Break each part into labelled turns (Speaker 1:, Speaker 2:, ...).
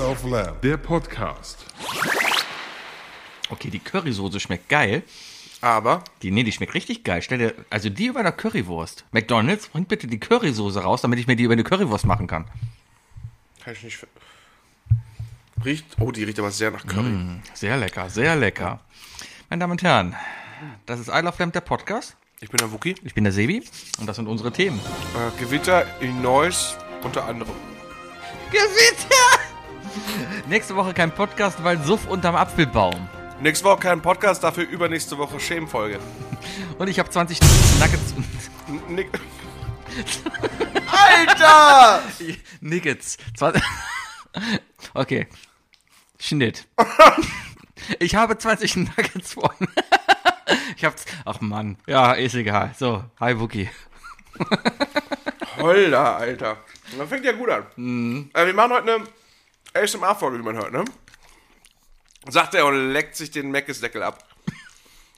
Speaker 1: of Lamb.
Speaker 2: Der Podcast.
Speaker 3: Okay, die Currysoße schmeckt geil.
Speaker 4: Aber
Speaker 3: Die, nee, die schmeckt richtig geil. Stell dir, also die über einer Currywurst. McDonalds, bringt bitte die Currysoße raus, damit ich mir die über eine Currywurst machen kann.
Speaker 4: kann ich nicht. ver- Riecht. Oh, die riecht aber sehr nach Curry.
Speaker 3: Sehr lecker, sehr lecker. Meine Damen und Herren, das ist I Love Lamp, der Podcast.
Speaker 4: Ich bin der Wookie.
Speaker 3: Ich bin der Sebi und das sind unsere Themen.
Speaker 4: Äh, Gewitter, Illinois, unter anderem.
Speaker 3: Gewitter! Nächste Woche kein Podcast, weil Suff unterm Apfelbaum.
Speaker 4: Nächste Woche kein Podcast, dafür übernächste Woche Schämenfolge.
Speaker 3: Und ich habe 20 Nuggets
Speaker 4: N- Nick. Alter!
Speaker 3: Nuggets. 20 okay. Schnitt. Ich habe 20 Nuggets vor mir. Ich hab's. Ach Mann. Ja, ist egal. So, hi Wookie.
Speaker 4: Holla, Alter. Das fängt ja gut an. Äh, wir machen heute eine ASMR-Folge, wie man hört, ne? Sagt er und leckt sich den Meckes-Deckel ab.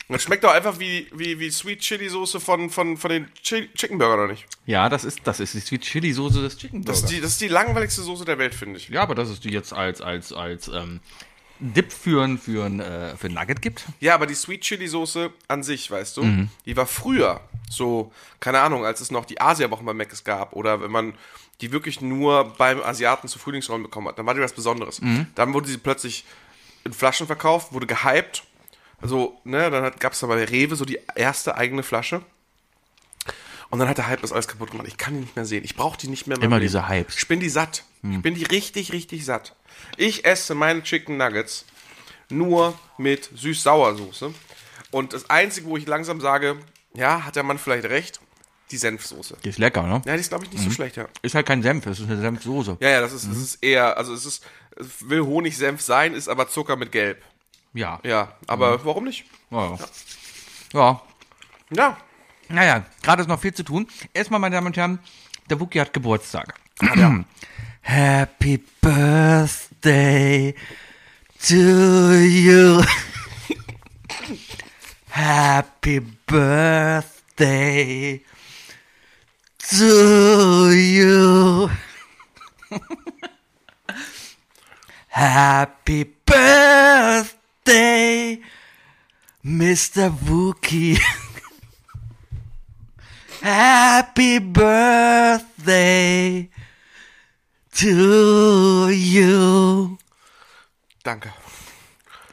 Speaker 4: Das schmeckt doch einfach wie, wie, wie Sweet Chili Soße von, von, von den Chi Chicken Burger, oder nicht?
Speaker 3: Ja, das ist, das ist die Sweet Chili Soße des Chicken
Speaker 4: Das
Speaker 3: Burgers.
Speaker 4: ist, die, das ist die langweiligste Soße der Welt, finde ich.
Speaker 3: Ja, aber dass es die jetzt als, als, als ähm, Dip für ein, für ein, äh, für ein Nugget gibt.
Speaker 4: Ja, aber die Sweet Chili Soße an sich, weißt du, die war früher so, keine Ahnung, als es noch die Asia-Wochen bei Mc's gab oder wenn man die wirklich nur beim Asiaten zu Frühlingsrollen bekommen hat, dann war die was Besonderes. Dann wurde sie plötzlich in Flaschen verkauft, wurde gehypt. Also, ne, dann gab es da bei Rewe so die erste eigene Flasche. Und dann hat der Hype das alles kaputt gemacht. Ich kann die nicht mehr sehen. Ich brauche die nicht mehr. in meinem
Speaker 3: Immer
Speaker 4: Leben.
Speaker 3: diese Hypes. Hm.
Speaker 4: Ich bin die satt. Ich bin die richtig, richtig satt. Ich esse meine Chicken Nuggets nur mit Süß-Sauersoße. Und das Einzige, wo ich langsam sage, ja, hat der Mann vielleicht recht, die Senfsoße.
Speaker 3: Die ist lecker, ne?
Speaker 4: Ja, die ist, glaube ich, nicht so schlecht, ja.
Speaker 3: Ist halt kein Senf, es ist eine Senfsoße.
Speaker 4: Ja, ja, das ist, das
Speaker 3: Mhm.
Speaker 4: ist eher, also es ist, es will Honigsenf sein, ist aber Zucker mit Gelb.
Speaker 3: Ja.
Speaker 4: Ja, aber
Speaker 3: Mhm.
Speaker 4: warum nicht?
Speaker 3: Ja. ja.
Speaker 4: Ja,
Speaker 3: Naja, gerade ist noch viel zu tun. Erstmal, meine Damen und Herren, der Wookie hat Geburtstag. Happy Birthday to you. Happy Birthday to you. Happy Birthday, Mr. Wookie. Happy Birthday to you.
Speaker 4: danke.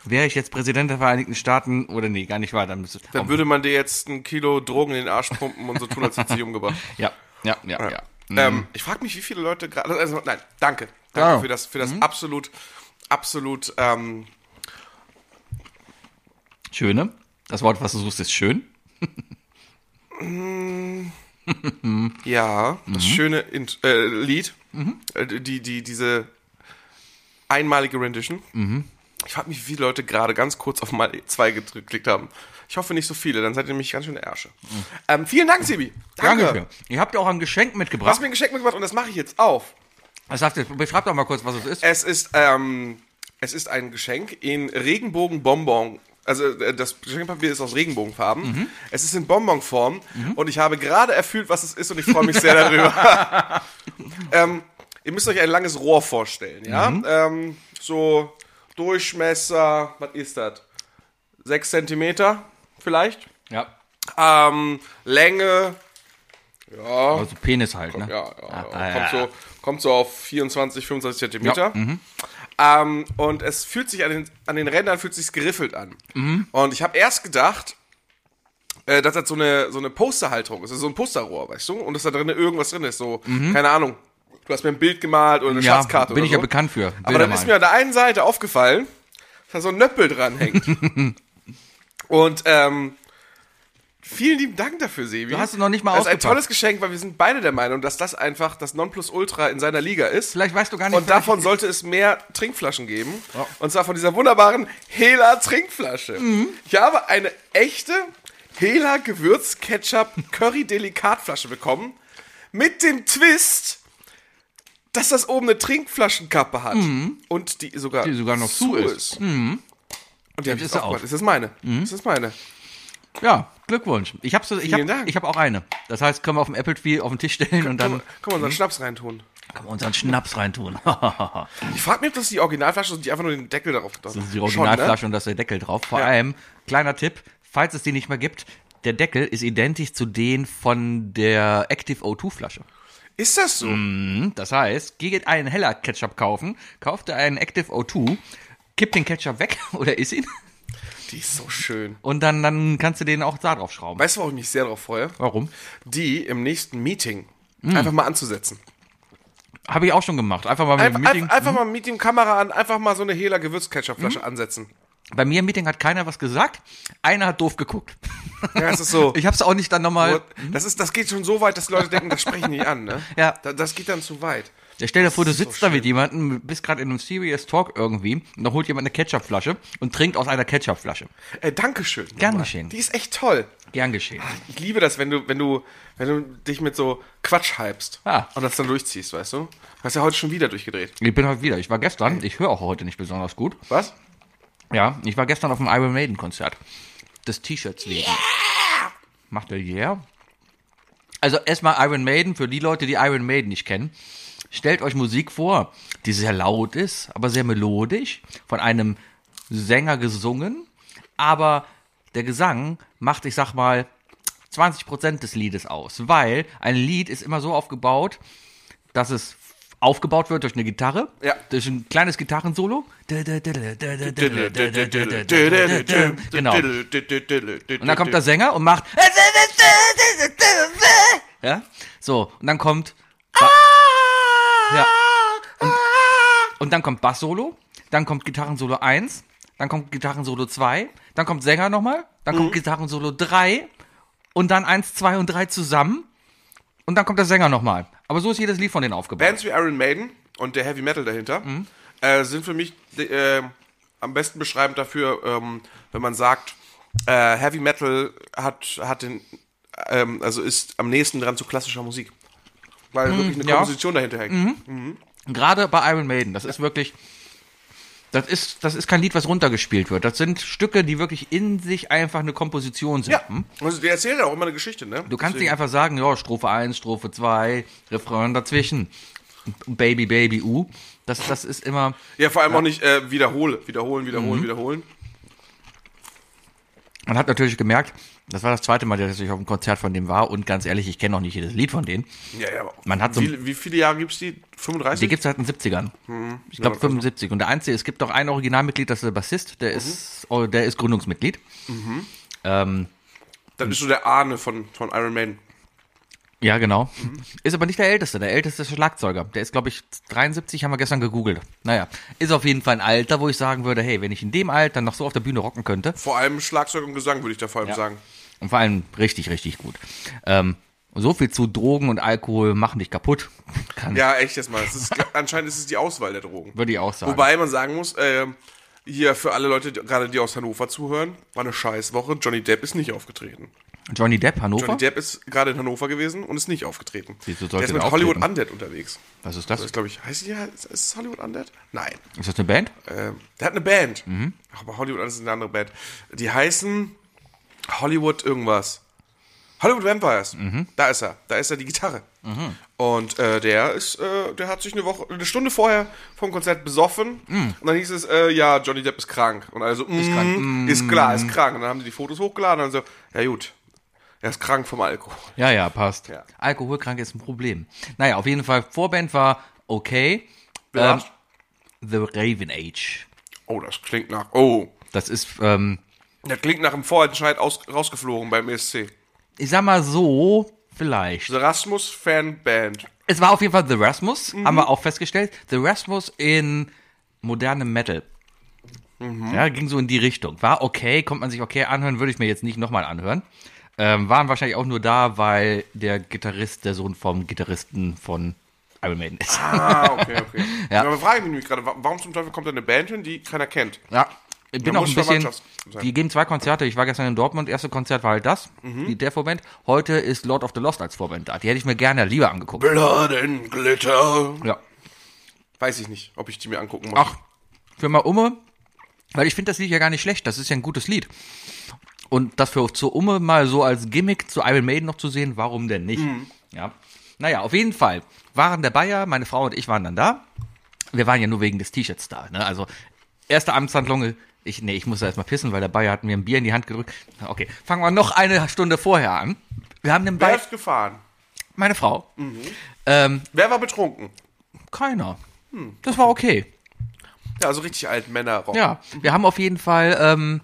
Speaker 3: Wäre ich jetzt Präsident der Vereinigten Staaten oder nee, gar nicht wahr, dann müsste
Speaker 4: Dann würde man dir jetzt ein Kilo Drogen in den Arsch pumpen und so tun, als hätte sie umgebracht.
Speaker 3: ja, ja, ja, ja.
Speaker 4: Ähm, ich frage mich, wie viele Leute gerade. Also, nein, danke. Danke
Speaker 3: Ja.
Speaker 4: für das, für das absolut, absolut. Ähm,
Speaker 3: Schöne. ne? Das Wort, was du suchst, ist schön.
Speaker 4: ja, das schöne Int äh, Lied. Äh, die, die, diese einmalige Rendition. Ich frage mich, wie viele Leute gerade ganz kurz auf mal zwei geklickt haben. Ich hoffe nicht so viele, dann seid ihr nämlich ganz schön der Ärsche. Ähm, vielen Dank, Sibi. Danke.
Speaker 3: für. Ihr habt ja auch ein Geschenk
Speaker 4: Du hast
Speaker 3: mitgebracht.
Speaker 4: mir ein Geschenk mitgebracht und das mache ich jetzt auf.
Speaker 3: Was sagt ihr? Beschreibt doch mal kurz, was es ist.
Speaker 4: Es ist, ähm, es ist ein Geschenk in Regenbogenbonbon. Also äh, das Geschenkpapier ist aus Regenbogenfarben. Es ist in Bonbonform und ich habe gerade erfüllt, was es ist und ich freue mich sehr darüber. ähm, ihr müsst euch ein langes Rohr vorstellen, ja? Ähm, so Durchmesser, was ist das? Sechs Zentimeter vielleicht.
Speaker 3: Ja.
Speaker 4: Ähm, Länge, ja,
Speaker 3: Also Penis halt, ne?
Speaker 4: ja, ja, ja.
Speaker 3: Ah,
Speaker 4: kommt,
Speaker 3: ja.
Speaker 4: So, kommt so auf 24, 25
Speaker 3: Ja, mhm.
Speaker 4: Zentimeter. Ähm, und es fühlt sich an den, an den Rändern fühlt sich geriffelt an.
Speaker 3: Mhm.
Speaker 4: Und ich habe erst gedacht, äh, dass das so eine, so eine Posterhalterung ist, also so ein Posterrohr, weißt du? Und dass da drin irgendwas drin ist, so, keine Ahnung. Du hast mir ein Bild gemalt oder eine
Speaker 3: Mhm. Ja,
Speaker 4: Schatzkarte
Speaker 3: bin
Speaker 4: oder
Speaker 3: ich
Speaker 4: so.
Speaker 3: ja bekannt für.
Speaker 4: Aber dann ist mir an der einen Seite aufgefallen, dass da so ein Nöppel dran hängt. und ähm, vielen lieben Dank dafür, Sebi.
Speaker 3: Du hast es noch nicht mal
Speaker 4: Das ist ein
Speaker 3: ausgepackt.
Speaker 4: tolles Geschenk, weil wir sind beide der Meinung, dass das einfach das Nonplusultra in seiner Liga ist.
Speaker 3: Vielleicht weißt du gar nicht,
Speaker 4: Und davon
Speaker 3: vielleicht-
Speaker 4: sollte es mehr Trinkflaschen geben. Und zwar von dieser wunderbaren Hela-Trinkflasche.
Speaker 3: Mhm.
Speaker 4: Ich habe eine echte Hela-Gewürz-Ketchup-Curry-Delikatflasche bekommen. Mit dem Twist, dass das oben eine Trinkflaschenkappe hat. Und die sogar,
Speaker 3: Mhm. Die sogar noch zu ist. Mhm.
Speaker 4: Und die habe ich
Speaker 3: ist Mhm. sie
Speaker 4: auch
Speaker 3: auf.
Speaker 4: gemacht. Ist das meine? Ist das meine?
Speaker 3: Ja, Glückwunsch. Ich habe ich
Speaker 4: Vielen Dank.
Speaker 3: hab, ich hab auch eine. Das heißt, können wir auf dem Apple TV auf den Tisch stellen und
Speaker 4: Kann
Speaker 3: dann. mhm.
Speaker 4: man, kann man unseren Schnaps reintun.
Speaker 3: Kann man unseren Schnaps reintun.
Speaker 4: Ich frage mich, ob das die Originalflasche ist und die einfach nur den Deckel darauf getan
Speaker 3: Das
Speaker 4: haben.
Speaker 3: ist die
Speaker 4: Schon, ne?
Speaker 3: Originalflasche und da ist der Deckel drauf. Vor
Speaker 4: Ja.
Speaker 3: allem, kleiner Tipp, falls es die nicht mehr gibt, der Deckel ist identisch zu den von der Active O2 Flasche.
Speaker 4: Ist das so?
Speaker 3: Mhm, Das heißt, geht einen heller Ketchup kaufen, kauft ihr einen Active O2, kippt den Ketchup weg oder isst ihn
Speaker 4: Die ist so schön.
Speaker 3: und dann, dann kannst du den auch da drauf schrauben.
Speaker 4: Weißt du, warum ich mich sehr darauf freue?
Speaker 3: Warum?
Speaker 4: Die im nächsten Meeting
Speaker 3: Mhm.
Speaker 4: einfach mal anzusetzen.
Speaker 3: Habe ich auch schon gemacht. Einfach mal mit
Speaker 4: Einfach,
Speaker 3: dem Meeting. Mhm.
Speaker 4: einfach, einfach mal mit dem Kamera an, einfach mal so eine Hela Gewürzketchupflasche ansetzen.
Speaker 3: Bei mir im Meeting hat keiner was gesagt. Einer hat doof geguckt.
Speaker 4: Ja, es ist so.
Speaker 3: Ich habe es auch nicht dann nochmal.
Speaker 4: das, ist, das geht schon so weit, dass die Leute denken, das sprechen die an, ne?
Speaker 3: Ja.
Speaker 4: Da, das geht dann zu weit.
Speaker 3: Ja, stell dir vor, du sitzt da mit jemandem, bist gerade in einem Serious Talk irgendwie und da holt jemand eine Ketchupflasche und trinkt aus einer Ketchupflasche.
Speaker 4: Äh, Dankeschön.
Speaker 3: Gern
Speaker 4: nochmal.
Speaker 3: geschehen.
Speaker 4: Die ist echt toll.
Speaker 3: Gern geschehen.
Speaker 4: Ich liebe das, wenn du, wenn du, wenn du dich mit so Quatsch hypst
Speaker 3: Ah.
Speaker 4: und das dann durchziehst, weißt du? Du hast ja heute schon wieder durchgedreht.
Speaker 3: Ich bin heute wieder. Ich war gestern, ich höre auch heute nicht besonders gut.
Speaker 4: Was?
Speaker 3: Ja, ich war gestern auf dem Iron Maiden Konzert. Des T-Shirts wegen. Macht er yeah? Also erstmal Iron Maiden, für die Leute, die Iron Maiden nicht kennen. Stellt euch Musik vor, die sehr laut ist, aber sehr melodisch, von einem Sänger gesungen, aber der Gesang macht, ich sag mal, 20% des Liedes aus, weil ein Lied ist immer so aufgebaut, dass es aufgebaut wird durch eine Gitarre,
Speaker 4: Ja.
Speaker 3: durch ein kleines Gitarrensolo. Genau. Und
Speaker 4: Und
Speaker 3: dann kommt der Sänger und macht. Ja, so. Und dann kommt. Ba ja. und, und dann kommt Bass-Solo. Dann kommt Gitarrensolo 1. Dann kommt Gitarrensolo 2. Dann kommt Sänger nochmal. Dann kommt Gitarrensolo 3. Und dann 1, 2 und 3 zusammen. Und dann kommt der Sänger nochmal. Aber so ist jedes Lied von denen aufgebaut.
Speaker 4: Bands wie Iron Maiden und der Heavy Metal dahinter
Speaker 3: Mhm.
Speaker 4: äh, sind für mich äh, am besten beschreibend dafür, ähm, wenn man sagt, äh, Heavy Metal hat, hat den, ähm, also ist am nächsten dran zu klassischer Musik. Weil wirklich eine
Speaker 3: Mhm, ja.
Speaker 4: Komposition dahinter hängt.
Speaker 3: Gerade bei Iron Maiden, das ist wirklich. Das ist, das ist kein Lied, was runtergespielt wird. Das sind Stücke, die wirklich in sich einfach eine Komposition sind. Hm?
Speaker 4: Ja. Also der erzählt ja auch immer eine Geschichte, ne?
Speaker 3: Mhm. Du kannst nicht einfach sagen, ja, Strophe 1, Strophe 2, Refrain dazwischen. Baby, Baby, U. Das, das ist immer.
Speaker 4: Ja, vor allem auch nicht äh, wiederhole, wiederholen,
Speaker 3: Mhm.
Speaker 4: wiederholen, wiederholen.
Speaker 3: Man hat natürlich gemerkt, das war das zweite Mal, dass ich auf dem Konzert von dem war. Und ganz ehrlich, ich kenne noch nicht jedes Lied von denen.
Speaker 4: Ja, ja, aber
Speaker 3: Man hat so-
Speaker 4: wie, wie viele Jahre gibt's die? 35?
Speaker 3: Die gibt es halt in den 70ern. Ich glaube 75. Und der einzige, es gibt auch ein Originalmitglied, das ist der Bassist, der ist, oh, der ist Gründungsmitglied. Ähm,
Speaker 4: Dann bist du der Ahne von, von Iron Maiden.
Speaker 3: ja, genau.
Speaker 4: Mhm.
Speaker 3: Ist aber nicht der Älteste. Der Älteste ist Schlagzeuger. Der ist, glaube ich, 73, haben wir gestern gegoogelt. Naja, ist auf jeden Fall ein Alter, wo ich sagen würde, hey, wenn ich in dem Alter noch so auf der Bühne rocken könnte,
Speaker 4: Vor allem Schlagzeug und Gesang, würde ich da vor allem
Speaker 3: Ja.
Speaker 4: sagen.
Speaker 3: Und vor allem richtig, richtig gut. Ähm, so viel zu Drogen und Alkohol machen dich kaputt. Kann,
Speaker 4: Ja, echt jetzt mal. Es ist, anscheinend ist es die Auswahl der Drogen.
Speaker 3: Mhm. Würde ich auch sagen.
Speaker 4: Wobei man sagen muss, ähm, hier für alle Leute, die- gerade die aus Hannover zuhören, war eine Scheißwoche. Johnny Depp ist nicht aufgetreten.
Speaker 3: Johnny Depp, Hannover?
Speaker 4: Johnny Depp ist gerade in Hannover gewesen und ist nicht aufgetreten.
Speaker 3: Wieso sollte
Speaker 4: der ist
Speaker 3: der
Speaker 4: mit
Speaker 3: auftreten?
Speaker 4: Hollywood Undead unterwegs.
Speaker 3: Was ist
Speaker 4: Das
Speaker 3: das?
Speaker 4: ist, glaube ich, heißt die, ist es Hollywood Undead? Nein.
Speaker 3: Ist das eine Band?
Speaker 4: Ähm, der hat eine Band. Aber Hollywood Undead ist eine andere Band. Die heißen Hollywood irgendwas. Hollywood Vampires. Da ist er. Da ist er die Gitarre. Und äh, der ist, äh, der hat sich eine Woche, eine Stunde vorher vom Konzert besoffen. Und dann hieß es, äh, ja, Johnny Depp ist krank. Und also ist, krank. ist klar, ist krank. Und dann haben sie die Fotos hochgeladen und dann so, ja gut, er ist krank vom Alkohol.
Speaker 3: Ja, ja, passt.
Speaker 4: Ja.
Speaker 3: Alkoholkrank ist ein Problem. Naja, auf jeden Fall, Vorband war okay. Ähm,
Speaker 4: Überrascht.
Speaker 3: The Raven Age.
Speaker 4: oh, das klingt nach. Oh.
Speaker 3: Das ist, ähm,
Speaker 4: Das klingt nach einem Vorentscheid aus, rausgeflogen beim ESC.
Speaker 3: ich sag mal so, vielleicht.
Speaker 4: The Rasmus Fan Band.
Speaker 3: Es war auf jeden Fall The Rasmus,
Speaker 4: Mhm.
Speaker 3: haben wir auch festgestellt. The Rasmus in modernem Metal.
Speaker 4: Mhm.
Speaker 3: Ja, ging so in die Richtung. War okay, konnte man sich okay anhören, würde ich mir jetzt nicht nochmal anhören. Ähm, waren wahrscheinlich auch nur da, weil der Gitarrist der Sohn vom Gitarristen von Iron Maiden ist.
Speaker 4: Ah, okay, okay. Aber frage ich mich nämlich gerade, wa- warum zum Teufel kommt da eine Band hin, die keiner kennt?
Speaker 3: Ja, ich bin
Speaker 4: Da
Speaker 3: auch
Speaker 4: muss
Speaker 3: ein
Speaker 4: schon
Speaker 3: bisschen.
Speaker 4: Mannschaft sein.
Speaker 3: Die geben zwei Konzerte. Ich war gestern in Dortmund. Erste Konzert war halt das,
Speaker 4: Mhm.
Speaker 3: die der Vorband. Heute ist Lord of the Lost als Vorband da. Die hätte ich mir gerne lieber angeguckt.
Speaker 4: Blood and Glitter.
Speaker 3: Ja.
Speaker 4: Weiß ich nicht, ob ich die mir angucken muss.
Speaker 3: Ach, für mal Umme, weil ich finde das Lied ja gar nicht schlecht, das ist ja ein gutes Lied.
Speaker 4: Mhm.
Speaker 3: Und das für zur Umme mal so als Gimmick zu Iron Maiden noch zu sehen, warum denn nicht? Ja. Naja, auf jeden Fall waren der Bayer, meine Frau und ich waren dann da. Wir waren ja nur wegen des T-Shirts da. Ne? Also erste Amtshandlung, ich, nee, ich muss da erstmal pissen, weil der Bayer hat mir ein Bier in die Hand gedrückt. Okay, fangen wir noch eine Stunde vorher an. Wir haben den
Speaker 4: Wer
Speaker 3: Bayer,
Speaker 4: ist Mhm. gefahren?
Speaker 3: meine Frau, ähm,
Speaker 4: Wer war betrunken?
Speaker 3: keiner.
Speaker 4: Hm.
Speaker 3: Das war okay.
Speaker 4: Ja, also richtig alt Männer.
Speaker 3: Ja, wir haben auf jeden Fall, ähm,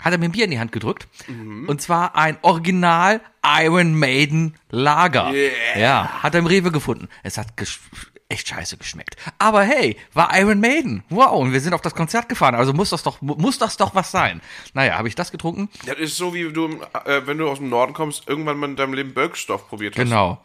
Speaker 3: hat er mir ein Bier in die Hand gedrückt. Und zwar ein Original Iron Maiden Lager.
Speaker 4: Yeah.
Speaker 3: Ja, hat er im Rewe gefunden. Es hat gesch echt scheiße geschmeckt. Aber hey, war Iron Maiden. Wow, und wir sind auf das Konzert gefahren. Also muss das doch, mu- muss das doch was sein. Naja, habe ich das getrunken?
Speaker 4: Das ist so, wie du, im- äh, wenn du aus dem Norden kommst, irgendwann mal in deinem Leben Birkstoff probiert hast.
Speaker 3: Genau.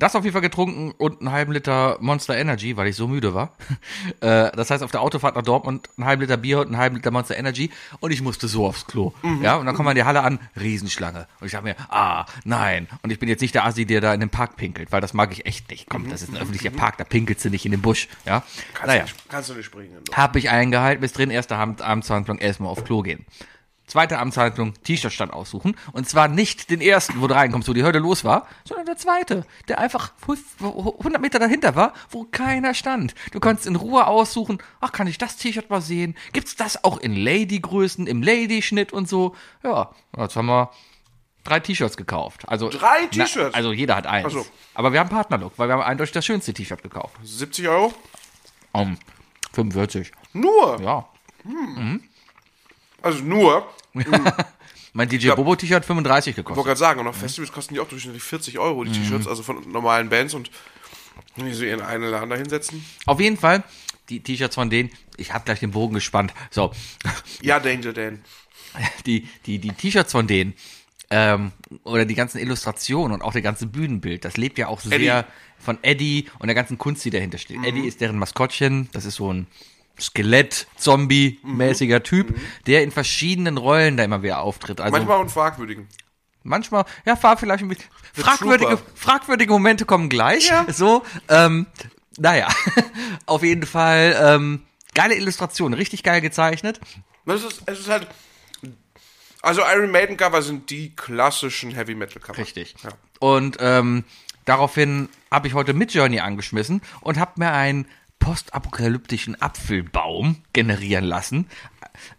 Speaker 3: Das auf jeden Fall getrunken und einen halben Liter Monster Energy, weil ich so müde war. Äh, das heißt, auf der Autofahrt nach Dortmund einen halben Liter Bier und einen halben Liter Monster Energy und ich musste so aufs Klo.
Speaker 4: Mhm.
Speaker 3: Ja, und dann kommen wir in die Halle an, Riesenschlange. Und ich dachte mir, ah, nein. Und ich bin jetzt nicht der Assi, der da in den Park pinkelt, weil das mag ich echt nicht. Komm, das ist ein öffentlicher Park, da pinkelst du nicht in den Busch. Ja,
Speaker 4: Mhm. Kannst,
Speaker 3: naja.
Speaker 4: du nicht, kannst du nicht springen. Du.
Speaker 3: Hab ich eingehalten, bis drin, erste Amt- Amtshandlung, erstmal auf Klo gehen. Zweite Amtshandlung, T-Shirt-Stand aussuchen. Und zwar nicht den ersten, wo du reinkommst, wo die Hürde los war, sondern der zweite, der einfach 100 Meter dahinter war, wo keiner stand. Du kannst in Ruhe aussuchen, ach, kann ich das T-Shirt mal sehen? Gibt's das auch in Lady-Größen, im Lady-Schnitt und so? Ja, jetzt haben wir drei T-Shirts gekauft. Also,
Speaker 4: Drei
Speaker 3: na,
Speaker 4: T-Shirts?
Speaker 3: Also jeder hat eins.
Speaker 4: Ach so.
Speaker 3: Aber wir haben Partnerlook, weil wir haben eindeutig das schönste T-Shirt gekauft.
Speaker 4: 70 Euro?
Speaker 3: Um 45,
Speaker 4: Nur.
Speaker 3: ja.
Speaker 4: Also nur.
Speaker 3: Mein DJ Bobo T-Shirt 35 gekostet.
Speaker 4: wollte gerade sagen, und auf Festivals kosten die auch durchschnittlich 40 Euro,
Speaker 3: Mhm.
Speaker 4: die T-Shirts, also von normalen Bands und wenn die so ihren einen oder anderen hinsetzen.
Speaker 3: Auf jeden Fall, die T-Shirts von denen, ich habe gleich den Bogen gespannt. So,
Speaker 4: Ja, Danger Dan.
Speaker 3: die die die T-Shirts von denen ähm, oder die ganzen Illustrationen und auch der ganze Bühnenbild, das lebt ja auch sehr von Eddie und der ganzen Kunst, die dahinter steht. Eddie ist deren Maskottchen, das ist so ein Skelett-Zombie-mäßiger Typ, der in verschiedenen Rollen da immer wieder auftritt. Also
Speaker 4: Manchmal auch fragwürdigen.
Speaker 3: manchmal, ja, fahr vielleicht ein bisschen. Fragwürdige,
Speaker 4: Trooper.
Speaker 3: fragwürdige Momente kommen gleich. So, ähm, naja, auf jeden Fall ähm, geile Illustration, richtig geil gezeichnet.
Speaker 4: Das ist, es ist halt. Also Iron Maiden Cover sind die klassischen Heavy Metal Cover.
Speaker 3: Richtig.
Speaker 4: Ja.
Speaker 3: Und ähm, daraufhin habe ich heute Midjourney angeschmissen und habe mir einen postapokalyptischen Apfelbaum generieren lassen,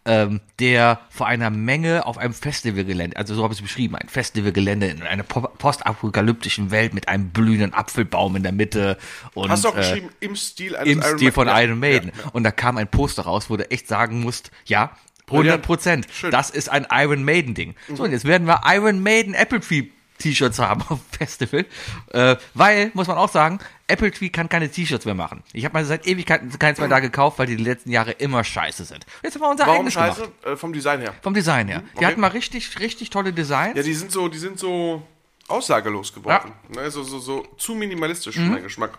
Speaker 3: ähm, der vor einer Menge auf einem Festivalgelände, also so habe ich es beschrieben, ein Festivalgelände in einer po- postapokalyptischen Welt mit einem blühenden Apfelbaum in der Mitte. Und,
Speaker 4: Hast du auch
Speaker 3: äh,
Speaker 4: geschrieben, im Stil eines
Speaker 3: im Stil von
Speaker 4: Ja,
Speaker 3: Iron Maiden.
Speaker 4: ja.
Speaker 3: Und da kam ein Poster raus, wo du echt sagen musst, ja, 100 Prozent.
Speaker 4: Oh, Schön. Mhm.
Speaker 3: Das ist ein Iron Maiden Ding. So, und jetzt werden wir Iron Maiden Apple Tree T-Shirts haben auf dem Festival. Äh, weil, muss man auch sagen, Apple Tree kann keine T-Shirts mehr machen. Ich habe mal seit Ewigkeiten keins mehr da gekauft, weil die, die letzten Jahre immer scheiße sind. Jetzt haben wir unser
Speaker 4: Warum
Speaker 3: eigenes
Speaker 4: scheiße?
Speaker 3: gemacht.
Speaker 4: Äh, vom Design her.
Speaker 3: Vom Design her. Die
Speaker 4: okay.
Speaker 3: hatten mal richtig, richtig tolle Designs.
Speaker 4: Ja, die sind so, die sind so aussagelos geworden. Ne, so, so, so zu minimalistisch
Speaker 3: Mhm.
Speaker 4: für meinen Geschmack.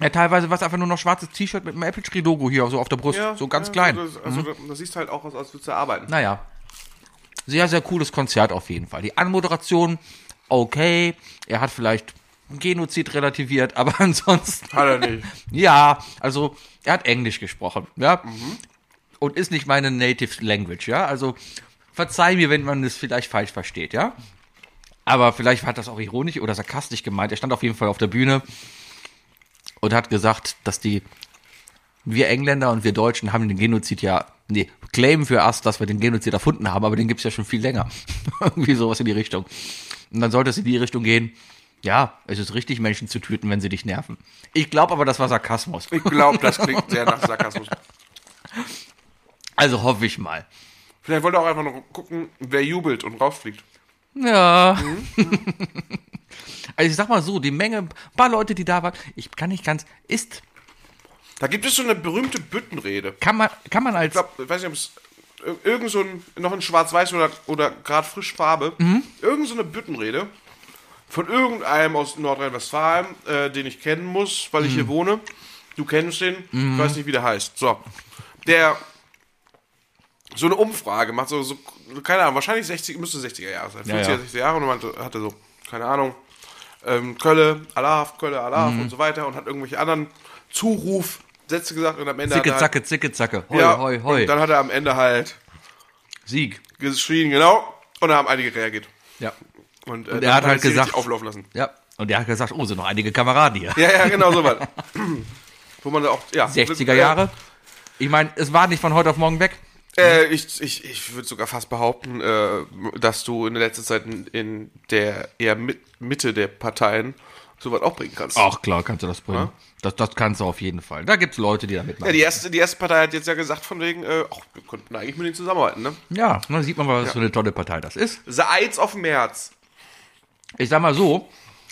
Speaker 3: Ja, teilweise war es einfach nur noch schwarzes T-Shirt mit einem Apple Tree Logo hier so auf der Brust.
Speaker 4: Ja,
Speaker 3: so ganz
Speaker 4: ja,
Speaker 3: klein. Mhm.
Speaker 4: Das, also, da- das siehst halt auch aus, als würdest du arbeiten.
Speaker 3: naja, sehr, sehr cooles Konzert auf jeden Fall. Die Anmoderation, okay, er hat vielleicht einen Genozid relativiert, aber ansonsten,
Speaker 4: Hat er nicht.
Speaker 3: ja, also er hat Englisch gesprochen, ja, und ist nicht meine Native Language, ja, also verzeih mir, wenn man das vielleicht falsch versteht, ja, aber vielleicht hat das auch ironisch oder sarkastisch gemeint. Er stand auf jeden Fall auf der Bühne und hat gesagt, dass die wir Engländer und wir Deutschen haben den Genozid ja, nee, claimen für us, dass wir den Genozid erfunden haben, aber den gibt's ja schon viel länger. Irgendwie sowas in die Richtung. Und dann sollte es in die Richtung gehen, ja, es ist richtig, Menschen zu töten, wenn sie dich nerven. Ich glaube aber, das war Sarkasmus.
Speaker 4: Ich glaube, das klingt sehr nach Sarkasmus.
Speaker 3: Also hoffe ich mal.
Speaker 4: Vielleicht wollte er auch einfach noch gucken, wer jubelt und rauffliegt.
Speaker 3: Ja. Mhm. Also ich sag mal so, die Menge, ein paar Leute, die da waren, ich kann nicht ganz, ist,
Speaker 4: Da gibt es so eine berühmte Büttenrede.
Speaker 3: kann man, kann man als,
Speaker 4: Ich glaube, ich weiß nicht, ob es ir- irgend so ein, noch in Schwarz-Weiß oder, oder gerade frisch Farbe,
Speaker 3: Mhm.
Speaker 4: irgend so eine Büttenrede von irgendeinem aus Nordrhein-Westfalen, äh, den ich kennen muss, weil ich
Speaker 3: Mhm.
Speaker 4: hier wohne. Du kennst den, ich weiß nicht, wie der heißt. So, der so eine Umfrage macht, so, so keine Ahnung, wahrscheinlich 60, müsste 60er Jahre sein, 50er,
Speaker 3: Ja, ja.
Speaker 4: 60er Jahre und meinte, hatte so, keine Ahnung, ähm, Kölle, Alaf, Kölle, Alaf
Speaker 3: Mhm.
Speaker 4: und so weiter und hat irgendwelche anderen Zurufsätze gesagt und am Ende
Speaker 3: zicke,
Speaker 4: hat er halt-
Speaker 3: zacke, zicke, zacke, hoi,
Speaker 4: ja,
Speaker 3: hoi, hoi,
Speaker 4: Und dann hat er am Ende halt
Speaker 3: Sieg.
Speaker 4: geschrien, genau. Und da haben einige reagiert.
Speaker 3: Ja.
Speaker 4: Und, äh,
Speaker 3: er
Speaker 4: dann
Speaker 3: hat halt
Speaker 4: sie richtig
Speaker 3: gesagt-
Speaker 4: auflaufen lassen.
Speaker 3: Ja, Und der hat gesagt, oh, sind noch einige Kameraden hier.
Speaker 4: Ja, ja, genau so was. Wo man da auch, ja.
Speaker 3: 60er Jahre. Ich meine, es war nicht von heute auf morgen weg.
Speaker 4: Äh, ich ich, ich würde sogar fast behaupten, äh, dass du in der letzten Zeit in, in der eher mit, Mitte der Parteien sowas auch bringen kannst.
Speaker 3: Ach klar, kannst du das bringen. Das, das kannst du auf jeden Fall. Da gibt es Leute, die da
Speaker 4: Ja,
Speaker 3: mitmachen.
Speaker 4: die erste, die erste Partei hat jetzt ja gesagt von wegen, äh, ach, wir könnten eigentlich mit denen zusammenarbeiten, ne?
Speaker 3: Ja, dann sieht man, mal, was für eine tolle Partei das ist.
Speaker 4: The Eids of März.
Speaker 3: Ich sag mal so,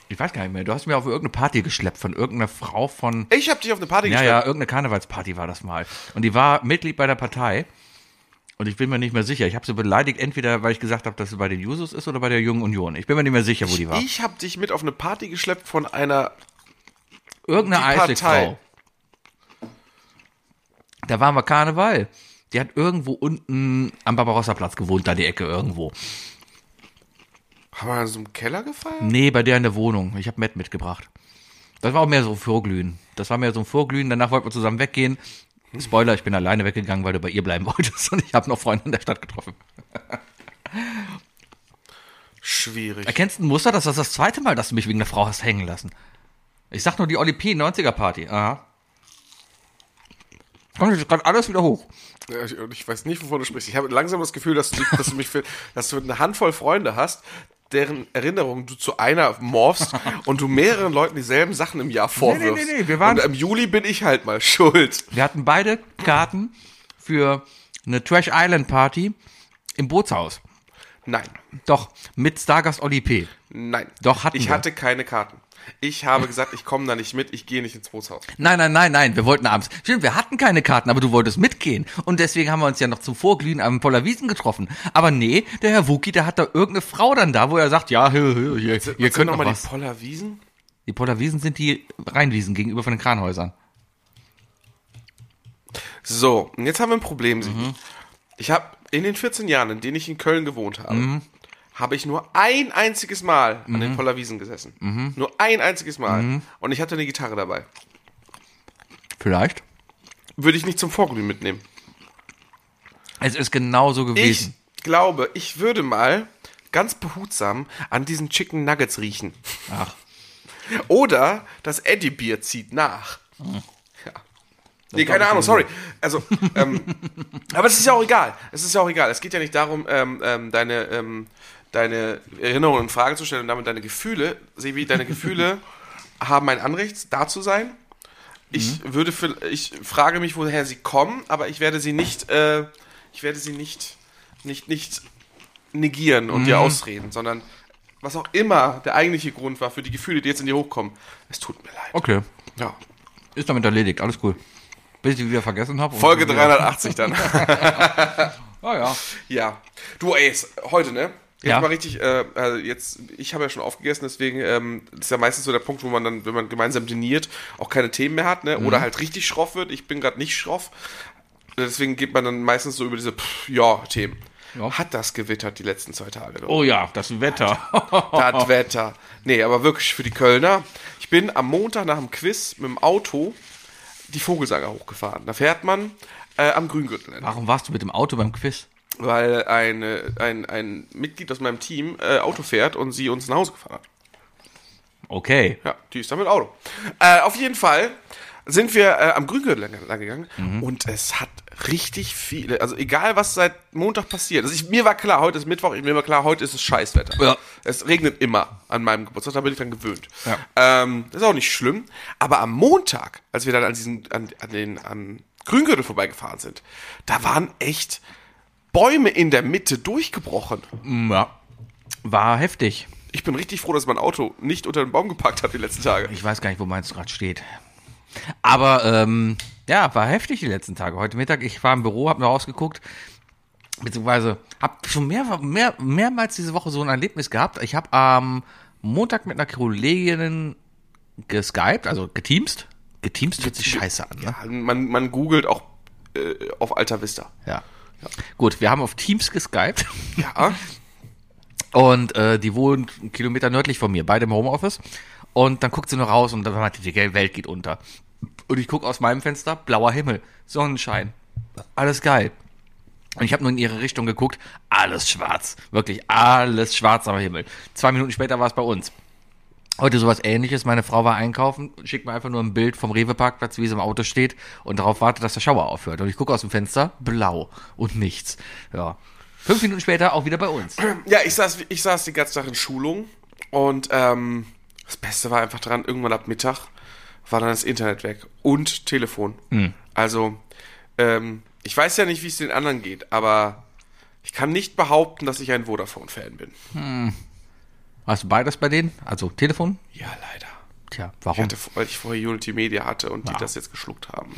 Speaker 3: ich weiß gar nicht mehr, du hast mir auf irgendeine Party geschleppt von irgendeiner Frau von,
Speaker 4: Ich habe dich auf eine Party
Speaker 3: ja,
Speaker 4: gestellt.
Speaker 3: ja, irgendeine Karnevalsparty war das mal. Und die war Mitglied bei der Partei. Und ich bin mir nicht mehr sicher. Ich habe sie beleidigt, entweder weil ich gesagt habe, dass sie bei den Jusos ist oder bei der Jungen Union. Ich bin mir nicht mehr sicher, wo die war.
Speaker 4: Ich habe dich mit auf eine Party geschleppt von einer.
Speaker 3: Irgendeine
Speaker 4: Die
Speaker 3: Eisigfrau.
Speaker 4: Partei.
Speaker 3: Da waren wir Karneval. Die hat irgendwo unten am Barbarossa-Platz gewohnt, da die Ecke irgendwo.
Speaker 4: Haben wir in so einem Keller gefeiert?
Speaker 3: Nee, bei der in der Wohnung. Ich habe Matt mitgebracht. Das war auch mehr so ein Vorglühen. Das war mehr so ein Vorglühen. Danach wollten wir zusammen weggehen. Spoiler, ich bin alleine weggegangen, weil du bei ihr bleiben wolltest. Und ich habe noch Freunde in der Stadt getroffen.
Speaker 4: Schwierig.
Speaker 3: Erkennst du ein Muster? Das ist das zweite Mal, dass du mich wegen der Frau hast hängen lassen. Ich sag nur die Oli P. 90er-Party. Aha. Kommt jetzt gerade alles wieder hoch.
Speaker 4: Ja, Ich, und ich weiß nicht, wovon du sprichst. Ich habe langsam das Gefühl, dass du, dich- dass du mich für, dass du eine Handvoll Freunde hast, deren Erinnerungen du zu einer morphst und du mehreren Leuten dieselben Sachen im Jahr vorwirfst.
Speaker 3: nee, nee, wir waren-
Speaker 4: und im Juli bin ich halt mal schuld.
Speaker 3: Wir hatten beide Karten für eine Trash Island Party im Bootshaus.
Speaker 4: Nein,
Speaker 3: Doch, mit Stargast Oli P.
Speaker 4: nein.
Speaker 3: Doch, hatten
Speaker 4: Ich
Speaker 3: wir.
Speaker 4: hatte keine Karten. Ich habe gesagt, ich komme da nicht mit, ich gehe nicht ins Bootshaus.
Speaker 3: Nein, nein, nein, nein, wir wollten abends. Stimmt, wir hatten keine Karten, aber du wolltest mitgehen. Und deswegen haben wir uns ja noch zum Vorglühen am Pollerwiesen getroffen. Aber nee, der Herr Wookie, der hat da irgendeine Frau dann da, wo er sagt, ja, hier, hier, hier, ihr
Speaker 4: Sind
Speaker 3: könnt noch
Speaker 4: mal
Speaker 3: was.
Speaker 4: die Pollerwiesen?
Speaker 3: Die Pollerwiesen sind die Rheinwiesen gegenüber von den Kranhäusern.
Speaker 4: So, und jetzt haben wir ein Problem, Sigi. Ich habe in den 14 Jahren, in denen ich in Köln gewohnt habe, habe ich nur ein einziges Mal an den Pollerwiesen gesessen. Nur ein einziges Mal. Und ich hatte eine Gitarre dabei.
Speaker 3: Vielleicht.
Speaker 4: Würde ich nicht zum Vorglühen mitnehmen.
Speaker 3: Es ist genauso
Speaker 4: Ich
Speaker 3: gewesen.
Speaker 4: glaube, ich würde mal ganz behutsam an diesen Chicken Nuggets riechen.
Speaker 3: Ach,
Speaker 4: Oder das Eddie-Bier zieht nach. Ja. Nee, keine Ahnung, sorry. Also, ähm, aber es ist ja auch egal. Es ist ja auch egal. Es geht ja nicht darum, ähm, ähm, deine, ähm, deine Erinnerungen in Frage zu stellen und damit deine Gefühle, Sevi, deine Gefühle haben ein Anrecht, da zu sein. Ich würde für, ich frage mich, woher sie kommen, aber ich werde sie nicht, äh, ich werde sie nicht, nicht, nicht negieren und dir ausreden, sondern was auch immer der eigentliche Grund war für die Gefühle, die jetzt in dir hochkommen. Es tut mir leid.
Speaker 3: okay.
Speaker 4: Ja.
Speaker 3: Ist damit erledigt, alles cool. Bis ich die wieder vergessen habe. und
Speaker 4: Folge
Speaker 3: wieder-
Speaker 4: 380 dann.
Speaker 3: Ah ja.
Speaker 4: ja. Du, ey, es- heute, ne? Jetzt
Speaker 3: Ja.
Speaker 4: mal richtig, äh, also jetzt, ich habe ja schon aufgegessen, deswegen ähm, ist ja meistens so der Punkt, wo man dann, wenn man gemeinsam diniert, auch keine Themen mehr hat, ne?
Speaker 3: Mhm.
Speaker 4: Oder halt richtig schroff wird. Ich bin gerade nicht schroff. Deswegen geht man dann meistens so über diese, pff, ja, Themen.
Speaker 3: Ja.
Speaker 4: Hat das gewittert die letzten zwei Tage? du?
Speaker 3: Oh ja, das Wetter.
Speaker 4: Das Wetter. Nee, aber wirklich für die Kölner. Ich bin am Montag nach dem Quiz mit dem Auto die Vogelsanger hochgefahren. Da fährt man äh, am Grüngürtel. entlang.
Speaker 3: Warum warst du mit dem Auto beim Quiz?
Speaker 4: Weil eine, ein, ein Mitglied aus meinem Team äh, Auto fährt und sie uns nach Hause gefahren hat.
Speaker 3: Okay.
Speaker 4: Ja, die ist dann mit Auto. Äh, auf jeden Fall sind wir äh, am Grüngürtel lang, lang gegangen
Speaker 3: Mhm.
Speaker 4: und es hat richtig viele, also egal was seit Montag passiert. Also ich, mir war klar, heute ist Mittwoch, ich- mir war klar, heute ist es Scheißwetter.
Speaker 3: Ja.
Speaker 4: Es regnet immer an meinem Geburtstag, da bin ich dran gewöhnt.
Speaker 3: Ja.
Speaker 4: Ähm, das ist auch nicht schlimm. Aber am Montag, als wir dann an diesen, an, an den am Grüngürtel vorbeigefahren sind, da waren echt Bäume in der Mitte durchgebrochen.
Speaker 3: Ja. War heftig.
Speaker 4: Ich bin richtig froh, dass mein Auto nicht unter den Baum geparkt hat die letzten Tage.
Speaker 3: Ich weiß gar nicht, wo meins gerade steht. Aber ähm, ja, war heftig die letzten Tage. Heute Mittag, ich war im Büro, habe mir rausgeguckt, beziehungsweise habe schon mehr, mehr, mehrmals diese Woche so ein Erlebnis gehabt. Ich habe am Montag mit einer Kollegin geskypt, also geteamst. Geteamst hört sich scheiße an, ne?
Speaker 4: Man, man googelt auch äh, auf Alta Vista.
Speaker 3: Ja. Gut, wir haben auf Teams geskypt.
Speaker 4: Ja.
Speaker 3: Und äh, die wohnt einen Kilometer nördlich von mir, beide im Homeoffice. Und dann guckt sie noch raus und dann meinte die die Welt geht unter. Und ich gucke aus meinem Fenster, blauer Himmel, Sonnenschein, alles geil. Und ich habe nur in ihre Richtung geguckt, alles schwarz, wirklich alles schwarz am Himmel. Zwei Minuten später war es bei uns. Heute sowas ähnliches. Meine Frau war einkaufen, schickt mir einfach nur ein Bild vom Rewe-Parkplatz, wie es im Auto steht und darauf wartet, dass der Schauer aufhört. Und ich gucke aus dem Fenster, blau und nichts. Ja. Fünf Minuten später auch wieder bei uns.
Speaker 4: Ja, ich saß, ich saß den ganzen Tag in Schulung und ähm, das Beste war einfach dran, irgendwann ab Mittag war dann das Internet weg und Telefon. Also, ähm, ich weiß ja nicht, wie es den anderen geht, aber ich kann nicht behaupten, dass ich ein Vodafone-Fan bin.
Speaker 3: Hast du beides bei denen? Also Telefon?
Speaker 4: Ja, leider.
Speaker 3: Tja,
Speaker 4: Ich
Speaker 3: warum?
Speaker 4: hatte, weil ich vorher Unity Media hatte und die das jetzt geschluckt haben.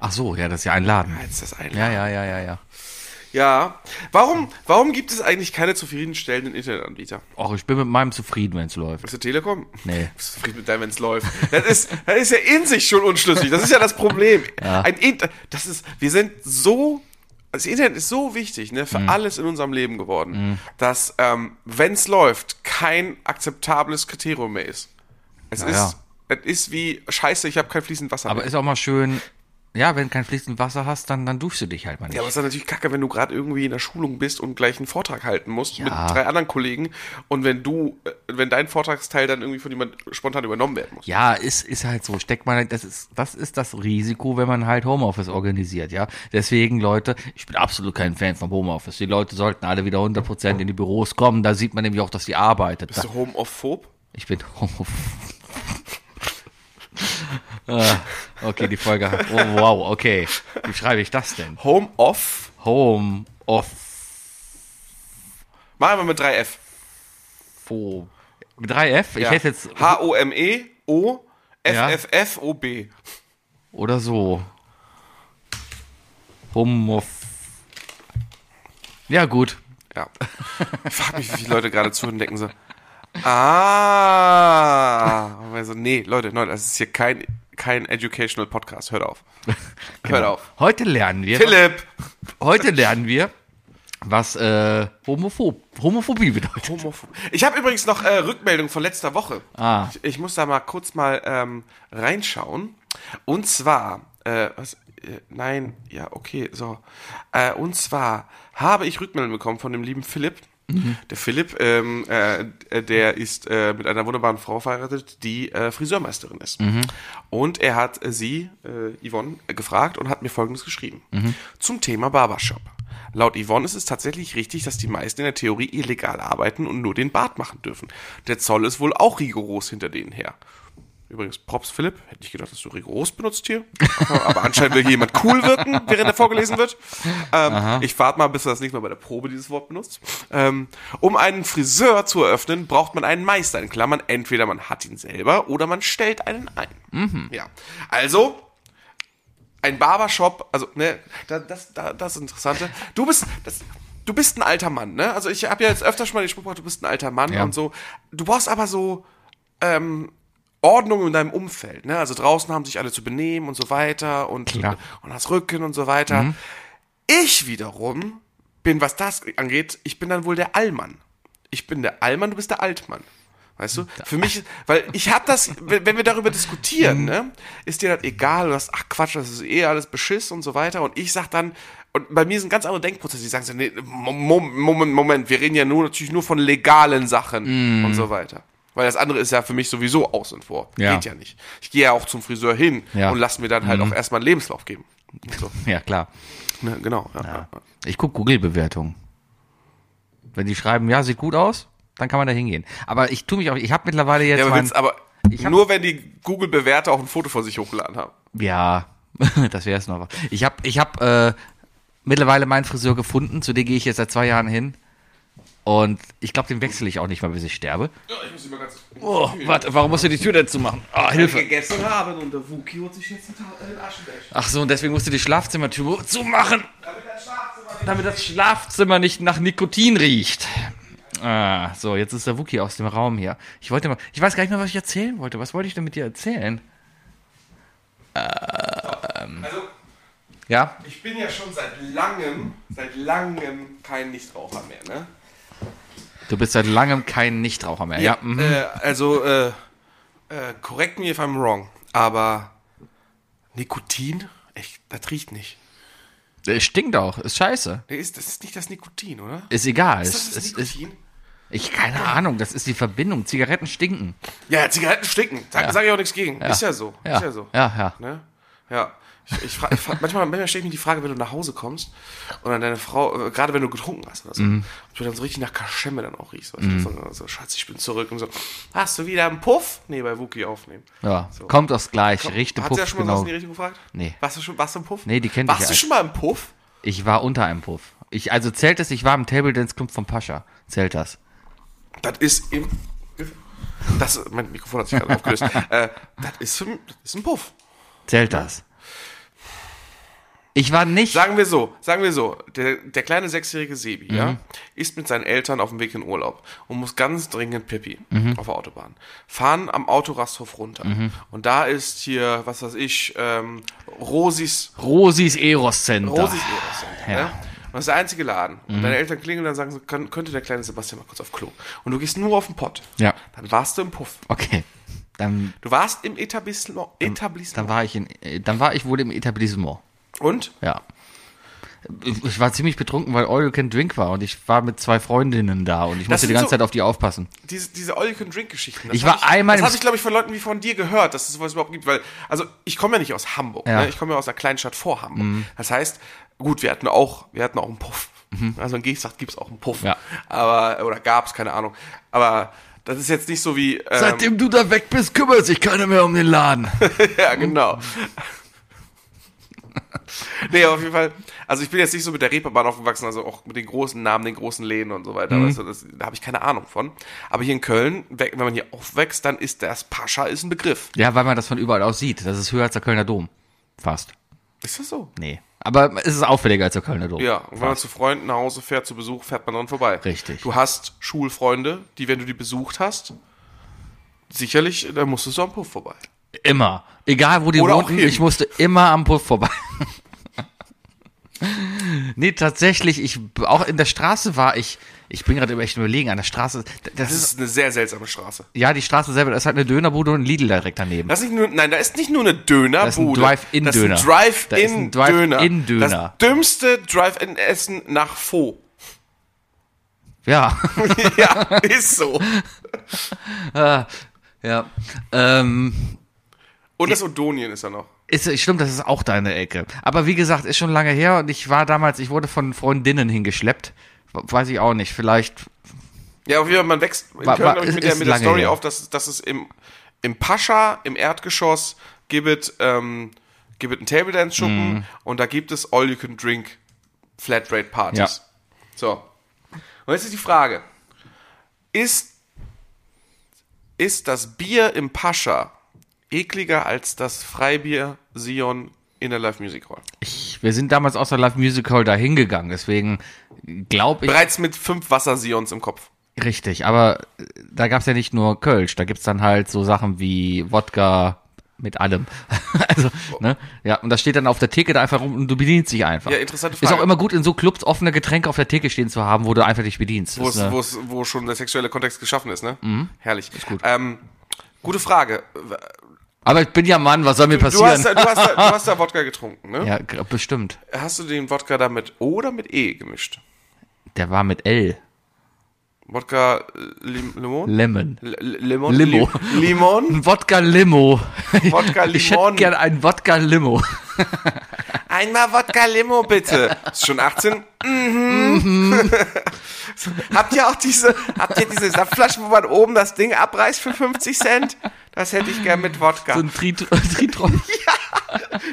Speaker 3: Ach so, ja, das ist ja ein Laden.
Speaker 4: Jetzt das ein.
Speaker 3: Ja, ja, ja, ja, ja.
Speaker 4: Ja. Warum, warum gibt es eigentlich keine zufriedenstellenden Internetanbieter?
Speaker 3: Och, ich bin mit meinem zufrieden, wenn es läuft.
Speaker 4: Ist der Telekom?
Speaker 3: Nee.
Speaker 4: Bist du zufrieden mit deinem, wenn es läuft? Das ist, das ist ja in sich schon unschlüssig. Das ist ja das Problem. Ein Inter das ist, wir sind so, das Internet ist so wichtig, ne,
Speaker 3: Mhm.
Speaker 4: für alles in unserem Leben geworden, dass, ähm, wenn es läuft, kein akzeptables Kriterium mehr ist. Es ist,
Speaker 3: ja.
Speaker 4: es ist wie, scheiße, ich habe kein fließend Wasser
Speaker 3: Aber
Speaker 4: mehr.
Speaker 3: ist auch mal schön, ja, wenn kein fließendes Wasser hast, dann, dann duschst du dich halt mal nicht.
Speaker 4: Ja, aber es ist dann natürlich kacke, wenn du gerade irgendwie in der Schulung bist und gleich einen Vortrag halten musst mit drei anderen Kollegen und wenn du, äh, wenn dein Vortragsteil dann irgendwie von jemand spontan übernommen werden muss.
Speaker 3: Ja, ist, ist halt so. Steckt man, das ist, das ist das Risiko, wenn man halt Homeoffice organisiert, ja. Deswegen, Leute, ich bin absolut kein Fan vom Homeoffice. Die Leute sollten alle wieder 100% in die Büros kommen. Da sieht man nämlich auch, dass die arbeitet.
Speaker 4: Bist du homophob?
Speaker 3: Ich bin homophob. ah, okay, die Folge. Oh, wow, okay. Wie schreibe ich das denn?
Speaker 4: Home off.
Speaker 3: Home off.
Speaker 4: Machen wir mit 3F.
Speaker 3: Mit 3F? Ich
Speaker 4: Ja.
Speaker 3: hätte jetzt.
Speaker 4: H-O-M-E, O,
Speaker 3: Ja.
Speaker 4: F-F-F-O-B.
Speaker 3: Oder so. Homof. Ja, gut.
Speaker 4: Ja. Ich frage mich, wie viele Leute gerade zuhören und denken so, ah. Und wir so, nee, Leute, nein, das ist hier kein, kein Educational Podcast. Hört auf.
Speaker 3: Genau.
Speaker 4: Hört auf.
Speaker 3: Heute lernen wir.
Speaker 4: Philipp.
Speaker 3: Heute lernen wir, was äh, Homophob, Homophobie bedeutet.
Speaker 4: Homophob. Ich habe übrigens noch äh, Rückmeldung von letzter Woche.
Speaker 3: Ah.
Speaker 4: Ich, ich muss da mal kurz mal ähm, reinschauen. Und zwar, äh, was, äh, nein, ja, okay, so. Äh, und zwar habe ich Rückmeldung bekommen von dem lieben Philipp. Der Philipp, ähm, äh, der ist äh, mit einer wunderbaren Frau verheiratet, die äh, Friseurmeisterin ist. Und er hat äh, sie, äh, Yvonne, äh, gefragt und hat mir Folgendes geschrieben. Zum Thema Barbershop. Laut Yvonne ist es tatsächlich richtig, dass die meisten in der Theorie illegal arbeiten und nur den Bart machen dürfen. Der Zoll ist wohl auch rigoros hinter denen her. Übrigens, Props Philipp, hätte ich gedacht, dass du rigoros benutzt hier. Aber anscheinend will hier jemand cool wirken, während er vorgelesen wird. Ähm, ich warte mal, bis du das nächste Mal bei der Probe dieses Wort benutzt. Ähm, um einen Friseur zu eröffnen, braucht man einen Meister. In Klammern, entweder man hat ihn selber oder man stellt einen ein. Ja. Also, ein Barbershop, also, ne, da, das, da, das Interessante. Du bist, das, du bist ein alter Mann, ne? Also, ich habe ja jetzt öfter schon mal den Spruch gemacht, du bist ein alter Mann
Speaker 3: Ja.
Speaker 4: und so. Du brauchst aber so, ähm, Ordnung in deinem Umfeld, ne? Also, draußen haben sich alle zu benehmen und so weiter und,
Speaker 3: Klar. Mhm.
Speaker 4: und das Rücken und so weiter. Ich wiederum bin, was das angeht, ich bin dann wohl der Allmann. Ich bin der Allmann, du bist der Altmann. Weißt du? Für mich, weil ich habe das, wenn wenn wir darüber
Speaker 3: Mhm.
Speaker 4: diskutieren, ne, ist dir das egal, du hast, ach Quatsch, das ist eh alles Beschiss und so weiter. Und ich sag dann, und bei mir sind ganz andere Denkprozesse, die sagen so, nee, Mo- Mo- Moment, Moment, wir reden ja nur natürlich nur von legalen Sachen
Speaker 3: Mhm.
Speaker 4: und so weiter. Weil das andere ist ja für mich sowieso aus und vor.
Speaker 3: Ja.
Speaker 4: Geht ja nicht. Ich gehe ja auch zum Friseur hin
Speaker 3: Ja. Mhm.
Speaker 4: und lass mir dann halt auch erstmal einen Lebenslauf geben. Und So,
Speaker 3: Ja, klar.
Speaker 4: ne, genau. Ja. Ja.
Speaker 3: Ich gucke Google-Bewertungen. Wenn die schreiben, ja, sieht gut aus, dann kann man da hingehen. Aber ich tue mich auch, ich habe mittlerweile jetzt.
Speaker 4: Ja, aber,
Speaker 3: mein-
Speaker 4: wenn's aber
Speaker 3: Ich hab-
Speaker 4: nur wenn die Google-Bewerter auch ein Foto von sich hochgeladen haben.
Speaker 3: Ja, das wäre es noch. was. Ich habe ich hab, äh, mittlerweile meinen Friseur gefunden, zu dem gehe ich jetzt seit zwei Jahren hin. Und ich glaube, den wechsle ich auch nicht mal, bis ich sterbe.
Speaker 4: Ja, ich muss immer ganz.
Speaker 3: Oh, warte, warum musst du die Tür dazu machen? Ah, Hilfe.
Speaker 4: gegessen haben und der Wookie holt sich jetzt einen Aschenbecher.
Speaker 3: Ach so, und deswegen musst du die Schlafzimmertür zumachen,
Speaker 4: Damit das Schlafzimmer
Speaker 3: damit das Schlafzimmer nicht nach Nikotin riecht. Ah, so, jetzt ist der Wookie aus dem Raum hier. Ich wollte mal, ich weiß gar nicht mehr, was ich erzählen wollte. Was wollte ich denn mit dir erzählen?
Speaker 4: Also,
Speaker 3: Ja?
Speaker 4: ich bin ja schon seit langem, seit langem kein Nichtraucher mehr, ne?
Speaker 3: Du bist seit langem kein Nichtraucher mehr. Ja. mhm.
Speaker 4: Äh, also, äh, äh, correct me if I'm wrong, aber Nikotin? Echt, das riecht nicht.
Speaker 3: Es stinkt auch, ist scheiße.
Speaker 4: Nee, ist, das ist nicht das Nikotin, oder?
Speaker 3: Ist egal.
Speaker 4: Ist das
Speaker 3: es,
Speaker 4: das
Speaker 3: es,
Speaker 4: Nikotin?
Speaker 3: Ich, keine Ahnung, das ist die Verbindung. Zigaretten stinken.
Speaker 4: Ja, Zigaretten stinken. Da sage ich auch nichts gegen. Ist ja so.
Speaker 3: Ja,
Speaker 4: Ist ja so.
Speaker 3: ja. ja.
Speaker 4: Ne? Ja. Ich, ich frage, manchmal, manchmal stelle ich mir die Frage, wenn du nach Hause kommst und dann deine Frau, äh, gerade wenn du getrunken hast oder so,
Speaker 3: Mhm.
Speaker 4: ob du dann so richtig nach Kaschemme dann auch riechst. Weißt du? so, so, Schatz, ich bin zurück und so, hast du wieder einen Puff? Nee, bei Wookie aufnehmen.
Speaker 3: Ja, kommt aufs Gleiche. Richte
Speaker 4: Hat sie
Speaker 3: Puff,
Speaker 4: ja schon mal was
Speaker 3: genau.
Speaker 4: in die Richtung gefragt?
Speaker 3: Nee.
Speaker 4: Warst du schon, warst du im Puff?
Speaker 3: Nee, die kennt
Speaker 4: Warst
Speaker 3: ich
Speaker 4: du
Speaker 3: ja.
Speaker 4: schon mal im Puff?
Speaker 3: Ich war unter einem Puff. Ich, also zählt das, ich war im Table Dance Club von Pascha. Zählt das.
Speaker 4: Das ist im. Das, mein Mikrofon hat sich gerade aufgelöst. Äh, das, ist, ein- das ist ein Puff.
Speaker 3: Zählt das. Ich war nicht.
Speaker 4: Sagen wir so, sagen wir so, der, der kleine sechsjährige Sebi, ja, ist mit seinen Eltern auf dem Weg in Urlaub und muss ganz dringend Pippi auf der Autobahn. Fahren am Autorasthof runter. Und da ist hier, was weiß ich, ähm, Rosis,
Speaker 3: Rosis Eros Center.
Speaker 4: Rosis Eros. Ja. Ne? Und das ist der einzige Laden. Und deine Eltern klingeln und sagen so, kann, könnte der kleine Sebastian mal kurz auf Klo. Und du gehst nur auf den Pott.
Speaker 3: Ja.
Speaker 4: Dann warst du im Puff.
Speaker 3: Okay. Dann,
Speaker 4: Du warst im Etablissement. Etablissement.
Speaker 3: dann war ich in, äh, dann war ich wohl im Etablissement.
Speaker 4: Und?
Speaker 3: Ja. Ich ich war ziemlich betrunken, weil All You Can Drink war und ich war mit zwei Freundinnen da und ich
Speaker 4: Das
Speaker 3: musste
Speaker 4: sind
Speaker 3: die ganze
Speaker 4: so-
Speaker 3: Zeit auf die aufpassen.
Speaker 4: diese, diese All-You-Can-Drink-Geschichten. das
Speaker 3: Ich
Speaker 4: hab
Speaker 3: war einmal im
Speaker 4: Das habe
Speaker 3: S-
Speaker 4: ich, glaube ich, von Leuten wie von dir gehört, dass es sowas überhaupt gibt, weil, also ich komme ja nicht aus Hamburg,
Speaker 3: Ja. Mhm.
Speaker 4: ne? ich komme ja aus einer kleinen Stadt vor Hamburg. Das heißt, gut, wir hatten auch, wir hatten auch einen Puff. Also in Geestsacht gibt es auch einen Puff.
Speaker 3: Mhm. Ja.
Speaker 4: Aber, oder gab es, keine Ahnung. Aber das ist jetzt nicht so wie. ähm,
Speaker 3: Seitdem du da weg bist, kümmert sich keiner mehr um den Laden.
Speaker 4: ja, genau. nee, aber auf jeden Fall. Also ich bin jetzt nicht so mit der Reeperbahn aufgewachsen, also auch mit den großen Namen, den großen Läden und so weiter. Weißt du, das, da habe ich keine Ahnung von. Aber hier in Köln, we- wenn man hier aufwächst, dann ist das Pascha ist ein Begriff.
Speaker 3: Ja, weil man das von überall aus sieht. Das ist höher als der Kölner Dom. Fast.
Speaker 4: Ist das so?
Speaker 3: Nee. Aber es ist auffälliger als der Kölner Dom.
Speaker 4: Ja, und wenn man zu Freunden nach Hause fährt, zu Besuch, fährt man dran vorbei.
Speaker 3: Richtig.
Speaker 4: Du hast Schulfreunde, die, wenn du die besucht hast, sicherlich, dann musstest du am Puff vorbei.
Speaker 3: Immer. Egal wo die
Speaker 4: Oder auch
Speaker 3: wohnten,
Speaker 4: hin.
Speaker 3: ich musste immer am Puff vorbei. nee, tatsächlich, ich auch in der Straße war ich, ich bin gerade über echt überlegen, an der Straße, das
Speaker 4: Das
Speaker 3: ist,
Speaker 4: ist eine sehr seltsame Straße.
Speaker 3: ja, die Straße selber, da ist halt eine Dönerbude und ein Lidl direkt daneben.
Speaker 4: Das ist nicht nur, nein, da ist nicht nur eine Dönerbude.
Speaker 3: ist ein Drive-In-Döner.
Speaker 4: Das ist
Speaker 3: Da ist ein
Speaker 4: ein Drive-In-Döner.
Speaker 3: Drive-In-Döner.
Speaker 4: Das dümmste Drive-In-Essen nach Faux.
Speaker 3: Ja.
Speaker 4: ja, ist so.
Speaker 3: ja. Ähm,
Speaker 4: Und das Odonien ist da noch.
Speaker 3: ist, stimmt, das ist auch deine Ecke. Aber wie gesagt, ist schon lange her und ich war damals, ich wurde von Freundinnen hingeschleppt. Weiß ich auch nicht, vielleicht,
Speaker 4: Ja, auf jeden Fall, man wächst in
Speaker 3: War-
Speaker 4: Köln,
Speaker 3: war-
Speaker 4: glaub ich,
Speaker 3: ist-
Speaker 4: mit der,
Speaker 3: ist
Speaker 4: mit der
Speaker 3: lange
Speaker 4: Story
Speaker 3: her.
Speaker 4: auf, dass, dass es im, im Pascha, im Erdgeschoss, gibt, ähm, gibt einen Table Dance Schuppen
Speaker 3: Mhm.
Speaker 4: und da gibt es All You Can Drink Flatrate Partys.
Speaker 3: Ja.
Speaker 4: So. Und jetzt ist die Frage. Ist, ist das Bier im Pascha ekliger als das Freibier Sion in der Live Music Hall?
Speaker 3: ich, wir sind damals aus der Live Music Hall da hingegangen, deswegen glaube ich,
Speaker 4: Bereits mit fünf Wasser Sions im Kopf.
Speaker 3: Richtig, aber äh, da gab's ja nicht nur Kölsch, da gibt's dann halt so Sachen wie Wodka mit allem. also, ne? Ja, und das steht dann auf der Theke da einfach rum und du bedienst dich einfach.
Speaker 4: Oh. Ja, interessante
Speaker 3: Ist
Speaker 4: Frage.
Speaker 3: auch immer gut, in so Clubs offene Getränke auf der Theke stehen zu haben, wo du einfach dich bedienst.
Speaker 4: wo,
Speaker 3: Ist, Mhm.
Speaker 4: es,
Speaker 3: ne?
Speaker 4: wo, es, wo schon der sexuelle Kontext geschaffen ist, ne? Herrlich. Ist gut. Ähm, gute Frage.
Speaker 3: aber ich bin ja Mann, was soll mir
Speaker 4: Du
Speaker 3: passieren?
Speaker 4: hast, da, du, hast da, du hast da Wodka getrunken, ne?
Speaker 3: ja, g- bestimmt.
Speaker 4: Hast du den Wodka da mit O oder mit E gemischt?
Speaker 3: Der war mit L.
Speaker 4: Wodka äh, Lim Limon?
Speaker 3: Lemon.
Speaker 4: L Limon?
Speaker 3: Limo.
Speaker 4: Lim Limon?
Speaker 3: Ein Wodka Limo.
Speaker 4: Wodka
Speaker 3: Ich hätte
Speaker 4: Limon.
Speaker 3: gern einen Wodka Limo.
Speaker 4: Einmal Wodka Limo, bitte. Ist schon 18? Mhm.
Speaker 3: Mhm.
Speaker 4: habt ihr auch diese, habt ihr diese Saftflaschen, wo man oben das Ding abreißt für 50 Cent? Das hätte ich gern mit Wodka.
Speaker 3: So ein Trit Tritron.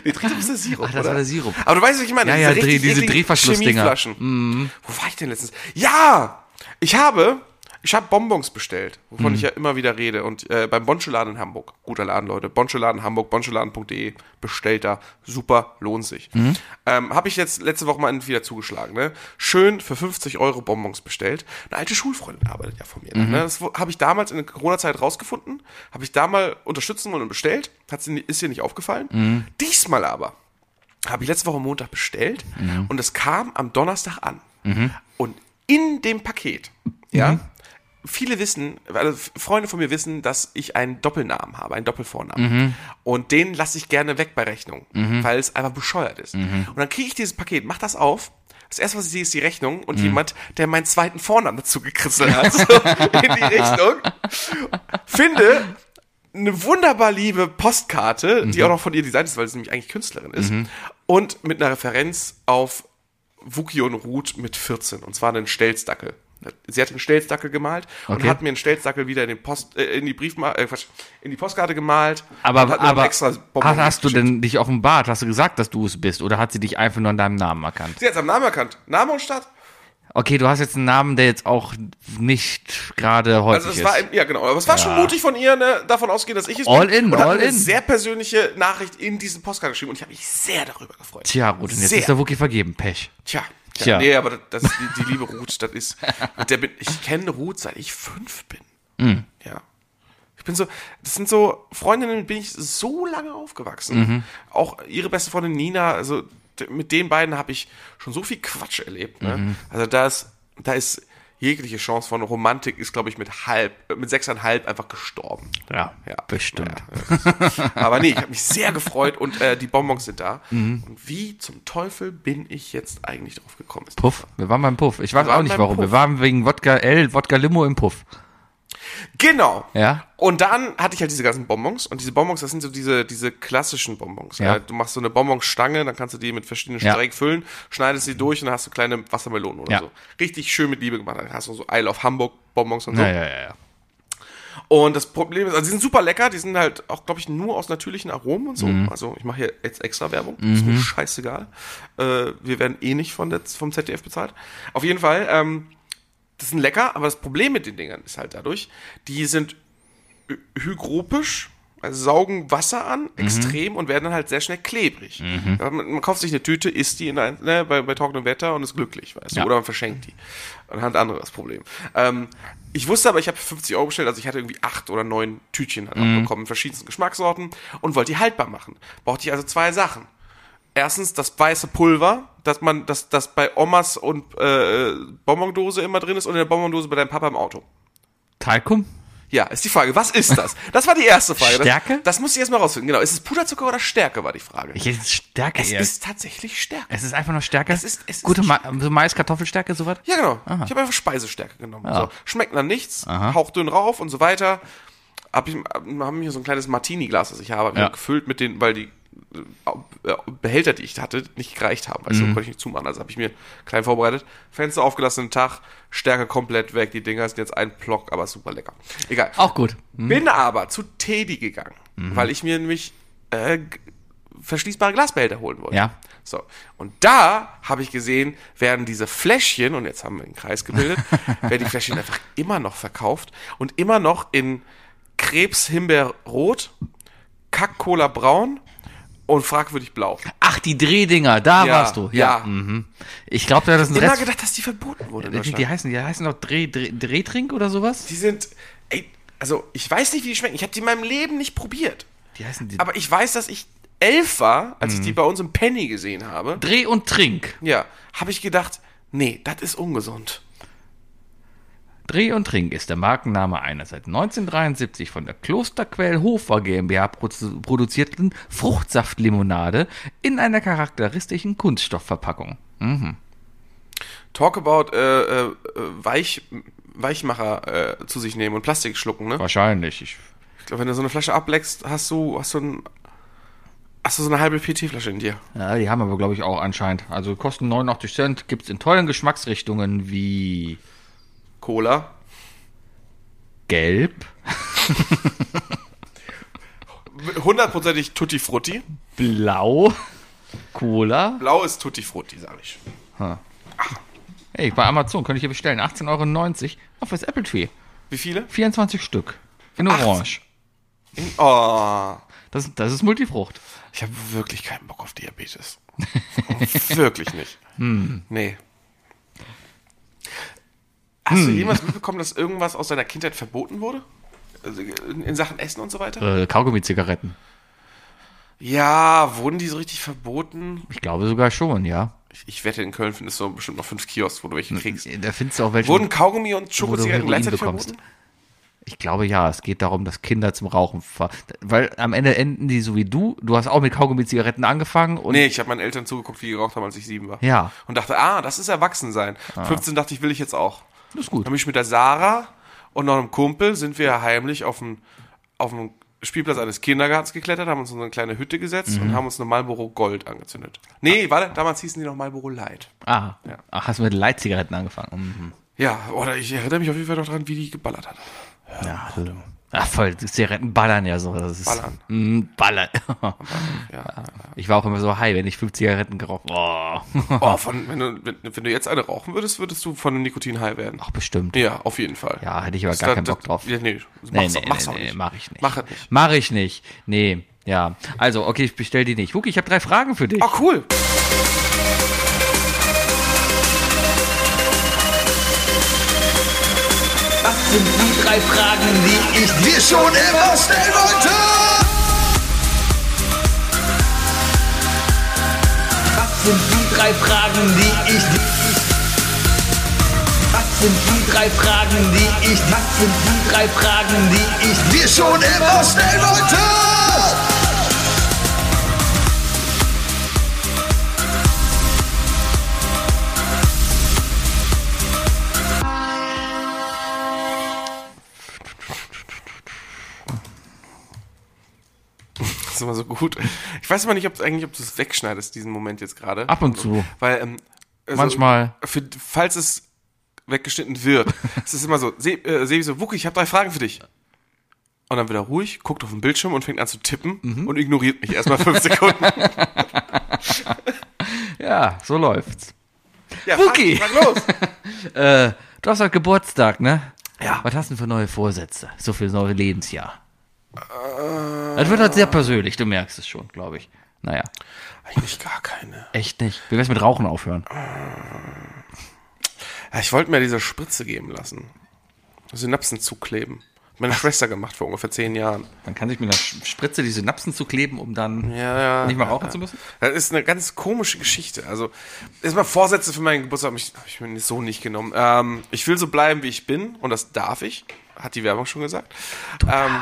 Speaker 4: Nee, Tritum ist der Sirup,
Speaker 3: das
Speaker 4: oder?
Speaker 3: war der Sirup.
Speaker 4: Aber du weißt, was ich meine.
Speaker 3: Ja, ja, Dreh-
Speaker 4: richtig
Speaker 3: diese
Speaker 4: ekligen
Speaker 3: Drehverschlussdinger. Mhm.
Speaker 4: Chemieflaschen. Wo war ich denn letztens? Ja! Ich habe, ich habe Bonbons bestellt, wovon
Speaker 3: Mhm.
Speaker 4: ich ja immer wieder rede. Und äh, beim Bonscheladen in Hamburg, guter Laden, Leute. Bonscheladen Hamburg, bonscheladen.de, bestellt da. Super, lohnt sich.
Speaker 3: Mhm.
Speaker 4: Ähm, habe ich jetzt letzte Woche mal einen wieder zugeschlagen. Ne? Schön für 50 Euro Bonbons bestellt. Eine alte Schulfreundin arbeitet ja von mir.
Speaker 3: Mhm.
Speaker 4: Ne? Das wo- habe ich damals in der Corona-Zeit rausgefunden. Habe ich da mal unterstützen wollen und bestellt. Hat sie, ist ihr nicht aufgefallen.
Speaker 3: Mhm.
Speaker 4: Diesmal aber habe ich letzte Woche Montag bestellt und es kam am Donnerstag an. Und in dem Paket, ja, viele wissen, also Freunde von mir wissen, dass ich einen Doppelnamen habe, einen Doppelvornamen. Und den lasse ich gerne weg bei Rechnung, weil es einfach bescheuert ist. Und dann kriege ich dieses Paket, mach das auf, das erste, was ich sehe, ist die Rechnung und jemand, der meinen zweiten Vornamen zugekritzelt hat. So, in die Richtung. Finde eine wunderbar liebe Postkarte,
Speaker 3: Mhm.
Speaker 4: die auch noch von ihr designt ist, weil sie nämlich eigentlich Künstlerin ist. Und mit einer Referenz auf Wukion Ruth mit 14. Und zwar einen Stelzdackel. Sie hat einen Stelzdackel gemalt und
Speaker 3: Okay.
Speaker 4: hat mir einen Stelzdackel wieder in, den Post, äh, in die Briefma äh, Quatsch, in die Postkarte gemalt. und
Speaker 3: Aber,
Speaker 4: hat mir noch
Speaker 3: aber
Speaker 4: Bonbon
Speaker 3: hast, hast du
Speaker 4: geschickt.
Speaker 3: denn dich offenbart? Hast du gesagt, dass du es bist? Oder hat sie dich einfach nur an deinem Namen erkannt?
Speaker 4: Sie hat am Namen erkannt. Name und Stadt.
Speaker 3: Okay, du hast jetzt einen Namen, der jetzt auch nicht gerade häufig
Speaker 4: Also es
Speaker 3: ist.
Speaker 4: war, ja genau, aber es war schon mutig von ihr, ne, davon auszugehen, dass ich es
Speaker 3: All in,
Speaker 4: bin. und hat
Speaker 3: all
Speaker 4: mir eine
Speaker 3: in.
Speaker 4: sehr persönliche Nachricht in diesen Postkarte geschrieben und ich habe mich sehr darüber gefreut.
Speaker 3: Tja, Ruth, und jetzt
Speaker 4: Sehr.
Speaker 3: ist der Wookie vergeben. Pech.
Speaker 4: Tja. Tja.
Speaker 3: Tja.
Speaker 4: Nee, aber das ist die, die liebe Ruth, das ist, mit der bin, ich kenne Ruth, seit ich fünf bin. Ja. Ich bin so, das sind so Freundinnen, mit denen ich so lange aufgewachsen. Auch ihre beste Freundin Nina, also d- mit den beiden habe ich schon so viel Quatsch erlebt. Ne? Also da ist, da ist jegliche Chance von Romantik ist, glaube ich, mit halb, mit sechseinhalb einfach gestorben.
Speaker 3: Ja, bestimmt.
Speaker 4: Ja, ja. Aber nee, ich habe mich sehr gefreut und äh, die Bonbons sind da. Und wie zum Teufel bin ich jetzt eigentlich drauf gekommen?
Speaker 3: Puff. Wir waren beim Puff. Ich weiß
Speaker 4: waren
Speaker 3: auch nicht
Speaker 4: beim
Speaker 3: warum.
Speaker 4: Puff.
Speaker 3: Wir waren wegen Wodka L, Wodka Limo im Puff.
Speaker 4: Genau.
Speaker 3: Ja.
Speaker 4: Und dann hatte ich halt diese ganzen Bonbons und diese Bonbons, das sind so diese, diese klassischen Bonbons.
Speaker 3: Ja.
Speaker 4: Äh, Du machst so eine Bonbonstange, dann kannst du die mit verschiedenen
Speaker 3: Ja.
Speaker 4: Strecken füllen, schneidest sie durch und dann hast du kleine Wassermelonen oder
Speaker 3: Ja.
Speaker 4: so. Richtig schön mit Liebe gemacht. Dann hast du so Isle of Hamburg Bonbons und so.
Speaker 3: Ja, ja, ja, ja.
Speaker 4: Und das Problem ist, also die sind super lecker, die sind halt auch, glaube ich, nur aus natürlichen Aromen und so.
Speaker 3: Mhm.
Speaker 4: Also ich mache hier jetzt extra Werbung, ist mir scheißegal. Äh, wir werden eh nicht von der, vom ZDF bezahlt. Auf jeden Fall, ähm, das sind lecker, aber das Problem mit den Dingern ist halt dadurch, die sind hy- hygropisch, also saugen Wasser an, extrem und werden dann halt sehr schnell klebrig. Ja, Man, man kauft sich eine Tüte, isst die in ein, ne, bei, bei trockenem Wetter und ist glücklich, weißt
Speaker 3: Ja.
Speaker 4: du, oder man verschenkt die. Und hat ein anderes Problem. Ähm, ich wusste aber, ich habe 50 Euro bestellt, also ich hatte irgendwie acht oder neun Tütchen halt auch bekommen, verschiedensten Geschmackssorten und wollte die haltbar machen. Brauchte ich also zwei Sachen erstens das weiße Pulver, dass man, dass das bei Omas und äh, Bonbondose immer drin ist und in der Bonbondose bei deinem Papa im Auto.
Speaker 3: Talkum?
Speaker 4: Ja, ist die Frage, was ist das? Das war die erste Frage. Das-
Speaker 3: Stärke?
Speaker 4: Das, muss ich erstmal rausfinden. Genau, ist es Puderzucker oder Stärke, war die Frage.
Speaker 3: Ich hätte es Stärke
Speaker 4: es
Speaker 3: eher.
Speaker 4: ist tatsächlich Stärke.
Speaker 3: es ist einfach nur Stärke.
Speaker 4: Es ist- es ist-
Speaker 3: Gute Ma so Mais-Kartoffelstärke, sowas?
Speaker 4: Ja, genau. Ich habe einfach Speisestärke genommen. So. Schmeckt nach nichts,
Speaker 3: Aha.
Speaker 4: hauchdünn rauf und so weiter. Hab ich, haben mir so ein kleines Martini-Glas, das ich habe, hab ich
Speaker 3: Ja.
Speaker 4: gefüllt mit den, weil die äh, Behälter, die ich hatte, nicht gereicht haben.
Speaker 3: Mhm.
Speaker 4: Also konnte ich nicht zumachen. Also habe ich mir klein vorbereitet. Fenster aufgelassen, den Tag, Stärke komplett weg. Die Dinger sind jetzt ein Block, aber super lecker. Egal.
Speaker 3: Auch gut.
Speaker 4: Bin aber zu Teddy gegangen,
Speaker 3: Mhm.
Speaker 4: weil ich mir nämlich äh, g- verschließbare Glasbehälter holen wollte.
Speaker 3: Ja.
Speaker 4: So. Und da habe ich gesehen, werden diese Fläschchen, und jetzt haben wir einen Kreis gebildet, werden die Fläschchen einfach immer noch verkauft und immer noch in Krebs, Himbeer rot, Kack, Cola braun und fragwürdig blau.
Speaker 3: Ach, die Drehdinger, da
Speaker 4: Ja,
Speaker 3: Ah, warst du. Ja.
Speaker 4: ja.
Speaker 3: Mhm. Ich glaube, da ist ein
Speaker 4: Immer
Speaker 3: Rest.
Speaker 4: gedacht, dass die verboten wurde. in
Speaker 3: Die,
Speaker 4: Deutschland.
Speaker 3: die, heißen, die heißen doch Dreh, Dreh, Drehtrink oder sowas?
Speaker 4: Die sind, ey, also ich weiß nicht, wie die schmecken. Ich habe die in meinem Leben nicht probiert.
Speaker 3: Die heißen die
Speaker 4: Aber ich weiß, dass ich elf war, als ich die bei uns im Penny gesehen habe.
Speaker 3: Dreh und Trink.
Speaker 4: Ja, habe ich gedacht, nee, das ist ungesund.
Speaker 3: Dreh und Trink ist der Markenname einer seit 1973 von der Klosterquell Hofer GmbH produ- produzierten Fruchtsaftlimonade in einer charakteristischen Kunststoffverpackung.
Speaker 4: Talk about äh, äh, Weich, Weichmacher äh, zu sich nehmen und Plastik schlucken, ne?
Speaker 3: Wahrscheinlich. Ich,
Speaker 4: Ich glaube, wenn du so eine Flasche ableckst, hast du, hast du, ein, hast du so eine halbe PT-Flasche in dir.
Speaker 3: ja, die haben aber, glaube ich, auch anscheinend. Also kosten 89 Cent, gibt es in tollen Geschmacksrichtungen wie
Speaker 4: Cola.
Speaker 3: Gelb,
Speaker 4: Hundertprozentig Tutti Frutti.
Speaker 3: Blau, Cola.
Speaker 4: Blau ist Tutti Frutti, sag ich.
Speaker 3: Hey, bei Amazon könnte ich hier bestellen. 18,90 Euro auf das Apple Tree.
Speaker 4: Wie viele?
Speaker 3: 24 Stück. In Orange.
Speaker 4: Oh.
Speaker 3: Das, das ist Multifrucht.
Speaker 4: Ich habe wirklich keinen Bock auf Diabetes. wirklich nicht.
Speaker 3: Hm.
Speaker 4: Nee. Hast
Speaker 3: Hm.
Speaker 4: du jemals mitbekommen, dass irgendwas aus deiner Kindheit verboten wurde? Also in, in Sachen Essen und so weiter?
Speaker 3: Äh, Kaugummi-Zigaretten.
Speaker 4: Ja, wurden die so richtig verboten?
Speaker 3: Ich glaube sogar schon, ja.
Speaker 4: Ich, ich wette, in Köln findest du bestimmt noch fünf Kiosks, wo du welche kriegst.
Speaker 3: Da findest du auch welche.
Speaker 4: Wurden Kaugummi und
Speaker 3: wo du
Speaker 4: Schokozigaretten
Speaker 3: Heroin
Speaker 4: gleichzeitig
Speaker 3: bekommst.
Speaker 4: verboten?
Speaker 3: Ich glaube ja, es geht darum, dass Kinder zum Rauchen ver Weil am Ende enden die so wie du. Du hast auch mit Kaugummi-Zigaretten angefangen und
Speaker 4: Nee, ich habe meinen Eltern zugeguckt, wie die geraucht haben, als ich sieben war.
Speaker 3: Ja. Ah.
Speaker 4: Und dachte, ah, das ist Erwachsensein. 15 dachte ich, will ich jetzt auch.
Speaker 3: das ist gut.
Speaker 4: Dann bin ich mit der Sarah und noch einem Kumpel sind wir heimlich auf dem, auf dem Spielplatz eines Kindergartens geklettert, haben uns in so eine kleine Hütte gesetzt
Speaker 3: Mhm.
Speaker 4: und haben uns eine Marlboro Gold angezündet. Nee, warte, damals hießen die noch Marlboro Light.
Speaker 3: Ah, ach, hast du mit Light-Zigaretten angefangen?
Speaker 4: Ja, oder ich erinnere mich auf jeden Fall noch dran, wie die geballert hat.
Speaker 3: Mhm. Ja, hallo. Ach, voll, Zigaretten ballern ja so. Das ist,
Speaker 4: Ballern.
Speaker 3: Mm, ballern.
Speaker 4: Ja.
Speaker 3: Ich war auch immer so high, wenn ich fünf Zigaretten geraucht habe. Oh.
Speaker 4: Oh, von, wenn, du, wenn, wenn du jetzt eine rauchen würdest, würdest du von dem Nikotin high werden.
Speaker 3: Ach, bestimmt.
Speaker 4: Ja, auf jeden Fall.
Speaker 3: Ja, hätte ich aber
Speaker 4: Das-
Speaker 3: gar keinen
Speaker 4: das-
Speaker 3: Bock drauf.
Speaker 4: Ja, nee, mach's,
Speaker 3: Nee,
Speaker 4: mach's
Speaker 3: nee, nee,
Speaker 4: auch
Speaker 3: nee,
Speaker 4: nicht.
Speaker 3: mach ich nicht.
Speaker 4: Mach es nicht.
Speaker 3: Mach ich nicht. Nee, ja. Also, okay, ich bestell die nicht. Huki, ich habe drei Fragen für dich.
Speaker 4: Oh, cool.
Speaker 1: Das sind die drei Fragen, die ich dir schon immer stellen wollte. Was sind die drei Fragen, die ich dir... Was sind die drei Fragen, die ich... Was sind die drei Fragen, die ich dir schon immer stellen wollte?
Speaker 4: Das ist immer so gut. Ich weiß immer nicht, ob, eigentlich, ob du es wegschneidest, diesen Moment jetzt gerade.
Speaker 3: Ab und zu.
Speaker 4: Weil, ähm, also,
Speaker 3: Manchmal.
Speaker 4: Für, falls es weggeschnitten wird, es ist immer so, Se- äh, Sebi so, Wucki, ich habe drei Fragen für dich. Und dann wird er ruhig, guckt auf den Bildschirm und fängt an zu tippen und ignoriert mich erstmal fünf Sekunden.
Speaker 3: Ja, so läuft's.
Speaker 4: Ja,
Speaker 3: Wucki!
Speaker 4: Frag, frag los!
Speaker 3: Äh, du hast heute Geburtstag, ne?
Speaker 4: Ja.
Speaker 3: Was hast du denn für neue Vorsätze? So für das neue Lebensjahr. das wird halt sehr persönlich, du merkst es schon, glaube ich. Naja,
Speaker 4: Eigentlich gar keine.
Speaker 3: echt nicht. Wie wär's mit Rauchen aufhören?
Speaker 4: Ja, ich wollte mir diese Spritze geben lassen. Synapsen zukleben. Hat Meine Schwester gemacht vor ungefähr zehn Jahren.
Speaker 3: Man kann sich mit einer Sch- Spritze die Synapsen zukleben, um dann
Speaker 4: Ja, ja.
Speaker 3: nicht mehr rauchen zu müssen?
Speaker 4: Das ist eine ganz komische Geschichte. Also, erstmal Vorsätze für meinen Geburtstag habe ich, hab ich mir so nicht genommen. Ähm, ich will so bleiben, wie ich bin, und das darf ich, hat die Werbung schon gesagt. Ähm,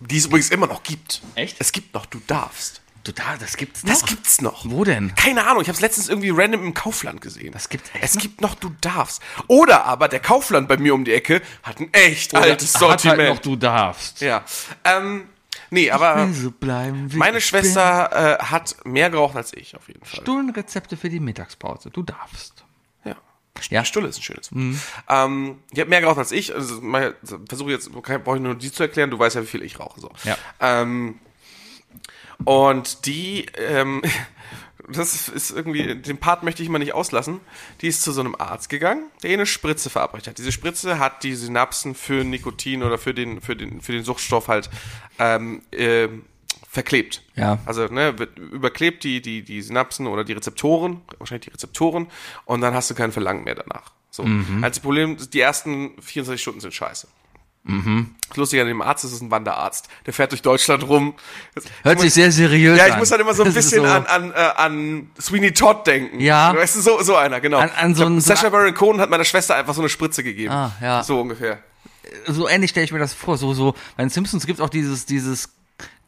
Speaker 4: die es übrigens immer noch gibt.
Speaker 3: Echt?
Speaker 4: Es gibt noch, du darfst.
Speaker 3: Du da, das gibt's noch.
Speaker 4: Das gibt's noch.
Speaker 3: Wo denn?
Speaker 4: Keine Ahnung, ich habe es letztens irgendwie random im Kaufland gesehen.
Speaker 3: Das gibt's echt
Speaker 4: Es
Speaker 3: noch?
Speaker 4: gibt noch, du darfst. Oder aber der Kaufland bei mir um die Ecke hat ein echt altes Sortiment.
Speaker 3: Halt noch, du darfst.
Speaker 4: Ja. Ähm, nee, aber
Speaker 3: So bleiben wie
Speaker 4: meine
Speaker 3: ich
Speaker 4: Schwester äh, hat mehr gerauchen als ich, auf jeden Fall.
Speaker 3: bin. Stundenrezepte für die Mittagspause. Du darfst.
Speaker 4: Ja.
Speaker 3: Ja.
Speaker 4: Stulle ist ein schönes Wort.
Speaker 3: Mhm.
Speaker 4: Ähm, die hat mehr geraucht als ich. Also, mal- versuche jetzt, kann- brauche ich nur die zu erklären. Du weißt ja, wie viel ich rauche. So.
Speaker 3: Ja.
Speaker 4: Ähm, und die, ähm, das ist irgendwie, den Part möchte ich mal nicht auslassen. Die ist zu so einem Arzt gegangen, der ihr eine Spritze verabreicht hat. Diese Spritze hat die Synapsen für Nikotin oder für den, für den, für den Suchtstoff halt ähm, ähm, verklebt.
Speaker 3: Ja.
Speaker 4: Also ne, wird überklebt die, die, die Synapsen oder die Rezeptoren, wahrscheinlich die Rezeptoren, und dann hast du kein Verlangen mehr danach. So.
Speaker 3: Mhm.
Speaker 4: Also das Problem, ist, die ersten 24 Stunden sind scheiße.
Speaker 3: Mhm.
Speaker 4: Das Lustige an dem Arzt ist, es ist ein Wanderarzt. Der fährt durch Deutschland rum.
Speaker 3: Hört sich sehr seriös
Speaker 4: Ja,
Speaker 3: an.
Speaker 4: ich muss dann immer so ein
Speaker 3: Das ist
Speaker 4: bisschen an, an, äh, an Sweeney Todd denken.
Speaker 3: Ja.
Speaker 4: Weißt du, so, so einer, genau.
Speaker 3: An- an so
Speaker 4: Ich
Speaker 3: einen-
Speaker 4: glaub, Sacha Baron Cohen hat meiner Schwester einfach so eine Spritze gegeben.
Speaker 3: Ah, ja.
Speaker 4: So ungefähr.
Speaker 3: so ähnlich stelle ich mir das vor. So, so, bei den Simpsons gibt es auch dieses, dieses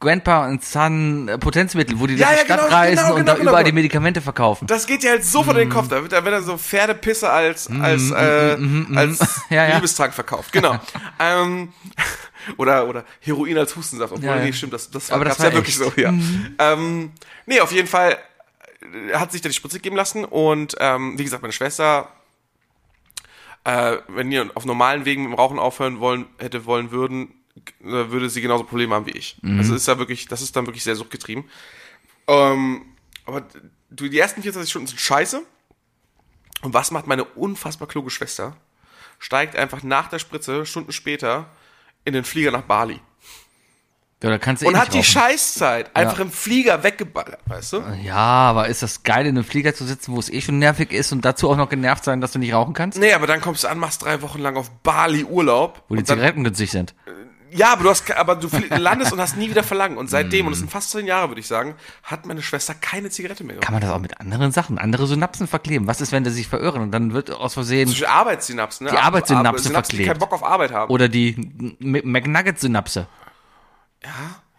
Speaker 3: Grandpa und Son äh, Potenzmittel, wo die
Speaker 4: Ja,
Speaker 3: durch
Speaker 4: ja,
Speaker 3: die Stadt
Speaker 4: genau,
Speaker 3: reisen
Speaker 4: genau,
Speaker 3: und
Speaker 4: genau,
Speaker 3: da überall
Speaker 4: genau.
Speaker 3: die Medikamente verkaufen.
Speaker 4: Das geht ja halt so
Speaker 3: Mm.
Speaker 4: von den Kopf. Da wird, da wird er so Pferdepisse als, als, äh, als
Speaker 3: mm, Ja, ja.
Speaker 4: Liebestrank verkauft. Genau. ähm, oder, oder Heroin als Hustensaft. Obwohl,
Speaker 3: Ja, ja.
Speaker 4: nee, stimmt, das, das
Speaker 3: Aber das
Speaker 4: gab's ja
Speaker 3: war
Speaker 4: wirklich so,
Speaker 3: echt. Mhm.
Speaker 4: ja. Ähm, nee, auf jeden Fall äh, hat sich da die Spritze geben lassen und, ähm, wie gesagt, meine Schwester, äh, wenn ihr auf normalen Wegen mit dem Rauchen aufhören wollen, hätte wollen würden, äh, würde sie genauso Probleme haben wie ich.
Speaker 3: Mhm.
Speaker 4: Also ist da wirklich, das ist dann wirklich sehr suchtgetrieben. Ähm, aber du, die ersten 24 Stunden sind scheiße. Und was macht meine unfassbar kluge Schwester? Steigt einfach nach der Spritze, Stunden später, in den Flieger nach Bali.
Speaker 3: Ja, da kannst du eh
Speaker 4: Und
Speaker 3: nicht
Speaker 4: hat die
Speaker 3: rauchen.
Speaker 4: Scheißzeit einfach im Flieger weggeballert, weißt du?
Speaker 3: Ja, aber ist das geil, in einem Flieger zu sitzen, wo es eh schon nervig ist und dazu auch noch genervt sein, dass du nicht rauchen kannst?
Speaker 4: Nee, aber dann kommst du an, machst drei Wochen lang auf Bali Urlaub.
Speaker 3: Wo die
Speaker 4: und dann,
Speaker 3: Zigaretten günstig sind.
Speaker 4: Ja, aber du, hast, ke- aber du flie- landest und hast nie wieder Verlangen. Und seitdem, und
Speaker 3: Hm.
Speaker 4: das sind fast zehn Jahre, würde ich sagen, hat meine Schwester keine Zigarette mehr geraucht.
Speaker 3: Kann man das auch mit anderen Sachen, andere Synapsen verkleben? Was ist, wenn die sich verirren und dann wird aus Versehen
Speaker 4: Zum Beispiel Arbeitssynapsen, ne?
Speaker 3: Die
Speaker 4: Ab-
Speaker 3: Arbeitssynapse
Speaker 4: Ab- Synapsen, die
Speaker 3: verklebt.
Speaker 4: keinen Bock auf Arbeit haben.
Speaker 3: oder die M- McNugget-Synapse?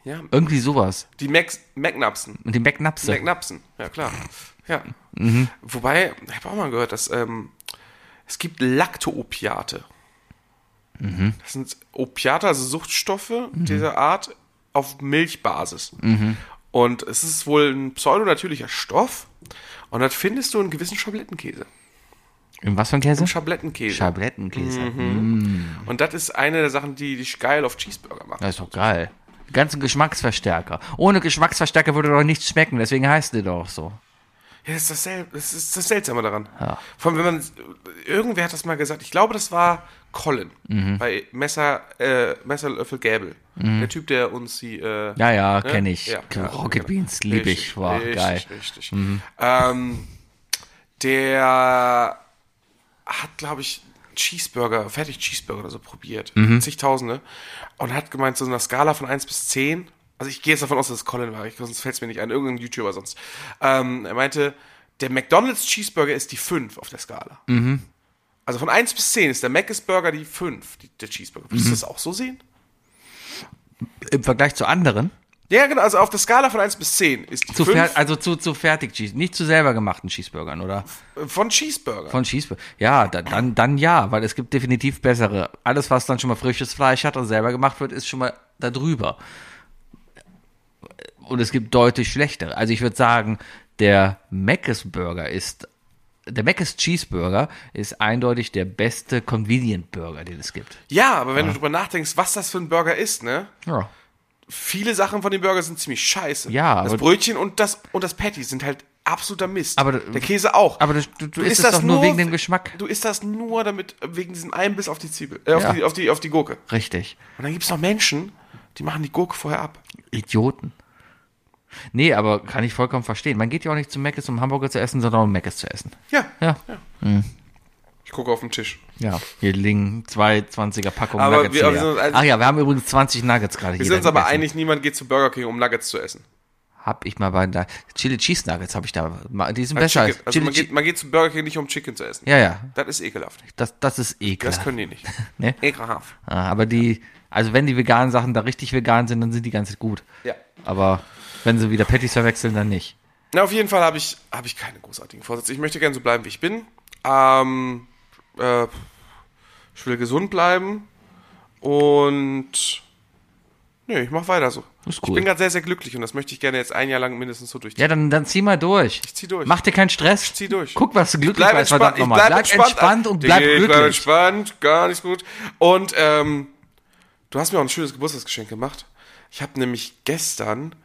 Speaker 4: ja,
Speaker 3: Irgendwie sowas.
Speaker 4: die Max, Magnapsen.
Speaker 3: Und die McNapse.
Speaker 4: Magnapsen, ja klar. Ja. Wobei, ich habe auch mal gehört, dass ähm, es gibt Lactoopiate. Das sind Opiate, also Suchtstoffe dieser Art auf Milchbasis. Und es ist wohl ein pseudonatürlicher Stoff. Und das findest du in gewissen Schablettenkäse.
Speaker 3: In was für ein Käse?
Speaker 4: Schablettenkäse.
Speaker 3: Schablettenkäse.
Speaker 4: und das ist eine der Sachen, die dich geil auf Cheeseburger machen.
Speaker 3: Das ist doch geil. Die ganzen Geschmacksverstärker. Ohne Geschmacksverstärker würde doch nichts schmecken, deswegen heißt die doch auch so.
Speaker 4: Ja, das ist das, Sel das, ist das Seltsame daran.
Speaker 3: Ja.
Speaker 4: Vor allem, wenn man. Irgendwer hat das mal gesagt. Ich glaube, das war Colin.
Speaker 3: Mhm.
Speaker 4: Bei Messer, äh, Messerlöffel Gäbel. Der Typ, der uns die. Äh,
Speaker 3: Ja, ja, kenn ich. Rocket
Speaker 4: genau.
Speaker 3: Beans lieb ich.
Speaker 4: Richtig,
Speaker 3: Wow,
Speaker 4: richtig,
Speaker 3: geil. Mhm.
Speaker 4: Richtig. Ähm, der hat, glaube ich, Cheeseburger, fertig Cheeseburger oder so probiert.
Speaker 3: Mhm.
Speaker 4: Zigtausende. Und hat gemeint, so einer Skala von 1 bis 10. Also ich gehe jetzt davon aus, dass es Colin war, ich, sonst fällt es mir nicht ein, irgendein YouTuber sonst. Ähm, er meinte, der McDonalds Cheeseburger ist die 5 auf der Skala.
Speaker 3: Mhm.
Speaker 4: Also von 1 bis 10 ist der Mc's Burger die 5, die, der Cheeseburger.
Speaker 3: Mhm.
Speaker 4: Würdest du das auch so sehen?
Speaker 3: Im Vergleich zu anderen?
Speaker 4: Ja, genau, also auf der Skala von 1 bis 10 ist die
Speaker 3: Zu
Speaker 4: 5
Speaker 3: fer also zu, zu fertig Cheese, nicht zu selber gemachten Cheeseburgern, oder?
Speaker 4: von Cheeseburger.
Speaker 3: also Von Cheeseburger. Ja, dann, dann, dann ja, weil es gibt definitiv bessere. Alles, was dann schon mal frisches Fleisch hat und selber gemacht wird, ist schon mal da drüber. Und es gibt deutlich schlechtere. Also ich würde sagen, der Mc's Burger ist, der Mc's Cheeseburger ist eindeutig der beste Convenient Burger, den es gibt.
Speaker 4: ja, aber wenn du drüber nachdenkst, was das für ein Burger ist, ne?
Speaker 3: Ja.
Speaker 4: Viele Sachen von dem Burger sind ziemlich scheiße.
Speaker 3: Ja,
Speaker 4: das
Speaker 3: aber-
Speaker 4: Brötchen und das und das Patty sind halt absoluter Mist.
Speaker 3: Aber-
Speaker 4: der Käse auch.
Speaker 3: Aber du, du, du isst es doch nur wegen dem Geschmack.
Speaker 4: Du isst das nur damit wegen diesem einen Biss auf die Zwiebel, äh, auf,
Speaker 3: Ja.
Speaker 4: die, auf die auf die Gurke.
Speaker 3: Richtig.
Speaker 4: Und dann gibt's noch Menschen, die machen die Gurke vorher ab.
Speaker 3: Idioten. Nee, aber kann ich vollkommen verstehen. Man geht ja auch nicht zu Mc's, um Hamburger zu essen, sondern um Mc's zu essen.
Speaker 4: Ja.
Speaker 3: Ja. Mhm.
Speaker 4: Ich gucke auf den Tisch.
Speaker 3: Ja, hier liegen zwei 20er Packungen
Speaker 4: Aber
Speaker 3: Nuggets.
Speaker 4: wir- aber
Speaker 3: leer.
Speaker 4: wir sind uns-
Speaker 3: Ach ja, wir haben übrigens 20 Nuggets gerade hier.
Speaker 4: Wir sind uns aber
Speaker 3: gegessen.
Speaker 4: einig, niemand geht zu Burger King, um Nuggets zu essen.
Speaker 3: Hab ich mal bei da Chili Cheese Nuggets habe ich da. ma- Die sind besser
Speaker 4: Chicken,
Speaker 3: als
Speaker 4: also
Speaker 3: Chili
Speaker 4: man geht,
Speaker 3: Cheese.
Speaker 4: man geht zu Burger King nicht, um Chicken zu essen.
Speaker 3: Ja, ja,
Speaker 4: Das ist ekelhaft.
Speaker 3: das, das ist ekel.
Speaker 4: Das können die nicht.
Speaker 3: ne?
Speaker 4: Ekelhaft.
Speaker 3: Ah, Aber die, also wenn die veganen Sachen da richtig vegan sind, dann sind die ganz gut.
Speaker 4: Ja.
Speaker 3: Aber wenn sie wieder Patties verwechseln, dann nicht.
Speaker 4: Na, auf jeden Fall habe ich, hab ich keine großartigen Vorsätze. Ich möchte gerne so bleiben, wie ich bin. Ähm, äh, ich will gesund bleiben. Und nee, ich mache weiter so.
Speaker 3: Ist
Speaker 4: Ich
Speaker 3: cool.
Speaker 4: bin gerade sehr, sehr glücklich und das möchte ich gerne jetzt ein Jahr lang mindestens so durchziehen.
Speaker 3: Ja, dann, dann zieh mal durch. Ich
Speaker 4: zieh durch.
Speaker 3: Mach dir keinen Stress. Ich
Speaker 4: zieh durch.
Speaker 3: Guck, was du glücklich
Speaker 4: bleib
Speaker 3: warst, verdammt
Speaker 4: entspannt, ich
Speaker 3: nochmal.
Speaker 4: bleib,
Speaker 3: bleib
Speaker 4: entspannt,
Speaker 3: entspannt und
Speaker 4: Digga,
Speaker 3: bleib
Speaker 4: ich Bleib
Speaker 3: glücklich.
Speaker 4: entspannt, gar nicht gut. Und ähm, du hast mir auch ein schönes Geburtstagsgeschenk gemacht. Ich habe nämlich gestern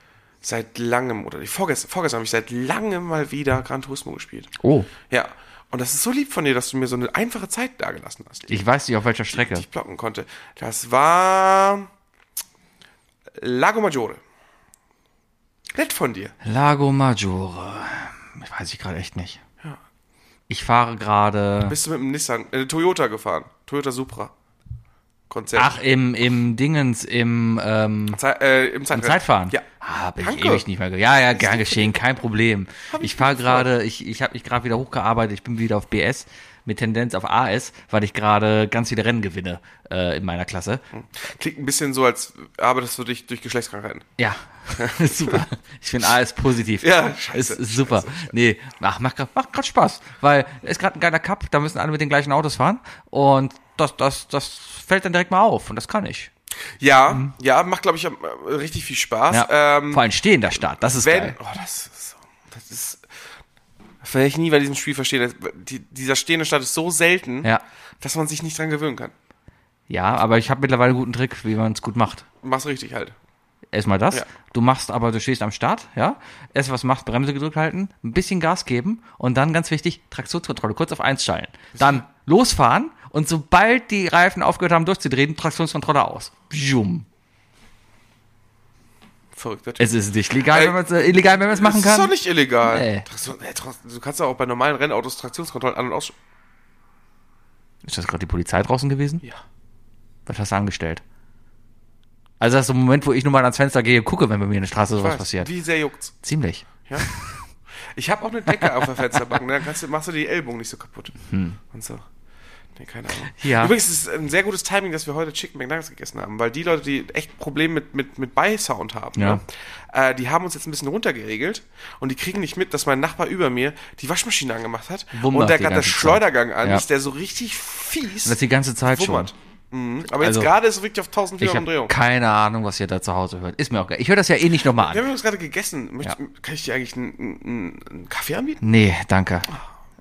Speaker 4: seit langem, oder die vorgestern, vorgestern habe ich seit langem mal wieder Gran Turismo gespielt.
Speaker 3: Oh,
Speaker 4: Ja, und das ist so lieb von dir, dass du mir so eine einfache Zeit dagelassen hast, die
Speaker 3: ich weiß nicht, auf welcher Strecke.
Speaker 4: ich blocken konnte. Das war Lago Maggiore. Nett von dir.
Speaker 3: Lago Maggiore. Ich weiß ich gerade echt nicht. Ich fahre gerade.
Speaker 4: Bist du mit dem Nissan, äh, Toyota gefahren? Toyota Supra. Konzept.
Speaker 3: Ach, im, im Dingens, im, ähm,
Speaker 4: Zei äh, im Zeitrennen.
Speaker 3: im Zeitfahren.
Speaker 4: Ja.
Speaker 3: Habe ich
Speaker 4: Danke.
Speaker 3: ewig nicht mehr. ge- Ja, ja, gern geschehen, kein Problem. Ich fahre gerade, ich, ich habe mich gerade wieder hochgearbeitet. Ich bin wieder auf BS mit Tendenz auf AS, weil ich gerade ganz viele Rennen gewinne äh, in meiner Klasse.
Speaker 4: Klingt ein bisschen so, als arbeitest du dich durch Geschlechtskrankheiten.
Speaker 3: Ja, super. Ich finde AS positiv.
Speaker 4: Ja, scheiße,
Speaker 3: Ist, ist super. Nee, ach, macht grad, macht grad Spaß, weil ist gerade ein geiler Cup, da müssen alle mit den gleichen Autos fahren und das, das, das fällt dann direkt mal auf und das kann ich.
Speaker 4: Ja, ja, macht, glaube ich, am- äh, richtig viel Spaß.
Speaker 3: Mhm. Ja,
Speaker 4: Ähm,
Speaker 3: vor allem stehender Start, das ist
Speaker 4: wenn,
Speaker 3: geil.
Speaker 4: oh, das ist so, das ist, das werde ich nie bei diesem Spiel verstehen. Das- Die, dieser stehende Start ist so selten,
Speaker 3: Ja.
Speaker 4: dass man sich nicht dran gewöhnen kann.
Speaker 3: Ja, aber ich habe mittlerweile einen guten Trick, wie man es gut macht.
Speaker 4: Mach's richtig halt.
Speaker 3: Erstmal das,
Speaker 4: Ja.
Speaker 3: du machst aber, du stehst am Start, ja, erst was machst, Bremse gedrückt halten, ein bisschen Gas geben und dann ganz wichtig, Traktionskontrolle, kurz auf eins schalten. Dann losfahren und sobald die Reifen aufgehört haben durchzudrehen, Traktionskontrolle aus. Bschum.
Speaker 4: Verrückt. natürlich.
Speaker 3: Es ist nicht legal,
Speaker 4: Ey,
Speaker 3: wenn man es äh, illegal, wenn man es machen
Speaker 4: Das ist doch
Speaker 3: kann.
Speaker 4: nicht illegal.
Speaker 3: Nee.
Speaker 4: Traktion- äh, Traktion- Du kannst ja auch bei normalen Rennautos Traktionskontrollen an- und aus.
Speaker 3: Ist das gerade die Polizei draußen gewesen?
Speaker 4: Ja.
Speaker 3: Was hast du angestellt? Also das ist so ein Moment, wo ich nur mal ans Fenster gehe, gucke, wenn bei mir in der Straße sowas
Speaker 4: Weiß,
Speaker 3: passiert.
Speaker 4: Wie sehr juckt's?
Speaker 3: Ziemlich.
Speaker 4: Ich habe auch eine Decke auf der Fensterbank, ne? dann kannst du, machst du die Ellbogen nicht so kaputt. Und so. Nee, keine Ahnung.
Speaker 3: Hm. Ja.
Speaker 4: Übrigens ist es ein sehr gutes Timing, dass wir heute Chicken McNuggets gegessen haben, weil die Leute, die echt Probleme mit, mit, mit Beißsound haben,
Speaker 3: Ja.
Speaker 4: ne? äh, die haben uns jetzt ein bisschen runtergeregelt und die kriegen nicht mit, dass mein Nachbar über mir die Waschmaschine angemacht hat
Speaker 3: Wummert
Speaker 4: und der
Speaker 3: die
Speaker 4: gerade der
Speaker 3: ganze Zeit.
Speaker 4: Schleudergang an
Speaker 3: Ja.
Speaker 4: ist, der so richtig fies
Speaker 3: Das die ganze Zeit
Speaker 4: wummert.
Speaker 3: schon.
Speaker 4: Mhm. Aber
Speaker 3: Also,
Speaker 4: jetzt gerade ist es wirklich auf 1000
Speaker 3: Ich
Speaker 4: Meter
Speaker 3: habe
Speaker 4: Umdrehung.
Speaker 3: keine Ahnung, was ihr da zu Hause hört. Ist mir auch geil. Ich höre das ja eh nicht nochmal
Speaker 4: Wir
Speaker 3: an.
Speaker 4: haben übrigens gerade gegessen. Möcht,
Speaker 3: Ja.
Speaker 4: Kann ich dir eigentlich einen, einen, einen Kaffee anbieten?
Speaker 3: Nee, danke.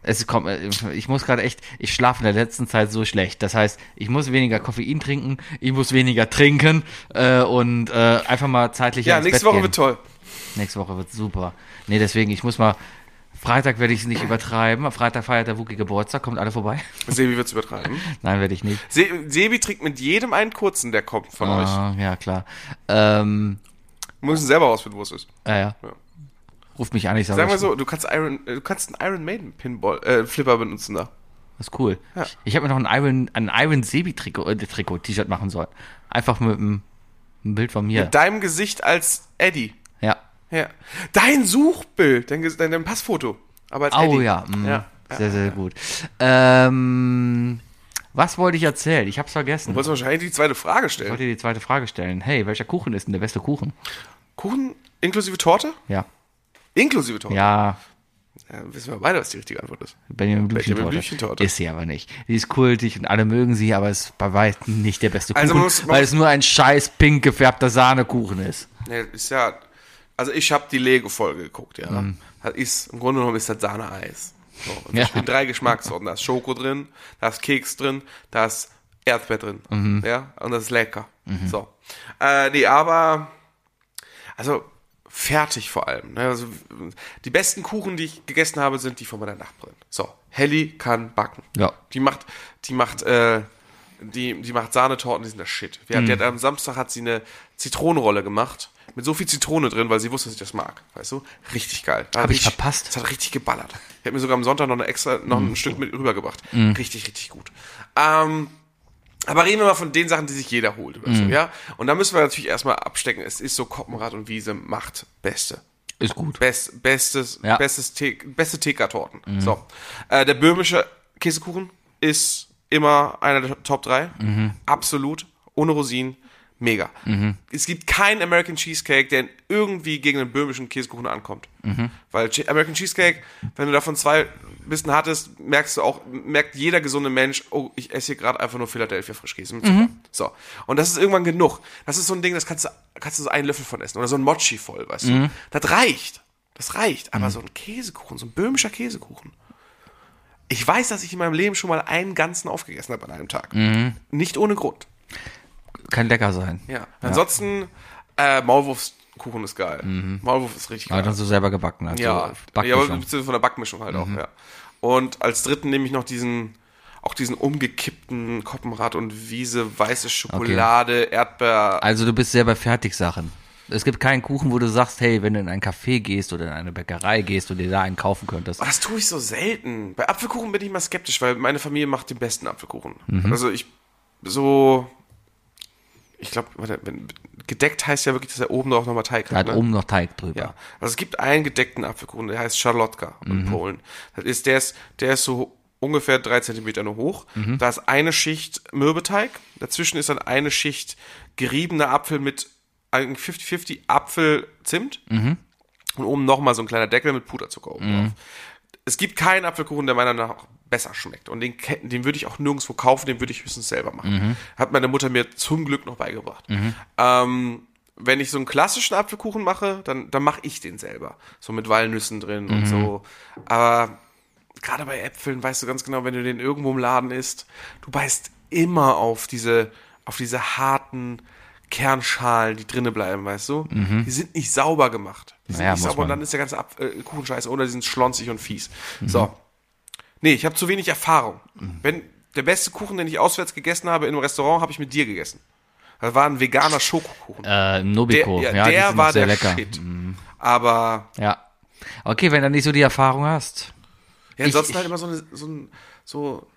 Speaker 3: Es kommt, äh, ich muss gerade echt, ich schlafe in der letzten Zeit so schlecht. Das heißt, ich muss weniger Koffein trinken, ich muss weniger trinken äh, und äh, einfach mal zeitlich
Speaker 4: Ja,
Speaker 3: ins
Speaker 4: nächste
Speaker 3: Bett
Speaker 4: Woche
Speaker 3: gehen.
Speaker 4: wird toll.
Speaker 3: Nächste Woche wird super. Nee, deswegen, ich muss mal. Freitag werde ich es nicht übertreiben. Am Freitag feiert der Wookie Geburtstag. Kommt alle vorbei?
Speaker 4: Sebi wird's übertreiben.
Speaker 3: Nein, werde ich nicht.
Speaker 4: Se Sebi trinkt mit jedem einen kurzen, der kommt von euch.
Speaker 3: Ah, ja, klar. Ähm,
Speaker 4: Muss ihn selber rausfinden, wo es ist.
Speaker 3: äh, ja.
Speaker 4: Ja.
Speaker 3: Ruft mich an, ich sage
Speaker 4: Sagen wir so, du kannst Iron, äh, du kannst einen Iron Maiden Pinball, äh, Flipper benutzen da.
Speaker 3: Das ist cool.
Speaker 4: Ja.
Speaker 3: Ich, ich habe mir noch ein Iron, ein Iron Sebi Trikot, äh, Trikot, T-Shirt machen sollen. Einfach mit einem einem Bild von mir.
Speaker 4: Mit deinem Gesicht als Eddie.
Speaker 3: ja.
Speaker 4: Ja. Dein Suchbild, dein, Ges- dein, dein Passfoto. Aber als
Speaker 3: Oh
Speaker 4: Eddie.
Speaker 3: ja, mm,
Speaker 4: ja.
Speaker 3: sehr, sehr gut. Ähm, was wollte ich erzählen? Ich hab's vergessen.
Speaker 4: Du
Speaker 3: Ich
Speaker 4: wolltest wahrscheinlich die zweite Frage stellen.
Speaker 3: wollte dir die zweite Frage stellen. Hey, welcher Kuchen ist denn der beste Kuchen?
Speaker 4: Kuchen inklusive Torte?
Speaker 3: Ja.
Speaker 4: Inklusive Torte.
Speaker 3: Ja,
Speaker 4: ja. Wissen wir beide, was die richtige Antwort ist.
Speaker 3: Benjamin
Speaker 4: Benjamin
Speaker 3: Blümchentorte.
Speaker 4: Blümchentorte.
Speaker 3: Ist sie aber nicht. Die ist kultig und alle mögen sie, aber ist bei weitem nicht der beste Kuchen,
Speaker 4: Also man muss- man
Speaker 3: weil
Speaker 4: muss-
Speaker 3: es nur ein scheiß pink gefärbter Sahnekuchen ist.
Speaker 4: Ja, ist ja. Also ich habe die Lego-Folge geguckt, ja. Das ist, Im Grunde genommen ist das Sahne-Eis. So, und da
Speaker 3: Ja.
Speaker 4: spielen drei Geschmackssorten. Da ist Schoko drin, da ist Keks drin, da ist Erdbeer drin. Ja, und das ist lecker. So. Äh, nee, aber. Also fertig vor allem. Ne? Also, die besten Kuchen, die ich gegessen habe, sind die von meiner Nachbarin. So, Helly kann backen.
Speaker 3: Ja.
Speaker 4: Die macht, die macht, äh, die, die macht Sahnetorten, die sind der Shit. Wir, die hat, am Samstag hat sie eine Zitronenrolle gemacht. Mit so viel Zitrone drin, weil sie wusste, dass ich das mag. Weißt du? Richtig geil. Da
Speaker 3: Hab ich
Speaker 4: richtig-
Speaker 3: verpasst. Mhm.
Speaker 4: Das hat richtig geballert. Ich habe mir sogar am Sonntag noch, eine extra, noch ein Stück mit rübergebracht. Richtig, richtig gut. Ähm, aber reden wir mal von den Sachen, die sich jeder holt oder so,
Speaker 3: Mhm.
Speaker 4: ja? Und da müssen wir natürlich erstmal abstecken. Es ist so Koppenrad und Wiese macht Beste.
Speaker 3: Ist gut.
Speaker 4: Best, bestes,
Speaker 3: Ja.
Speaker 4: bestes Te beste TK-Torten. So. Äh, der böhmische Käsekuchen ist immer einer der Top 3. Absolut. Ohne Rosinen. Mega. Es gibt keinen American Cheesecake, der irgendwie gegen den böhmischen Käsekuchen ankommt. Weil Che- American Cheesecake, wenn du davon zwei Bissen hattest, merkst du auch, merkt jeder gesunde Mensch, oh, ich esse hier gerade einfach nur Philadelphia Frischkäse mit Zucker. So. Und das ist irgendwann genug. Das ist so ein Ding, das kannst du, kannst du so einen Löffel von essen oder so ein Mochi voll, weißt du. Das reicht. Das reicht.
Speaker 3: Mhm.
Speaker 4: Aber so ein Käsekuchen, so ein böhmischer Käsekuchen. Ich weiß, dass ich in meinem Leben schon mal einen ganzen aufgegessen habe an einem Tag.
Speaker 3: Mhm.
Speaker 4: Nicht ohne Grund.
Speaker 3: Kann lecker sein.
Speaker 4: Ja. Ansonsten, äh, Maulwurfskuchen ist geil.
Speaker 3: Mhm.
Speaker 4: Maulwurf ist richtig
Speaker 3: Aber
Speaker 4: geil.
Speaker 3: dann Ah, so selber gebacken. Also
Speaker 4: Ja, ja aber
Speaker 3: Backmischung. Mhm.
Speaker 4: beziehungsweise von der Backmischung halt auch, ja. Und als dritten nehme ich noch diesen, auch diesen umgekippten Koppenrad und Wiese, weiße Schokolade, Erdbeer.
Speaker 3: Also du bist sehr bei Fertigsachen. Es gibt keinen Kuchen, wo du sagst, hey, wenn du in ein Café gehst oder in eine Bäckerei gehst und dir da einen kaufen könntest.
Speaker 4: Aber Oh, das tue ich so selten. Bei Apfelkuchen bin ich mal skeptisch, weil meine Familie macht den besten Apfelkuchen.
Speaker 3: Mhm.
Speaker 4: Also ich, so, ich glaube, warte, wenn, gedeckt heißt ja wirklich, dass er oben drauf nochmal Teig
Speaker 3: Da hat
Speaker 4: ne?
Speaker 3: oben noch Teig drüber.
Speaker 4: Ja. Also es gibt einen gedeckten Apfelkuchen, der heißt Charlotka in Polen. Das ist, der, ist, der ist so ungefähr drei Zentimeter nur hoch. Da ist eine Schicht Mürbeteig, dazwischen ist dann eine Schicht geriebener Apfel mit einem 50-50 Apfel-Zimt und oben nochmal so ein kleiner Deckel mit Puderzucker oben drauf. Es gibt keinen Apfelkuchen, der meiner Meinung nach besser schmeckt. Und den, ke- den würde ich auch nirgendwo kaufen, den würde ich höchstens selber machen. Hat meine Mutter mir zum Glück noch beigebracht. Ähm, wenn ich so einen klassischen Apfelkuchen mache, dann, dann mache ich den selber. So mit Walnüssen drin
Speaker 3: Mhm.
Speaker 4: und so. Aber gerade bei Äpfeln weißt du ganz genau, wenn du den irgendwo im Laden isst, du beißt immer auf diese, auf diese harten Kernschalen, die drinnen bleiben, weißt du? Die sind nicht sauber gemacht. Die
Speaker 3: Mhm.
Speaker 4: sind
Speaker 3: Naja,
Speaker 4: nicht
Speaker 3: muss
Speaker 4: sauber
Speaker 3: man.
Speaker 4: und
Speaker 3: Mhm.
Speaker 4: dann ist der ganze Apf äh, Kuchen scheiße oder die sind schlonzig und fies. So. Nee, ich habe zu wenig Erfahrung. Wenn der beste Kuchen, den ich auswärts gegessen habe in einem Restaurant, habe ich mit dir gegessen. Das war ein veganer Schokokuchen.
Speaker 3: Äh, Im Nobico.
Speaker 4: Der, ja,
Speaker 3: ja, die
Speaker 4: der
Speaker 3: sind
Speaker 4: war
Speaker 3: sehr
Speaker 4: der
Speaker 3: lecker. Mhm.
Speaker 4: Shit. Aber
Speaker 3: Ja. Okay, wenn du nicht so die Erfahrung hast. Ich-
Speaker 4: ja, ansonsten
Speaker 3: ich-
Speaker 4: halt immer so, eine, so ein so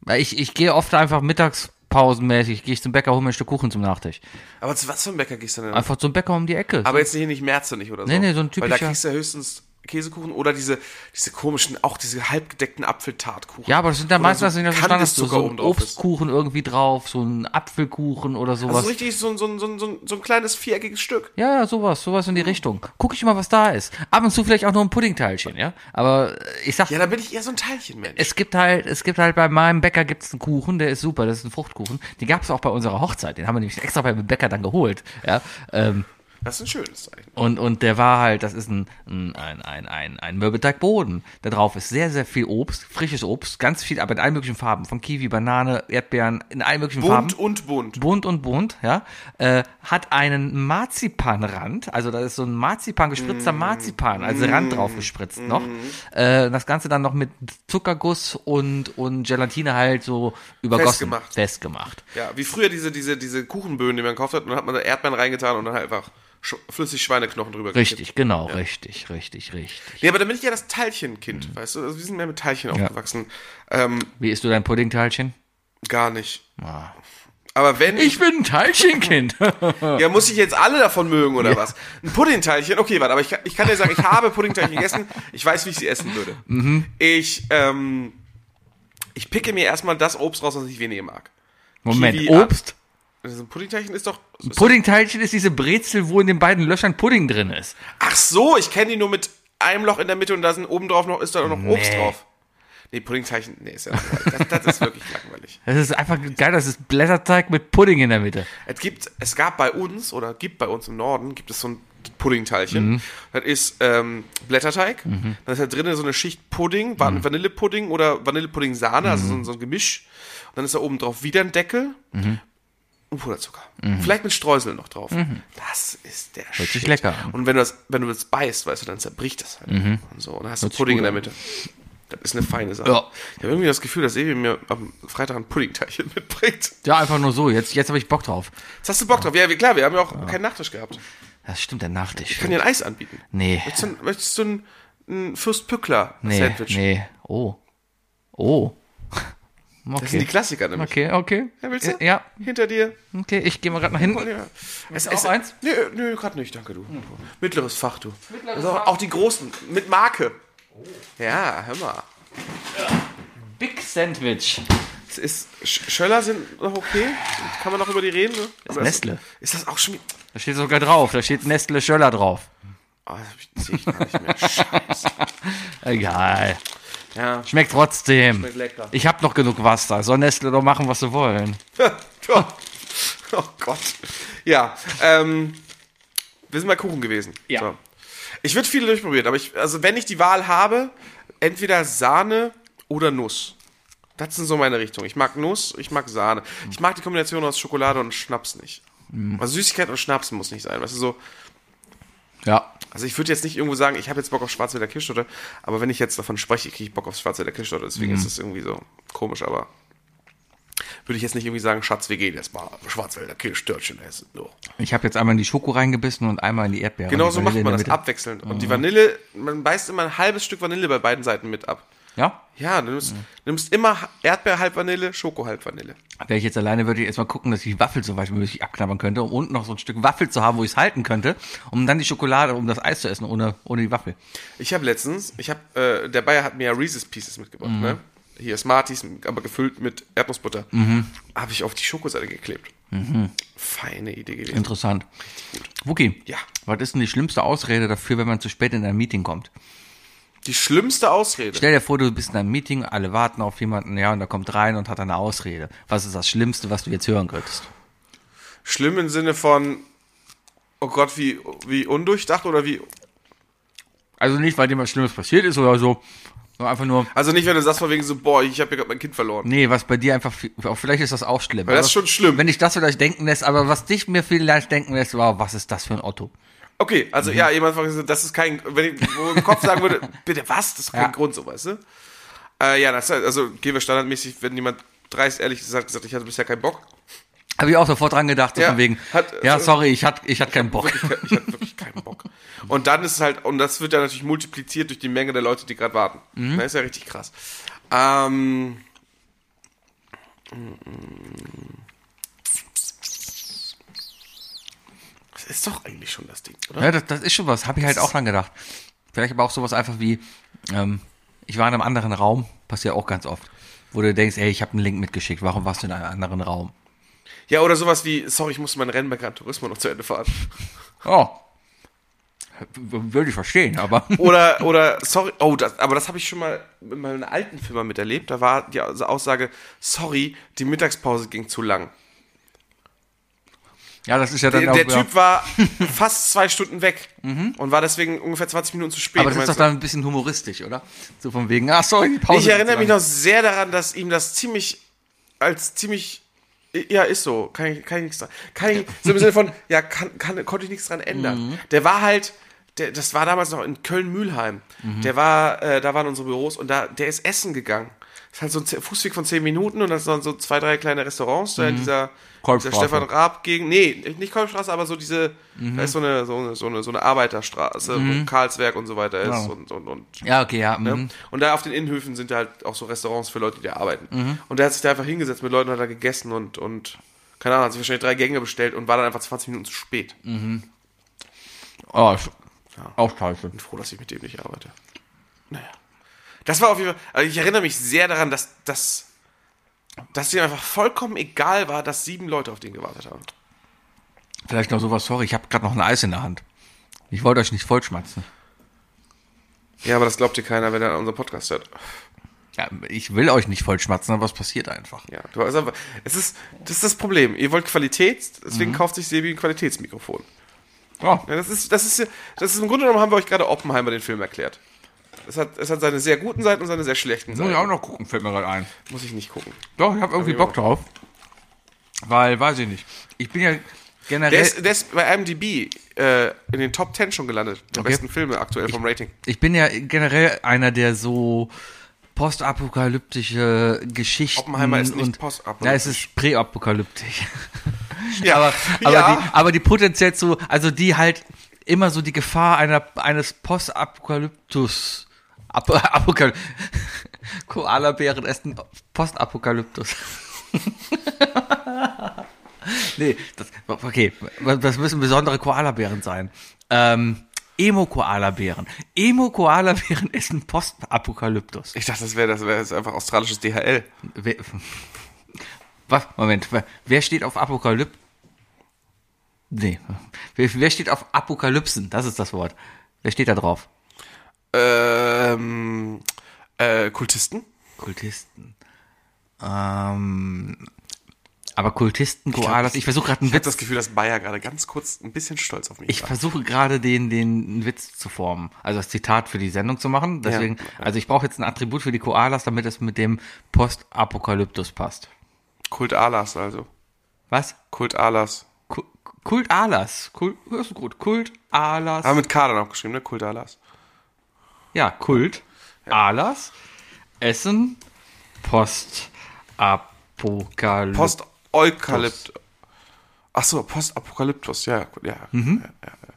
Speaker 3: Weil Ich, ich gehe oft einfach mittags pausenmäßig, gehe ich zum Bäcker, hole mir ein Stück Kuchen zum Nachtisch.
Speaker 4: Aber zu was für einem Bäcker gehst du denn?
Speaker 3: Einfach zum Bäcker um die Ecke.
Speaker 4: Aber jetzt hier nicht Merzenich oder so.
Speaker 3: Nee, nee, so ein
Speaker 4: Weil da
Speaker 3: typischer-
Speaker 4: kriegst du ja höchstens Käsekuchen oder diese, diese komischen, auch diese halbgedeckten Apfeltartkuchen.
Speaker 3: ja, aber das sind dann
Speaker 4: Oder
Speaker 3: meistens das sind dann so Standards, so,
Speaker 4: Kandiszucker
Speaker 3: so
Speaker 4: oben
Speaker 3: ein
Speaker 4: drauf ist.
Speaker 3: Obstkuchen irgendwie drauf, so ein Apfelkuchen oder sowas.
Speaker 4: Also richtig so, ein- so, ein- so, ein- so, ein- so ein kleines viereckiges Stück.
Speaker 3: Ja, ja, sowas, sowas in die Richtung. Guck ich mal, was da ist. Ab und zu vielleicht auch noch ein Puddingteilchen, ja. Aber äh, ich sag,
Speaker 4: Ja, da bin ich eher so ein Teilchenmensch.
Speaker 3: es gibt halt, es gibt halt bei meinem Bäcker gibt's einen Kuchen, der ist super, das ist ein Fruchtkuchen. Den gab's auch bei unserer Hochzeit, den haben wir nämlich extra beim Bäcker dann geholt, ja. Ähm,
Speaker 4: das ist ein schönes Zeichen.
Speaker 3: und, und der war halt, das ist ein, ein, ein, ein, ein, ein Mürbeteigboden. Da drauf ist sehr, sehr viel Obst, frisches Obst, ganz viel, aber in allen möglichen Farben. Von Kiwi, Banane, Erdbeeren, in allen möglichen Farben
Speaker 4: Bunt und bunt.
Speaker 3: bunt und bunt, ja, äh, hat einen Marzipanrand, also da ist so ein Marzipan, gespritzter Marzipan, also Rand drauf gespritzt noch. Äh, das Ganze dann noch mit Zuckerguss und, und Gelatine halt so übergossen.
Speaker 4: Festgemacht.
Speaker 3: Festgemacht.
Speaker 4: Ja, wie früher diese, diese, diese Kuchenböden, die man gekauft hat, und dann hat man da Erdbeeren reingetan und dann halt einfach sch flüssig Schweineknochen drüber gekippt.
Speaker 3: Richtig, genau, richtig, richtig, richtig.
Speaker 4: Nee, aber da bin ich ja das Teilchenkind,
Speaker 3: Mhm.
Speaker 4: weißt du? Also wir sind mehr mit Teilchen aufgewachsen. Ähm,
Speaker 3: Wie isst du dein Puddingteilchen?
Speaker 4: gar nicht.
Speaker 3: Ah.
Speaker 4: Aber wenn
Speaker 3: Ich bin ein Teilchenkind.
Speaker 4: Ja, muss ich jetzt alle davon mögen oder was? Ein Puddingteilchen, okay, warte, aber ich, kann- ich kann dir sagen, ich habe Puddingteilchen gegessen, ich weiß, wie ich sie essen würde.
Speaker 3: Mhm.
Speaker 4: Ich, ähm, ich picke mir erstmal das Obst raus, was ich weniger mag.
Speaker 3: Moment,
Speaker 4: Kiwi,
Speaker 3: Obst?
Speaker 4: Also ein Puddingteilchen ist doch.
Speaker 3: Puddingteilchen ist diese Brezel, wo in den beiden Löchern Pudding drin ist.
Speaker 4: Ach so, ich kenne die nur mit einem Loch in der Mitte und da sind oben drauf noch, ist da noch Obst
Speaker 3: Nee.
Speaker 4: drauf. Nee, Puddingteilchen, nee, ist ja langweilig. Das, das ist wirklich langweilig.
Speaker 3: Das ist einfach geil, das ist Blätterteig mit Pudding in der Mitte.
Speaker 4: Es gibt, es gab bei uns oder gibt bei uns im Norden gibt es so ein
Speaker 3: Mhm.
Speaker 4: Puddingteilchen. Das ist ähm, Blätterteig. Dann ist da drinnen so eine Schicht Pudding, Va-
Speaker 3: Mhm.
Speaker 4: Vanillepudding oder Vanillepudding-Sahne, also so, ein- so ein Gemisch. Und dann ist da oben drauf wieder ein Deckel
Speaker 3: Mhm.
Speaker 4: und Puderzucker. Vielleicht mit Streusel noch drauf. Das ist der Hört
Speaker 3: Mhm. sich lecker an. Mhm.
Speaker 4: Und wenn du das, wenn du das beißt, weißt du, dann zerbricht das halt. Und so, und dann hast du Pudding in der Mitte. Das ist eine feine Sache.
Speaker 3: Ja.
Speaker 4: Ich habe irgendwie das Gefühl, dass Evi mir am Freitag ein Puddingteilchen mitbringt.
Speaker 3: Ja, einfach nur so. Jetzt, jetzt habe ich Bock drauf.
Speaker 4: Jetzt hast du Bock drauf. Ja, wir- klar, wir haben ja auch keinen Nachtisch gehabt.
Speaker 3: Das stimmt, der Nachtisch.
Speaker 4: Ich kann dir ein Eis anbieten.
Speaker 3: Nee.
Speaker 4: Möchtest du, ein- möchtest du ein, ein Fürst Pückler
Speaker 3: Nee,
Speaker 4: Sandwich?
Speaker 3: nee. Oh. Oh. Okay.
Speaker 4: Das sind die Klassiker nämlich.
Speaker 3: Okay, okay.
Speaker 4: Ja, willst du?
Speaker 3: Ja,
Speaker 4: Hinter dir.
Speaker 3: okay. Ich gehe mal gerade nach hinten.
Speaker 4: Ja. Es,
Speaker 3: auch eins? Hm.
Speaker 4: Nö, nö gerade nicht, danke du. Mittleres Fach, du. also auch, auch die großen, mit Marke.
Speaker 3: Oh.
Speaker 4: Ja, hör mal.
Speaker 3: Big Sandwich.
Speaker 4: Es ist, Sch- Schöller sind noch okay. Kann man noch über die reden? Ne? Oder Ist
Speaker 3: Nestle.
Speaker 4: Ist das auch schon... wieder-
Speaker 3: Da steht sogar drauf. Da steht Nestle Schöller drauf.
Speaker 4: Ah, das sehe ich gar nicht mehr. Scheiße.
Speaker 3: Egal.
Speaker 4: Ja,
Speaker 3: Schmeckt trotzdem. Schmeckt
Speaker 4: lecker.
Speaker 3: Ich hab noch genug Wasser. Soll Nestle doch machen, was sie wollen.
Speaker 4: oh, oh Gott. Ja, ähm, wir sind mal Kuchen gewesen.
Speaker 3: Ja.
Speaker 4: So. Ich würde viele durchprobieren, aber ich, also wenn ich die Wahl habe, entweder Sahne oder Nuss. Das sind so meine Richtungen. Ich mag Nuss, ich mag Sahne. Ich mag die Kombination aus Schokolade und Schnaps nicht. Also Süßigkeit und Schnaps muss nicht sein. Weißt du, so,
Speaker 3: Ja.
Speaker 4: also ich würde jetzt nicht irgendwo sagen, ich habe jetzt Bock auf Schwarzwälder Kirschtorte, aber wenn ich jetzt davon spreche, kriege ich Bock auf Schwarzwälder Kirschtorte.
Speaker 3: Mhm.
Speaker 4: Deswegen ist das irgendwie so komisch, aber würde ich jetzt nicht irgendwie sagen, Schatz, wir gehen jetzt mal Schwarzwälder Kirschtortchen essen. So.
Speaker 3: Ich habe jetzt einmal in die Schoko reingebissen und einmal in die Erdbeere.
Speaker 4: Genau
Speaker 3: Die
Speaker 4: so macht
Speaker 3: Vanille
Speaker 4: man
Speaker 3: in
Speaker 4: das
Speaker 3: der Mhm.
Speaker 4: abwechselnd. Und die Vanille, man beißt immer ein halbes Stück Vanille bei beiden Seiten mit ab.
Speaker 3: Mitte. Ja?
Speaker 4: Ja, du nimmst,
Speaker 3: Mhm.
Speaker 4: nimmst immer Erdbeer halb Vanille, Schoko halb Vanille.
Speaker 3: Wäre ich jetzt alleine, würde ich erstmal gucken, dass ich die Waffel so weit wie möglich abknabbern könnte, um unten noch so ein Stück Waffel zu haben, wo ich es halten könnte, um dann die Schokolade, um das Eis zu essen, ohne, ohne die Waffel.
Speaker 4: Ich habe letztens, ich habe, äh, der Bayer hat mir ja Reese's Pieces mitgebracht,
Speaker 3: Mhm.
Speaker 4: ne? Hier Smarties, aber gefüllt mit Erdnussbutter.
Speaker 3: Mhm.
Speaker 4: Habe ich auf die Schokoseite geklebt. Feine Idee gewesen.
Speaker 3: Interessant. Wookie,
Speaker 4: Ja.
Speaker 3: was ist denn die schlimmste Ausrede dafür, wenn man zu spät in ein Meeting kommt?
Speaker 4: Die schlimmste Ausrede.
Speaker 3: Stell dir vor, du bist in einem Meeting, alle warten auf jemanden, ja, und da kommt rein und hat eine Ausrede. Was ist das Schlimmste, was du jetzt hören könntest?
Speaker 4: Schlimm im Sinne von, oh Gott, wie, wie undurchdacht oder wie.
Speaker 3: Also nicht, weil dir was Schlimmes passiert ist oder so, sondern einfach nur,
Speaker 4: Also nicht, wenn du sagst von wegen so, boah, ich habe hier gerade mein Kind verloren.
Speaker 3: nee, was bei dir einfach, viel- auch vielleicht ist das auch schlimm.
Speaker 4: Weil das ist schon schlimm.
Speaker 3: Wenn ich das vielleicht denken lässt, aber was dich mir vielleicht denken lässt, wow, was ist das für ein Otto?
Speaker 4: Okay, also
Speaker 3: Mhm.
Speaker 4: ja, jemand fragt so, das ist kein, wenn ich wo im Kopf sagen würde, bitte was, das ist kein
Speaker 3: Ja.
Speaker 4: Grund, so, weißt du? Äh, ja, das ist halt, also gehen wir standardmäßig, wenn jemand dreist ehrlich gesagt gesagt, ich hatte bisher keinen Bock.
Speaker 3: Habe ich auch sofort dran gedacht, so
Speaker 4: Ja,
Speaker 3: von wegen,
Speaker 4: hat-
Speaker 3: ja,
Speaker 4: so-
Speaker 3: sorry, ich hatte ich hat keinen Bock.
Speaker 4: Ich hatte wirklich keinen Bock. Und dann ist es halt, und das wird dann natürlich multipliziert durch die Menge der Leute, die gerade warten. Das ist ja richtig krass. Ähm, Das ist doch eigentlich schon das Ding, oder?
Speaker 3: Ja, das, das ist schon was. Habe ich halt auch dran gedacht. Vielleicht aber auch sowas einfach wie, ähm, ich war in einem anderen Raum, passiert auch ganz oft, wo du denkst, ey, ich habe einen Link mitgeschickt, warum warst du in einem anderen Raum?
Speaker 4: Ja, oder sowas wie, sorry, ich musste mein Rennen bei Gran Turismo noch zu Ende fahren.
Speaker 3: Oh. W- Würde ich verstehen, aber.
Speaker 4: Oder, oder, sorry, oh, das, aber das habe ich schon mal in meiner alten Firma miterlebt. Da war die Aussage, sorry, die Mittagspause ging zu lang.
Speaker 3: Ja, das ist ja dann
Speaker 4: Der,
Speaker 3: auch.
Speaker 4: der
Speaker 3: ja. Mhm.
Speaker 4: Typ war fast zwei Stunden weg und war deswegen ungefähr 20 Minuten zu spät.
Speaker 3: aber das
Speaker 4: Ich
Speaker 3: ist
Speaker 4: mein,
Speaker 3: doch dann ein bisschen humoristisch, oder? So von wegen, ah, sorry, die Pause.
Speaker 4: ich
Speaker 3: ist
Speaker 4: erinnere
Speaker 3: zu
Speaker 4: mich
Speaker 3: lang.
Speaker 4: noch sehr daran, dass ihm das ziemlich, als ziemlich, ja, ist so, kann ich, kann ich nichts dran, kann ich, so im Sinne von, ja, kann, kann, konnte ich nichts dran ändern.
Speaker 3: Mhm.
Speaker 4: Der war halt, der, das war damals noch in Köln-Mühlheim,
Speaker 3: Mhm.
Speaker 4: der war, äh, da waren unsere Büros und da, der ist essen gegangen. Das ist halt so ein Ze- Fußweg von 10 Minuten und das waren so zwei, drei kleine Restaurants, da in dieser, dieser
Speaker 3: Mhm. Kolbstraße.
Speaker 4: Stefan Raab gegen, nee, nicht Kolbstraße, aber so diese,
Speaker 3: Mhm.
Speaker 4: da ist so eine, so eine, so eine, so eine Arbeiterstraße, wo Karlswerk und so weiter ist
Speaker 3: Genau.
Speaker 4: und, und, und
Speaker 3: Ja, okay, ja. mhm.
Speaker 4: ne? und da auf den Innenhöfen sind da halt auch so Restaurants für Leute, die da arbeiten. Und der hat sich da einfach hingesetzt mit Leuten, hat da gegessen und, und keine Ahnung, hat sich wahrscheinlich drei Gänge bestellt und war dann einfach 20 Minuten zu spät. Ich
Speaker 3: Oh, ist auch scheiße.
Speaker 4: bin froh, dass ich mit dem nicht arbeite. Naja. Das war auf jeden Fall, also ich erinnere mich sehr daran, dass, dass, dass ihm einfach vollkommen egal war, dass sieben Leute auf den gewartet haben.
Speaker 3: Vielleicht noch sowas, sorry, ich habe gerade noch ein Eis in der Hand. Ich wollte euch nicht vollschmatzen.
Speaker 4: Ja, aber das glaubt dir keiner, wenn er unseren Podcast hört.
Speaker 3: Ja, ich will euch nicht vollschmatzen, aber es passiert einfach.
Speaker 4: Ja, du also, es ist, das ist das Problem. Ihr wollt Qualität, deswegen kauft sich Sebi ein Qualitätsmikrofon.
Speaker 3: Ja,
Speaker 4: Ja, das ist, das ist, das ist im Grunde genommen haben wir euch gerade Oppenheimer den Film erklärt. Es hat, es hat seine sehr guten Seiten und seine sehr schlechten
Speaker 3: muss
Speaker 4: Seiten.
Speaker 3: ich auch noch gucken, fällt mir gerade ein.
Speaker 4: Muss ich nicht gucken.
Speaker 3: Doch, ich habe irgendwie Bock drauf. Weil, weiß ich nicht. Ich bin ja
Speaker 4: Der
Speaker 3: generell,
Speaker 4: ist, der ist bei IMDb äh, in den Top 10 schon gelandet. Der
Speaker 3: Okay.
Speaker 4: besten Filme aktuell vom Rating.
Speaker 3: ich bin ja generell einer, der so postapokalyptische Geschichten
Speaker 4: Oppenheimer ist nicht
Speaker 3: und,
Speaker 4: postapokalyptisch.
Speaker 3: Ja, es ist präapokalyptisch.
Speaker 4: Ja,
Speaker 3: aber, aber,
Speaker 4: ja.
Speaker 3: die, aber die potenziell zu, also die halt immer so die Gefahr einer, eines Postapokalyptus. Ap Apokalyptus. Koalabären essen Postapokalyptus. nee, das, okay, das müssen besondere Koalabären sein. Ähm, Emo-Koalabären. Emo-Koalabären essen Postapokalyptus.
Speaker 4: ich dachte, das wäre das wäre jetzt einfach australisches DHL.
Speaker 3: Wer, was? Moment, wer- wer steht auf Apokalypse? Nee. Wer, wer steht auf Apokalypsen? Das ist das Wort. Wer steht da drauf?
Speaker 4: Ähm, äh, Kultisten?
Speaker 3: Kultisten. Ähm, aber Kultisten, Koalas, ich versuche gerade einen
Speaker 4: Ich habe
Speaker 3: Witz.
Speaker 4: das Gefühl, dass Bayer gerade ganz kurz ein bisschen stolz auf mich
Speaker 3: Ich versuche gerade den, den Witz zu formen, also das Zitat für die Sendung zu machen. Deswegen, also ich brauche jetzt ein Attribut für die Koalas, damit es mit dem Postapokalyptus passt.
Speaker 4: Kult Alas also.
Speaker 3: Was?
Speaker 4: Kult Alas.
Speaker 3: Ku- Kult Alas. Kult, das ist gut. Kult Alas.
Speaker 4: Ah, mit K dann auch geschrieben, ne? Kult Alas.
Speaker 3: Ja, Kult, Alas, Essen, Post, Apokalypse.
Speaker 4: Post Eukalypt. Achso, Postapokalyptus, ja, gut, ja.
Speaker 3: Mhm.
Speaker 4: ja, ja, ja.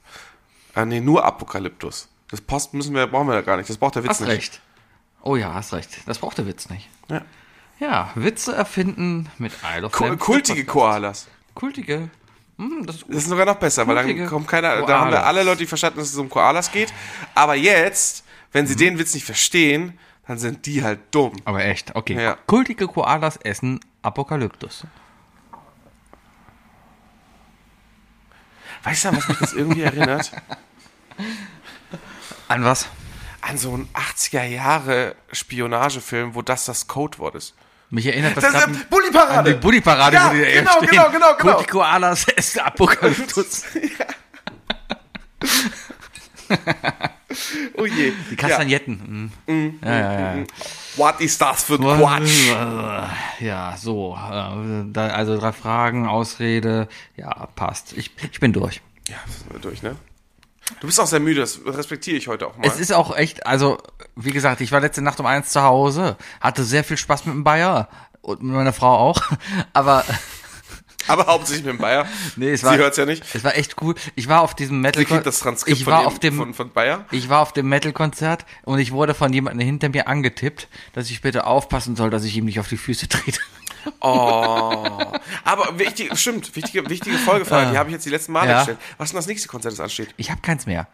Speaker 4: Ah, nee, nur Apokalyptus. Das Post müssen wir, brauchen wir ja gar nicht. Das braucht der Witz
Speaker 3: hast
Speaker 4: nicht.
Speaker 3: recht. Oh ja, hast recht. Das braucht der Witz nicht.
Speaker 4: Ja.
Speaker 3: Ja, Witze erfinden mit Isle of
Speaker 4: Ku-
Speaker 3: Lamp.
Speaker 4: Kultige Koalas.
Speaker 3: Kultige. Hm, das ist gut.
Speaker 4: Das ist sogar noch besser, weil
Speaker 3: Kultige
Speaker 4: dann kommt keiner. Da haben wir
Speaker 3: Koalas.
Speaker 4: alle Leute, die verstanden, dass es um Koalas geht. Aber jetzt, wenn
Speaker 3: Mhm.
Speaker 4: sie den Witz nicht verstehen, dann sind die halt dumm.
Speaker 3: Aber echt, okay.
Speaker 4: Ja.
Speaker 3: Kultige Koalas essen Apokalyptus.
Speaker 4: Weißt du, was mich das irgendwie erinnert?
Speaker 3: An was?
Speaker 4: An so einen 80er Jahre Spionagefilm, wo das das Codewort ist.
Speaker 3: Mich erinnert das,
Speaker 4: Das
Speaker 3: gerade
Speaker 4: ist Bulli-Parade.
Speaker 3: an die Bulli-Parade,
Speaker 4: Ja,
Speaker 3: wo die da
Speaker 4: genau,
Speaker 3: stehen.
Speaker 4: genau, genau, genau.
Speaker 3: Kultige Koalas essen Apokalyptus.
Speaker 4: Oh je.
Speaker 3: Die Kastagnetten. Mhm. Ja, ja, ja.
Speaker 4: What is das für ein Quatsch?
Speaker 3: Ja, so. äh, da- Also drei Fragen, Ausrede. Ja, passt. Ich, ich bin durch.
Speaker 4: Ja, das sind wir durch, ne? Du bist auch sehr müde, das respektiere ich heute auch mal.
Speaker 3: Es ist auch echt, also, wie gesagt, ich war letzte Nacht um eins zu Hause, hatte sehr viel Spaß mit dem Bayer und mit meiner Frau auch. Aber
Speaker 4: aber hauptsächlich mit dem Bayer.
Speaker 3: nee, es war.
Speaker 4: Sie hört's ja nicht.
Speaker 3: Es war echt cool. Ich war auf diesem Metal.
Speaker 4: Sie kriegt das Transkript
Speaker 3: ich
Speaker 4: von,
Speaker 3: war
Speaker 4: ihm,
Speaker 3: auf dem,
Speaker 4: von, von Bayer.
Speaker 3: Ich war auf dem Metal-Konzert und ich wurde von jemandem hinter mir angetippt, dass ich bitte aufpassen soll, dass ich ihm nicht auf die Füße trete.
Speaker 4: Oh.
Speaker 3: Oh.
Speaker 4: Aber wichtig, stimmt, wichtige, wichtige Folgefrage, die habe ich jetzt die letzten Male
Speaker 3: Ja.
Speaker 4: gestellt. Was ist denn das nächste Konzert, das ansteht?
Speaker 3: Ich habe keins mehr.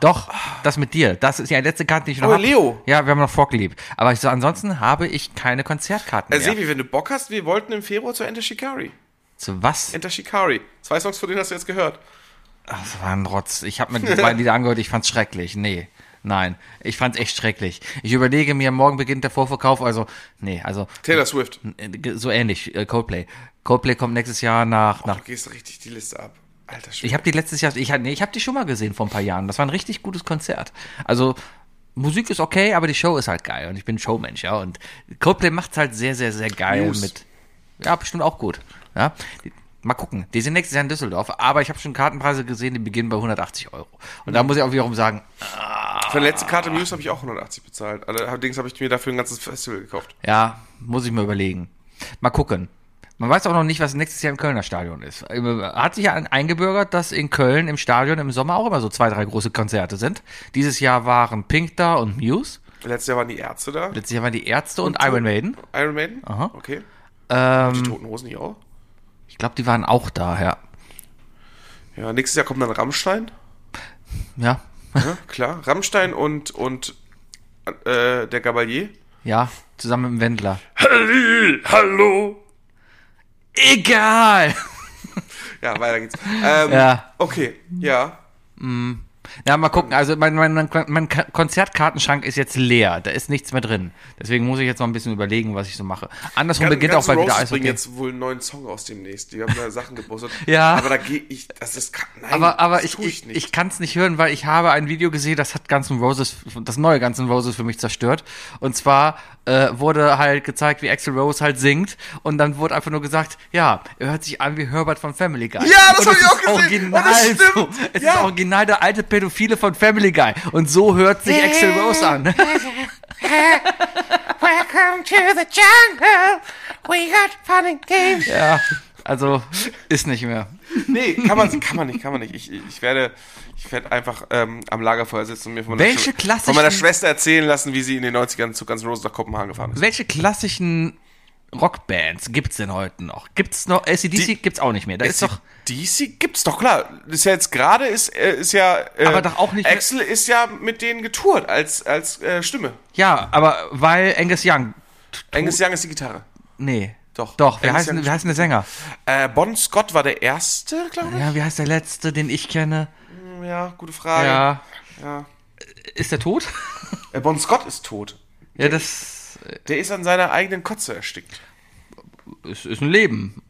Speaker 3: Doch, das mit dir. Das ist die letzte Karte, die ich noch
Speaker 4: Oh,
Speaker 3: hab.
Speaker 4: Leo.
Speaker 3: Ja, wir haben noch vorgelebt. Aber ich, so, ansonsten habe ich keine Konzertkarten
Speaker 4: Äh,
Speaker 3: mehr.
Speaker 4: Sebi, wenn du Bock hast, wir wollten im Februar zu Enter Shikari.
Speaker 3: Zu was?
Speaker 4: Enter Shikari. Zwei Songs von denen hast du jetzt gehört.
Speaker 3: Das war ein Rotz. Ich habe mir die beiden Lieder angehört, ich fand's schrecklich. Nee. Nein, ich fand's echt schrecklich. Ich überlege mir, morgen beginnt der Vorverkauf, also nee, also
Speaker 4: Taylor Swift.
Speaker 3: äh, so ähnlich äh, Coldplay. Coldplay kommt nächstes Jahr nach nach
Speaker 4: Du gehst richtig die Liste ab. Alter
Speaker 3: Ich
Speaker 4: Schwede.
Speaker 3: habe die letztes Jahr ich hab- nee, ich habe die schon mal gesehen vor ein paar Jahren. Das war ein richtig gutes Konzert. Also Musik ist okay, aber die Show ist halt geil und ich bin Showmensch, ja, und Coldplay macht's halt sehr sehr sehr geil
Speaker 4: News.
Speaker 3: mit ja, bestimmt auch gut. Ja. Die- Mal gucken. Die sind nächstes Jahr in Düsseldorf, aber ich habe schon Kartenpreise gesehen, die beginnen bei 180 Euro. Und da muss ich auch wiederum sagen,
Speaker 4: Für die letzte Karte Muse habe ich auch 180 bezahlt. Allerdings habe ich mir dafür ein ganzes Festival gekauft.
Speaker 3: Ja, muss ich mir überlegen. Mal gucken. Man weiß auch noch nicht, was nächstes Jahr im Kölner Stadion ist. Äh, Hat sich ja ein- eingebürgert, dass in Köln im Stadion im Sommer auch immer so zwei, drei große Konzerte sind. Dieses Jahr waren Pink da und Muse.
Speaker 4: Letztes Jahr waren die Ärzte da.
Speaker 3: Letztes Jahr waren die Ärzte und, Iron Maiden.
Speaker 4: Iron Maiden.
Speaker 3: Aha.
Speaker 4: Okay. Die
Speaker 3: Ähm,
Speaker 4: Toten Hosen nicht auch.
Speaker 3: ich glaube, die waren auch da, ja.
Speaker 4: Ja, nächstes Jahr kommt dann Rammstein.
Speaker 3: Ja,
Speaker 4: Ja, klar. Rammstein und, und äh, der Gabalier.
Speaker 3: ja zusammen mit dem Wendler.
Speaker 4: Hallo.
Speaker 3: Egal!
Speaker 4: Ja, weiter geht's. Ähm,
Speaker 3: Ja.
Speaker 4: Okay, ja.
Speaker 3: Ja, mal gucken. Also mein, mein, mein, mein Ka- Konzertkartenschrank ist jetzt leer. Da ist nichts mehr drin. Deswegen muss ich jetzt noch ein bisschen überlegen, was ich so mache. Andersrum beginnt auch
Speaker 4: Guns N'
Speaker 3: bald wieder
Speaker 4: Roses bringen
Speaker 3: Eishockey.
Speaker 4: jetzt wohl einen neuen Song aus demnächst. Die haben da Sachen gepostet.
Speaker 3: Ja.
Speaker 4: Aber da gehe ich, das ist, ka- nein,
Speaker 3: Aber, aber
Speaker 4: das
Speaker 3: ich,
Speaker 4: tue
Speaker 3: ich, ich kann es nicht hören, weil ich habe ein Video gesehen, das hat Guns N' Roses, das neue Guns N' Roses für mich zerstört. Und zwar äh, wurde halt gezeigt, wie Axel Rose halt singt. Und dann wurde einfach nur gesagt, ja, er hört sich an wie Herbert von Family Guy.
Speaker 4: Ja, das
Speaker 3: Und
Speaker 4: hab ich
Speaker 3: ist
Speaker 4: auch gesehen. Und
Speaker 3: Original
Speaker 4: das stimmt.
Speaker 3: So. Es
Speaker 4: Ja.
Speaker 3: ist original der alte Pädophile von Family Guy. Und so hört sich Axel Rose an.
Speaker 2: Welcome to the jungle. We got fun and games.
Speaker 3: ja, also ist nicht mehr.
Speaker 4: nee, kann man, kann man nicht, kann man nicht. Ich, ich werde, ich werde einfach ähm, am Lagerfeuer sitzen und mir von,
Speaker 3: Welche
Speaker 4: meiner, Schw- von
Speaker 3: klassischen-
Speaker 4: meiner Schwester erzählen lassen, wie sie in den 90ern zu Guns N' Roses nach Kopenhagen gefahren ist.
Speaker 3: Welche klassischen Rockbands gibt's denn heute noch? Gibt's noch,
Speaker 4: Die-
Speaker 3: ACDC gibt's auch nicht mehr. Da ist doch...
Speaker 4: DC gibt's doch klar. Ist ja jetzt gerade ist äh, ist ja äh,
Speaker 3: Aber doch auch nicht-
Speaker 4: Axel ist ja mit denen getourt als als äh, Stimme.
Speaker 3: Ja, aber weil Angus Young.
Speaker 4: Angus Young ist die Gitarre.
Speaker 3: Nee.
Speaker 4: Doch.
Speaker 3: Doch, wer
Speaker 4: Angus
Speaker 3: heißt,
Speaker 4: Young
Speaker 3: denn-
Speaker 4: ist-
Speaker 3: wer heißt denn der Sänger?
Speaker 4: Äh, Bon Scott war der erste, glaube
Speaker 3: Ja, wie heißt der letzte, den ich kenne?
Speaker 4: ich. Ja, gute Frage.
Speaker 3: Ja.
Speaker 4: Ja.
Speaker 3: Ist der tot?
Speaker 4: Äh, Bon Scott ist tot.
Speaker 3: Ja, das
Speaker 4: Der ist an seiner eigenen Kotze erstickt.
Speaker 3: ist, ist ein Leben.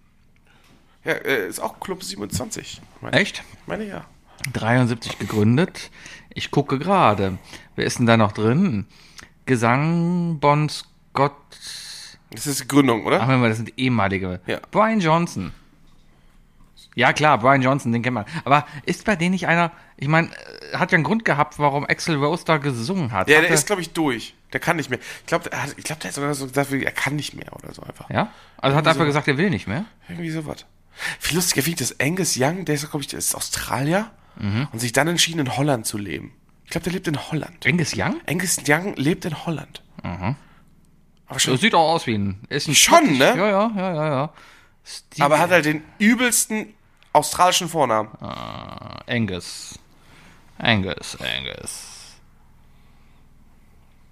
Speaker 4: Ja, äh, ist auch Club 27. Meine,
Speaker 3: Echt?
Speaker 4: Ich meine ja.
Speaker 3: 73 gegründet. Ich gucke gerade. Wer ist denn da noch drin? Gesang, Bon Scott.
Speaker 4: Das ist die Gründung, oder?
Speaker 3: Ach, wenn mal, das sind ehemalige.
Speaker 4: Ja.
Speaker 3: Brian Johnson. Ja, klar, Brian Johnson, den kennt man. Aber ist bei denen nicht einer. Ich meine, äh, hat ja einen Grund gehabt, warum Axel Rose da gesungen hat.
Speaker 4: ja,
Speaker 3: Hat
Speaker 4: der
Speaker 3: er-
Speaker 4: ist, glaube ich, durch. Der kann nicht mehr. Ich glaube, der, hat- ich glaub, der hat sogar so gesagt, er kann nicht mehr oder so einfach.
Speaker 3: Ja? Also hat er einfach gesagt, er will nicht mehr.
Speaker 4: Irgendwie sowas. Viel lustiger finde ich, dass Angus Young, der ist, glaube ich, der ist Australier
Speaker 3: Mhm.
Speaker 4: und sich dann entschieden, in Holland zu leben. Ich glaube, der lebt in Holland.
Speaker 3: Genghis Young?
Speaker 4: Angus Young lebt in Holland. Aber, schon,
Speaker 3: Mhm. Sieht auch aus wie ein. Ist ein
Speaker 4: Schon, ne?
Speaker 3: Ja, ja, ja, ja, ja. Steve
Speaker 4: aber hat halt den übelsten australischen Vornamen.
Speaker 3: Angus. Angus, Angus.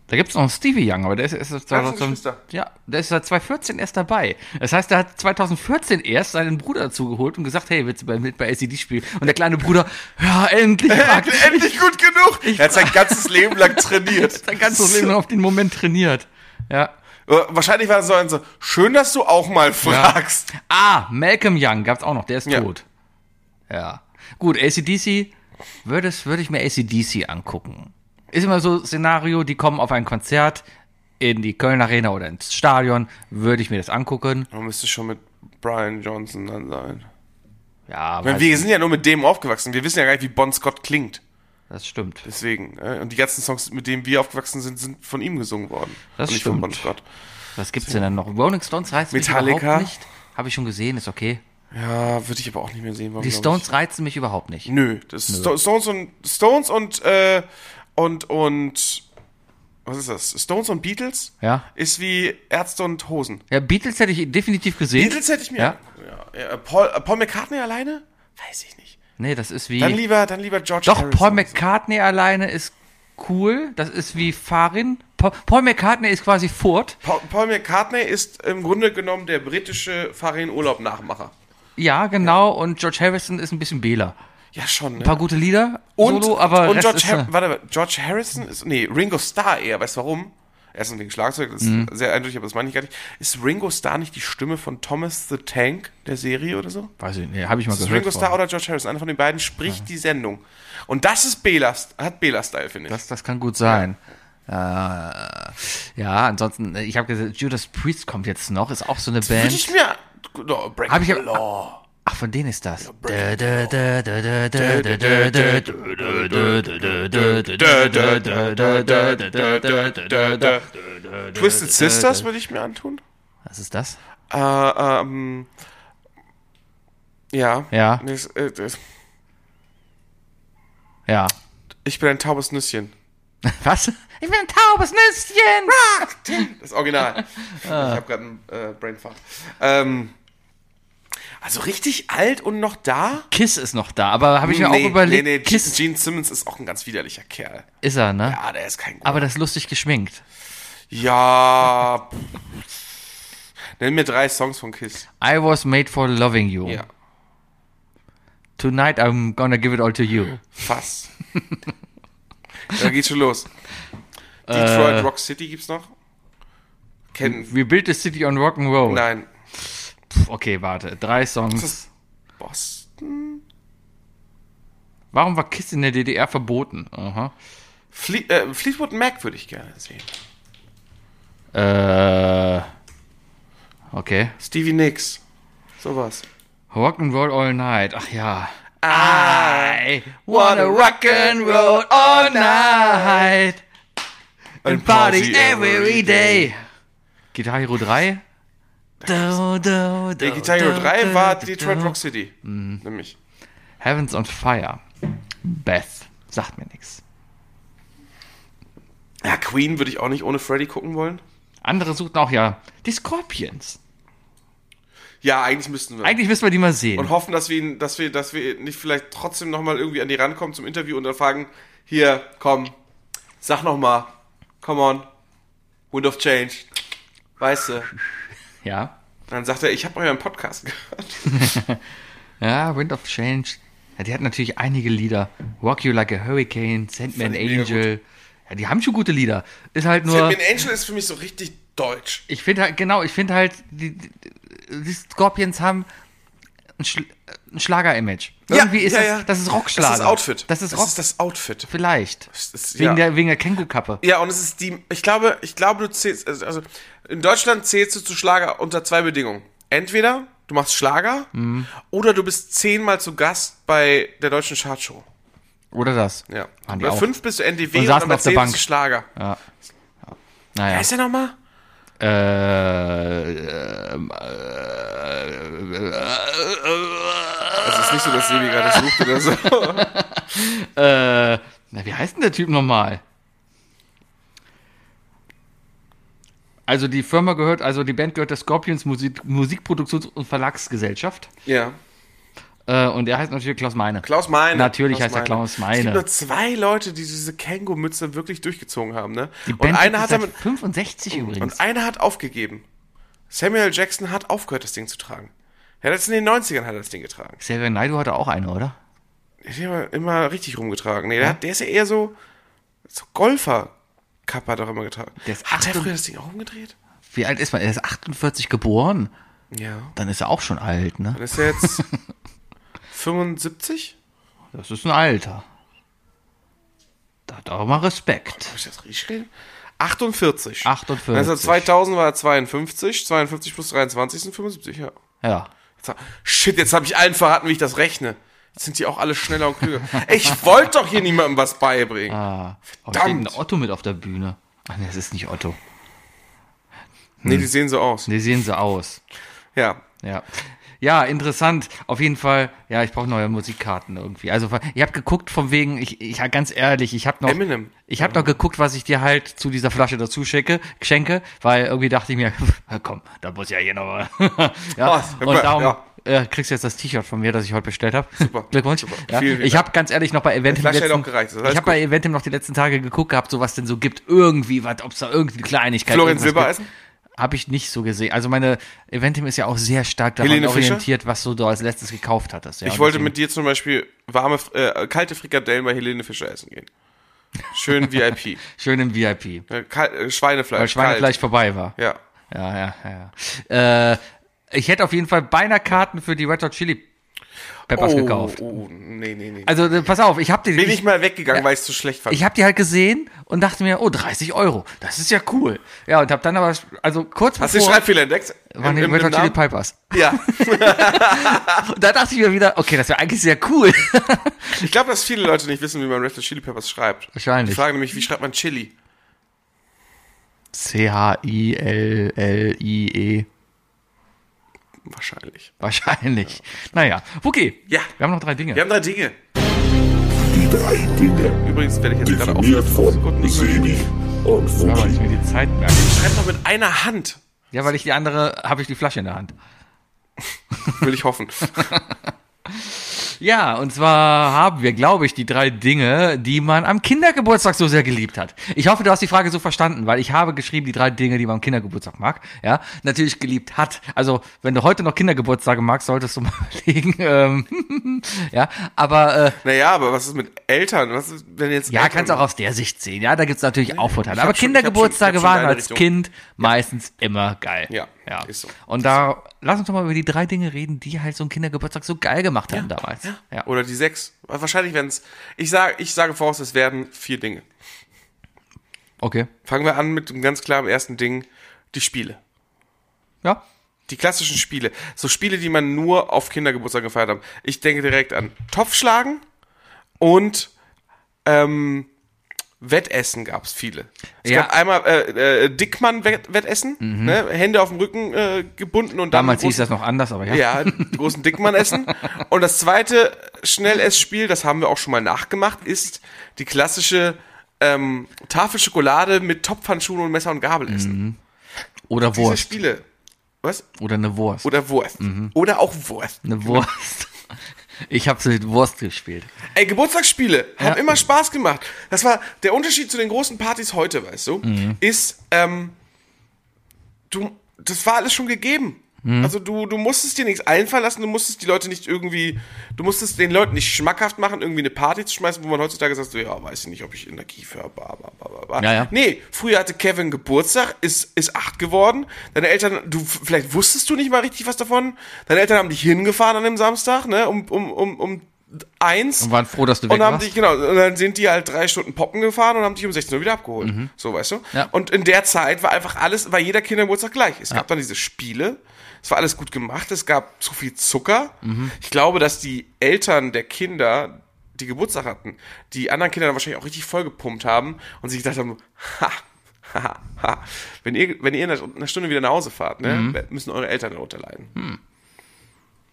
Speaker 3: Da gibt's noch einen Stevie Young, aber der ist, ist, ist
Speaker 4: das sind Geschwister.
Speaker 3: ja, der ist seit 2014 erst dabei. Das heißt, er hat 2014 erst seinen Bruder dazugeholt und gesagt, hey, willst du bei, mit bei SED spielen? Und der kleine Bruder, ja, endlich, Marc,
Speaker 4: Endlich gut genug. er hat sein ganzes Leben lang trainiert.
Speaker 3: sein ganzes Leben nur auf den Moment trainiert. Ja.
Speaker 4: Äh, Wahrscheinlich war es so ein so, schön, dass du auch mal fragst.
Speaker 3: Ah, Malcolm Young gab's auch noch, der ist
Speaker 4: Ja.
Speaker 3: tot. Ja. Gut, ACDC, würde es- würde ich mir ACDC angucken. Ist immer so ein Szenario, die kommen auf ein Konzert in die Köln Arena oder ins Stadion, würde ich mir das angucken.
Speaker 4: Man müsste schon mit Brian Johnson dann sein.
Speaker 3: Ja,
Speaker 4: Weil
Speaker 3: weiß
Speaker 4: wir
Speaker 3: nicht,
Speaker 4: sind ja nur mit dem aufgewachsen. Wir wissen ja gar nicht, wie Bon Scott klingt.
Speaker 3: das stimmt.
Speaker 4: Deswegen. äh, Und die ganzen Songs, mit denen wir aufgewachsen sind, sind von ihm gesungen worden.
Speaker 3: Das
Speaker 4: und nicht von
Speaker 3: stimmt.
Speaker 4: Bon Scott.
Speaker 3: Was gibt's denn dann noch? Rolling Stones reizt mich
Speaker 4: Metallica?
Speaker 3: überhaupt nicht. Habe ich schon gesehen, ist okay.
Speaker 4: Ja, würde ich aber auch nicht mehr sehen wollen.
Speaker 3: Die
Speaker 4: glaub
Speaker 3: Stones reizen mich überhaupt nicht.
Speaker 4: Ich. Nö, das Sto- Stones und Stones und äh, und und was ist das? Stones und Beatles?
Speaker 3: Ja.
Speaker 4: Ist wie Ärzte und Hosen.
Speaker 3: Ja, Beatles hätte ich definitiv gesehen.
Speaker 4: Beatles hätte ich mir.
Speaker 3: Ja.
Speaker 4: Ja, ja, Paul, äh, Paul McCartney alleine? Weiß ich nicht.
Speaker 3: Nee, das ist wie.
Speaker 4: Dann lieber, dann lieber George
Speaker 3: Doch,
Speaker 4: Harrison.
Speaker 3: Paul McCartney alleine ist cool. Das ist wie Farin. Pa Paul McCartney ist quasi Furt.
Speaker 4: Paul, Paul McCartney ist im Grunde genommen der britische Farin-Urlaub-Nachmacher.
Speaker 3: Ja, genau. Und George Harrison ist ein bisschen Bela.
Speaker 4: Ja, schon. Ne?
Speaker 3: Ein paar gute Lieder,
Speaker 4: und,
Speaker 3: Solo, aber
Speaker 4: und
Speaker 3: Rest
Speaker 4: George,
Speaker 3: ist,
Speaker 4: Har
Speaker 3: äh,
Speaker 4: warte, mal, George Harrison ist, nee, Ringo Starr eher, weißt du warum? Erstens wegen Schlagzeug, das ist
Speaker 3: Mhm.
Speaker 4: sehr eindeutig, aber das meine ich gar nicht. Ist Ringo Starr nicht die Stimme von Thomas the Tank, der Serie oder so?
Speaker 3: weiß ich nicht, habe ich mal
Speaker 4: Ist es
Speaker 3: gehört.
Speaker 4: Ringo Starr
Speaker 3: vorher.
Speaker 4: oder George Harrison, einer von den beiden spricht die Sendung. Und das ist Bela, hat Bela-Style, finde ich.
Speaker 3: Das, das kann gut sein. Ja, äh, ja ansonsten, äh, ich habe gesagt, Judas Priest kommt jetzt noch, ist auch so eine
Speaker 4: Würde
Speaker 3: Band.
Speaker 4: ich mir, no, Break
Speaker 3: Hab ich
Speaker 4: the
Speaker 3: aber-
Speaker 4: Law.
Speaker 3: Ach, von denen ist das. Äh,
Speaker 4: Twisted Sisters würde ich mir antun.
Speaker 3: Was ist das?
Speaker 4: Äh, ähm, ja.
Speaker 3: Ja.
Speaker 4: Nee, es- äh, das-
Speaker 3: Ja.
Speaker 4: Ich bin ein taubes Nüsschen.
Speaker 3: Was? Ich bin ein taubes Nüsschen.
Speaker 4: Das Original. Ich
Speaker 3: Ah.
Speaker 4: habe gerade einen äh, Brainfart. Ähm, also richtig alt und noch da?
Speaker 3: Kiss ist noch da, aber habe ich mir
Speaker 4: Nee,
Speaker 3: auch überlegt.
Speaker 4: Nee, nee,
Speaker 3: Kiss
Speaker 4: Gene Simmons ist auch ein ganz widerlicher Kerl.
Speaker 3: ist er, ne?
Speaker 4: Ja, der ist kein guter.
Speaker 3: Aber das ist lustig geschminkt.
Speaker 4: Ja. pff. Nenn mir drei Songs von Kiss.
Speaker 3: I was made for loving you.
Speaker 4: Ja.
Speaker 3: Tonight I'm gonna give it all to you.
Speaker 4: Fast. da geht's schon los.
Speaker 3: Äh.
Speaker 4: Detroit Rock City gibt's noch? Kennen.
Speaker 3: We built the city on rock and roll.
Speaker 4: Nein.
Speaker 3: Pff, okay, warte. Drei Songs.
Speaker 4: Das- Boss.
Speaker 3: Warum war Kiss in der DDR verboten? Aha.
Speaker 4: Fle äh, Fleetwood Mac würde ich gerne sehen.
Speaker 3: Äh. Okay.
Speaker 4: Stevie Nicks. Sowas.
Speaker 3: Rock and roll all night. Ach ja. I wanna rock and roll all night. And party every day. Guitar Hero 3? Do, do, do,
Speaker 4: Der Guitar Hero
Speaker 3: do,
Speaker 4: 3
Speaker 3: do,
Speaker 4: war
Speaker 3: do,
Speaker 4: Detroit
Speaker 3: do.
Speaker 4: Rock City.
Speaker 3: Mhm.
Speaker 4: Nämlich.
Speaker 3: Heavens on Fire. Beth. Sagt mir nichts.
Speaker 4: Ja, Queen würde ich auch nicht ohne Freddy gucken wollen.
Speaker 3: Andere suchten auch ja die Scorpions.
Speaker 4: Ja, eigentlich müssten wir.
Speaker 3: Eigentlich müssen wir die mal sehen.
Speaker 4: und hoffen, dass wir, ihn, dass wir, dass wir nicht vielleicht trotzdem nochmal irgendwie an die rankommen zum Interview und dann fragen, hier, komm, sag nochmal, come on, Wind of Change, weißt du.
Speaker 3: ja.
Speaker 4: Dann sagt er, ich habe euren Podcast gehört.
Speaker 3: Ja, Wind of Change. Ja, die hat natürlich einige Lieder. Rock You Like a Hurricane, Sandman
Speaker 4: Fand ich mega
Speaker 3: Angel. Ja, die haben schon gute Lieder. Ist halt nur.
Speaker 4: Sandman Angel ist für mich so richtig deutsch.
Speaker 3: Ich finde halt, genau, ich finde halt, die, die- die Scorpions haben ein, Schl ein Schlager-Image. Irgendwie ist das, das ist Rockschlager.
Speaker 4: Das ist Outfit.
Speaker 3: Das ist Rock,
Speaker 4: das Outfit.
Speaker 3: vielleicht.
Speaker 4: ist-
Speaker 3: wegen,
Speaker 4: ja.
Speaker 3: der, wegen der Känguru-Kappe.
Speaker 4: Ja, und es ist die, ich glaube, ich glaube, du zählst, also also in Deutschland zählst du zu Schlager unter zwei Bedingungen. Entweder du machst Schlager
Speaker 3: Mhm.
Speaker 4: oder du bist zehnmal zu Gast bei der deutschen Chartshow.
Speaker 3: Oder das.
Speaker 4: Ja.
Speaker 3: Waren die
Speaker 4: bei
Speaker 3: auch.
Speaker 4: fünf bist du NDW
Speaker 3: Und
Speaker 4: und,
Speaker 3: saßen
Speaker 4: dann bei
Speaker 3: auf der
Speaker 4: zehn
Speaker 3: Bank.
Speaker 4: bist du Schlager. Ja.
Speaker 3: Naja.
Speaker 4: Heißt der nochmal?
Speaker 3: Äh,
Speaker 4: Das ist nicht so, dass Sebi gerade sucht oder so.
Speaker 3: Na, wie heißt denn der Typ nochmal? Also die Firma gehört, also die Band gehört der Scorpions Musik, Musikproduktions- und Verlagsgesellschaft.
Speaker 4: ja.
Speaker 3: Äh, und er heißt natürlich Klaus Meine.
Speaker 4: Klaus Meine.
Speaker 3: Natürlich heißt er Klaus
Speaker 4: Es gibt
Speaker 3: Meine.
Speaker 4: nur zwei Leute, die diese Kängurmütze wirklich durchgezogen haben, ne?
Speaker 3: Die
Speaker 4: und
Speaker 3: Band
Speaker 4: einer
Speaker 3: gibt
Speaker 4: hat
Speaker 3: es seit
Speaker 4: damit,
Speaker 3: 65 übrigens.
Speaker 4: und einer hat aufgegeben. Samuel Jackson hat aufgehört, das Ding zu tragen. Er hat das in den 90ern hat er das Ding getragen.
Speaker 3: Xavier Naidoo hatte auch eine, oder?
Speaker 4: Der hat den immer, immer richtig rumgetragen. Nee, der, hat, der ist ja eher so, so Golfer. Kappa hat auch immer getragen.
Speaker 3: Der ist
Speaker 4: Hat der
Speaker 3: 18.
Speaker 4: früher das Ding auch umgedreht?
Speaker 3: Wie alt ist man? Er ist 48 geboren.
Speaker 4: Ja.
Speaker 3: Dann ist er auch schon alt, ne?
Speaker 4: Dann ist er jetzt 75?
Speaker 3: Das ist ein Alter. Da hat er auch mal Respekt.
Speaker 4: Hab ich das richtig reden? 48.
Speaker 3: 48.
Speaker 4: Also 2000 war er 52, 52 plus 23 sind 75, ja.
Speaker 3: Ja.
Speaker 4: Jetzt hab- Shit, jetzt habe ich allen verraten, wie ich das rechne. Jetzt sind die auch alle schneller und klüger. Ich wollte doch hier niemandem was beibringen.
Speaker 3: Ah. Aber steht ein
Speaker 4: Verdammt.
Speaker 3: oh, Otto mit auf der Bühne. Ach nee, das ist nicht Otto. Hm.
Speaker 4: Nee, die sehen so aus.
Speaker 3: Die sehen so aus.
Speaker 4: Ja.
Speaker 3: Ja. Ja, interessant. Auf jeden Fall, ja, ich brauche neue Musikkarten irgendwie. Also, ich habe geguckt von wegen, ich, ich ganz ehrlich, ich habe noch
Speaker 4: Eminem.
Speaker 3: ich habe noch geguckt, was ich dir halt zu dieser Flasche dazu schicke, schenke, weil irgendwie dachte ich mir, komm, da muss ja hier noch mal. ja,
Speaker 4: Was?
Speaker 3: und darum
Speaker 4: Ja.
Speaker 3: äh, kriegst du jetzt das T-Shirt von mir, das ich heute bestellt habe.
Speaker 4: Super.
Speaker 3: Glückwunsch.
Speaker 4: Super.
Speaker 3: Ja.
Speaker 4: Vielen, vielen
Speaker 3: ich habe ganz ehrlich noch bei Eventim
Speaker 4: Flasche
Speaker 3: die
Speaker 4: hätte
Speaker 3: letzten,
Speaker 4: auch gereicht. Das ist
Speaker 3: ich
Speaker 4: alles
Speaker 3: habe bei Eventim noch die letzten Tage geguckt gehabt, so was denn so gibt, irgendwie was, ob es da irgendeine Kleinigkeit
Speaker 4: Florian
Speaker 3: irgendwas
Speaker 4: Silber
Speaker 3: gibt.
Speaker 4: essen?
Speaker 3: Habe ich nicht so gesehen. Also meine Eventim ist ja auch sehr stark daran
Speaker 4: Helene Fischer?
Speaker 3: orientiert, was du da als letztes gekauft hattest. Ja,
Speaker 4: Ich
Speaker 3: Und
Speaker 4: wollte
Speaker 3: deswegen-
Speaker 4: mit dir zum Beispiel warme, äh, kalte Frikadellen bei Helene Fischer essen gehen. Schön VIP.
Speaker 3: schön im VIP,
Speaker 4: Äh, kal- äh, Schweinefleisch.
Speaker 3: weil Schweinefleisch
Speaker 4: Kalt.
Speaker 3: vorbei war.
Speaker 4: Ja.
Speaker 3: Ja, ja, ja, ja. Äh, ich hätte auf jeden Fall beinahe Karten für die Red Hot Chili Peppers gekauft.
Speaker 4: Oh, nee, nee, nee.
Speaker 3: Also äh, pass auf, ich habe die,
Speaker 4: Bin ich
Speaker 3: ich,
Speaker 4: mal weggegangen, weil ich es zu schlecht fand.
Speaker 3: ich hab die halt gesehen und dachte mir, oh 30 Euro, das ist ja cool. Ja und habe dann aber also kurz
Speaker 4: Hast du den Schreibfehler entdeckt?
Speaker 3: waren die
Speaker 4: Im- im-
Speaker 3: Red
Speaker 4: im
Speaker 3: Hot Chili
Speaker 4: Namen?
Speaker 3: Peppers.
Speaker 4: Ja.
Speaker 3: Und da dachte ich mir wieder, okay, das wäre eigentlich sehr cool.
Speaker 4: Ich glaube, dass viele Leute nicht wissen, wie man Red Hot Chili Peppers schreibt.
Speaker 3: Wahrscheinlich.
Speaker 4: Ich frage nämlich, wie schreibt man Chili?
Speaker 3: C H I L L I E
Speaker 4: Wahrscheinlich.
Speaker 3: wahrscheinlich. Naja, okay.
Speaker 4: Ja.
Speaker 3: Wir haben noch drei Dinge.
Speaker 4: Wir haben drei Dinge.
Speaker 5: Die drei Dinge.
Speaker 4: Übrigens werde ich jetzt gerade auch.
Speaker 5: Definiert von Sebi und
Speaker 3: Aber ich
Speaker 5: Wookie.
Speaker 3: mir die Zeit merke.
Speaker 4: Schreib doch mit einer Hand.
Speaker 3: Ja, weil ich die andere habe ich die Flasche in der Hand.
Speaker 4: Will ich hoffen.
Speaker 3: Ja, und zwar haben wir, glaube ich, die drei Dinge, die man am Kindergeburtstag so sehr geliebt hat. Ich hoffe, du hast die Frage so verstanden, weil ich habe geschrieben, die drei Dinge, die man am Kindergeburtstag mag, ja, natürlich geliebt hat. Also, wenn du heute noch Kindergeburtstage magst, solltest du mal überlegen, ähm, ja, aber, äh,
Speaker 4: Naja, aber was ist mit Eltern? Was ist, wenn jetzt
Speaker 3: ja,
Speaker 4: Eltern-
Speaker 3: kannst auch aus der Sicht sehen, ja, da gibt's natürlich auch Vorteile.
Speaker 4: genau.
Speaker 3: Aber
Speaker 4: ich hab schon- ich hab
Speaker 3: Kindergeburtstage
Speaker 4: schon- ich hab
Speaker 3: waren
Speaker 4: schon deine
Speaker 3: als
Speaker 4: Richtung.
Speaker 3: Kind meistens immer geil.
Speaker 4: Ja,
Speaker 3: ja.
Speaker 4: ist so.
Speaker 3: Und da, lass uns doch mal über die drei Dinge reden, die halt so einen Kindergeburtstag so geil gemacht haben damals. Ja.
Speaker 4: Oder die sechs. Wahrscheinlich werden es. Ich, sag, ich sage voraus, es werden vier Dinge.
Speaker 3: Okay.
Speaker 4: Fangen wir an mit dem ganz klaren ersten Ding: die Spiele.
Speaker 3: Ja.
Speaker 4: Die klassischen Spiele. So Spiele, die man nur auf Kindergeburtstag gefeiert hat. Ich denke direkt an Topfschlagen und ähm, Wettessen gab es viele. Es
Speaker 3: Ja. Mhm.
Speaker 4: gab einmal äh, äh, Dickmann-Wettessen, ne? Hände auf dem Rücken äh, gebunden und dann
Speaker 3: Damals
Speaker 4: groß-
Speaker 3: hieß das noch anders, aber ja.
Speaker 4: Ja, die großen Dickmann essen. Und das zweite Schnellessspiel, das haben wir auch schon mal nachgemacht, ist die klassische ähm, Tafel Schokolade mit Topfhandschuhen und Messer und Gabel essen.
Speaker 3: Oder
Speaker 4: Diese
Speaker 3: Mhm. Wurst. Mhm.
Speaker 4: Spiele. Was?
Speaker 3: Oder eine Wurst.
Speaker 4: Oder Genau. Wurst. Oder auch Wurst.
Speaker 3: eine Wurst. Ich habe so mit Wurst gespielt.
Speaker 4: Ey, Geburtstagsspiele haben immer Spaß gemacht. Das war der Unterschied zu den großen Partys heute, weißt du,
Speaker 3: Mhm.
Speaker 4: ist, ähm, du, das war alles schon gegeben.
Speaker 3: Mhm.
Speaker 4: Also du, du musstest dir nichts einfallen lassen, du musstest die Leute nicht irgendwie, du musstest den Leuten nicht schmackhaft machen, irgendwie eine Party zu schmeißen, wo man heutzutage sagt, so, ja, weiß ich nicht, ob ich Energie für habe, bla, bla, bla, bla.
Speaker 3: Ja, ja.
Speaker 4: Nee, früher hatte Kevin Geburtstag, ist, ist acht geworden, deine Eltern, du, vielleicht wusstest du nicht mal richtig was davon, deine Eltern haben dich hingefahren an dem Samstag, ne, um, um, um, um eins.
Speaker 3: Und waren froh, dass du
Speaker 4: Und
Speaker 3: weg
Speaker 4: haben
Speaker 3: warst.
Speaker 4: dich, genau, und dann sind die halt drei Stunden Poppen gefahren und haben dich um 16 Uhr wieder abgeholt. So, weißt du?
Speaker 3: Mhm. Ja.
Speaker 4: Und in der Zeit war einfach alles, war jeder Kindergeburtstag gleich. Es gab dann diese Spiele, es war alles gut gemacht, es gab zu viel Zucker.
Speaker 3: Mhm.
Speaker 4: Ich glaube, dass die Eltern der Kinder, die Geburtstag hatten, die anderen Kinder dann wahrscheinlich auch richtig vollgepumpt haben und sich gedacht haben, ha, ha, ha, wenn ihr, wenn ihr in einer Stunde wieder nach Hause fahrt, ne,
Speaker 3: Mhm.
Speaker 4: müssen eure Eltern darunter leiden.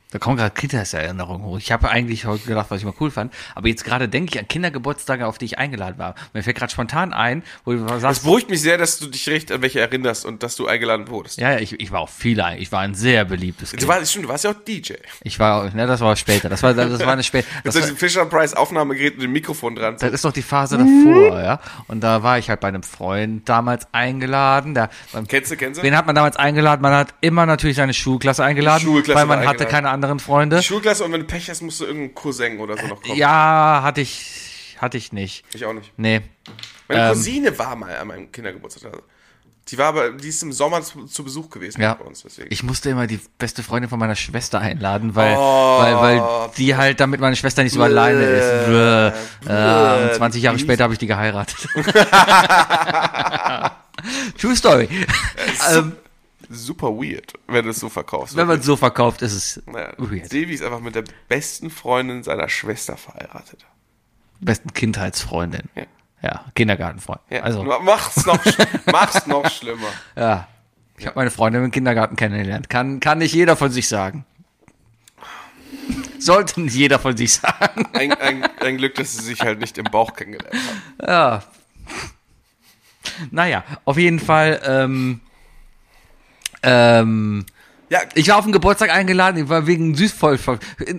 Speaker 3: Da kommen gerade Kindheitserinnerungen hoch. Ich habe eigentlich heute gedacht, was ich mal cool fand. Aber jetzt gerade denke ich an Kindergeburtstage, auf die ich eingeladen war. Mir fällt gerade spontan ein, wo du
Speaker 4: Es
Speaker 3: sagst,
Speaker 4: beruhigt mich sehr, dass du dich recht an welche erinnerst und dass du eingeladen wurdest.
Speaker 3: ja, ja, ich, ich war auch viel ein. Ich war ein sehr beliebtes
Speaker 4: Du
Speaker 3: Kind.
Speaker 4: warst, stimmt, du warst ja auch DJ.
Speaker 3: Ich war, auch- ne, das war später. Das war, das war eine später.
Speaker 4: Mit
Speaker 3: Das,
Speaker 4: so
Speaker 3: war-
Speaker 4: diesem Fisher Price Aufnahmegerät mit dem Mikrofon dran.
Speaker 3: das ist doch die Phase davor, ja. Und da war ich halt bei einem Freund damals eingeladen. Da, beim
Speaker 4: Kennst du, kennst du?
Speaker 3: Wen hat man damals eingeladen? Man hat immer natürlich seine Schulklasse eingeladen,
Speaker 4: Schulklasse
Speaker 3: weil man
Speaker 4: war
Speaker 3: hatte
Speaker 4: eingeladen.
Speaker 3: keine anderen Freunde.
Speaker 4: Schulklasse und wenn du Pech hast, musst du irgendeinen Cousin oder so noch kommen.
Speaker 3: Äh, Ja, hatte ich, hatte ich nicht.
Speaker 4: Ich auch nicht.
Speaker 3: Nee. Ähm.
Speaker 4: Meine Cousine war mal an meinem Kindergeburtstag. da. Die war aber, die ist im Sommer zu, zu Besuch gewesen
Speaker 3: Ja,
Speaker 4: bei uns. Deswegen.
Speaker 3: ich musste immer die beste Freundin von meiner Schwester einladen, weil,
Speaker 4: Oh,
Speaker 3: weil, weil die halt, damit meine Schwester nicht so alleine ist. Bäh. Ja, und 20 Jahre später habe ich die geheiratet. True Story. ähm,
Speaker 4: Super weird, wenn du es so verkaufst.
Speaker 3: wenn man es so verkauft, ist es
Speaker 4: Naja,
Speaker 3: weird.
Speaker 4: Sevi ist einfach mit der besten Freundin seiner Schwester verheiratet.
Speaker 3: Besten Kindheitsfreundin.
Speaker 4: Ja.
Speaker 3: Ja, Kindergartenfreund.
Speaker 4: Ja,
Speaker 3: Also,
Speaker 4: nur mach's noch, sch- mach's noch schlimmer.
Speaker 3: Ich habe meine Freundin im Kindergarten kennengelernt. Kann, kann nicht jeder von sich sagen. Sollte nicht jeder von sich sagen.
Speaker 4: Ein, ein, ein Glück, dass sie sich halt nicht im Bauch kennengelernt haben.
Speaker 3: Naja, auf jeden Fall, ähm, ähm,
Speaker 4: Ja,
Speaker 3: ich war auf den Geburtstag eingeladen, ich war wegen Süßvoll.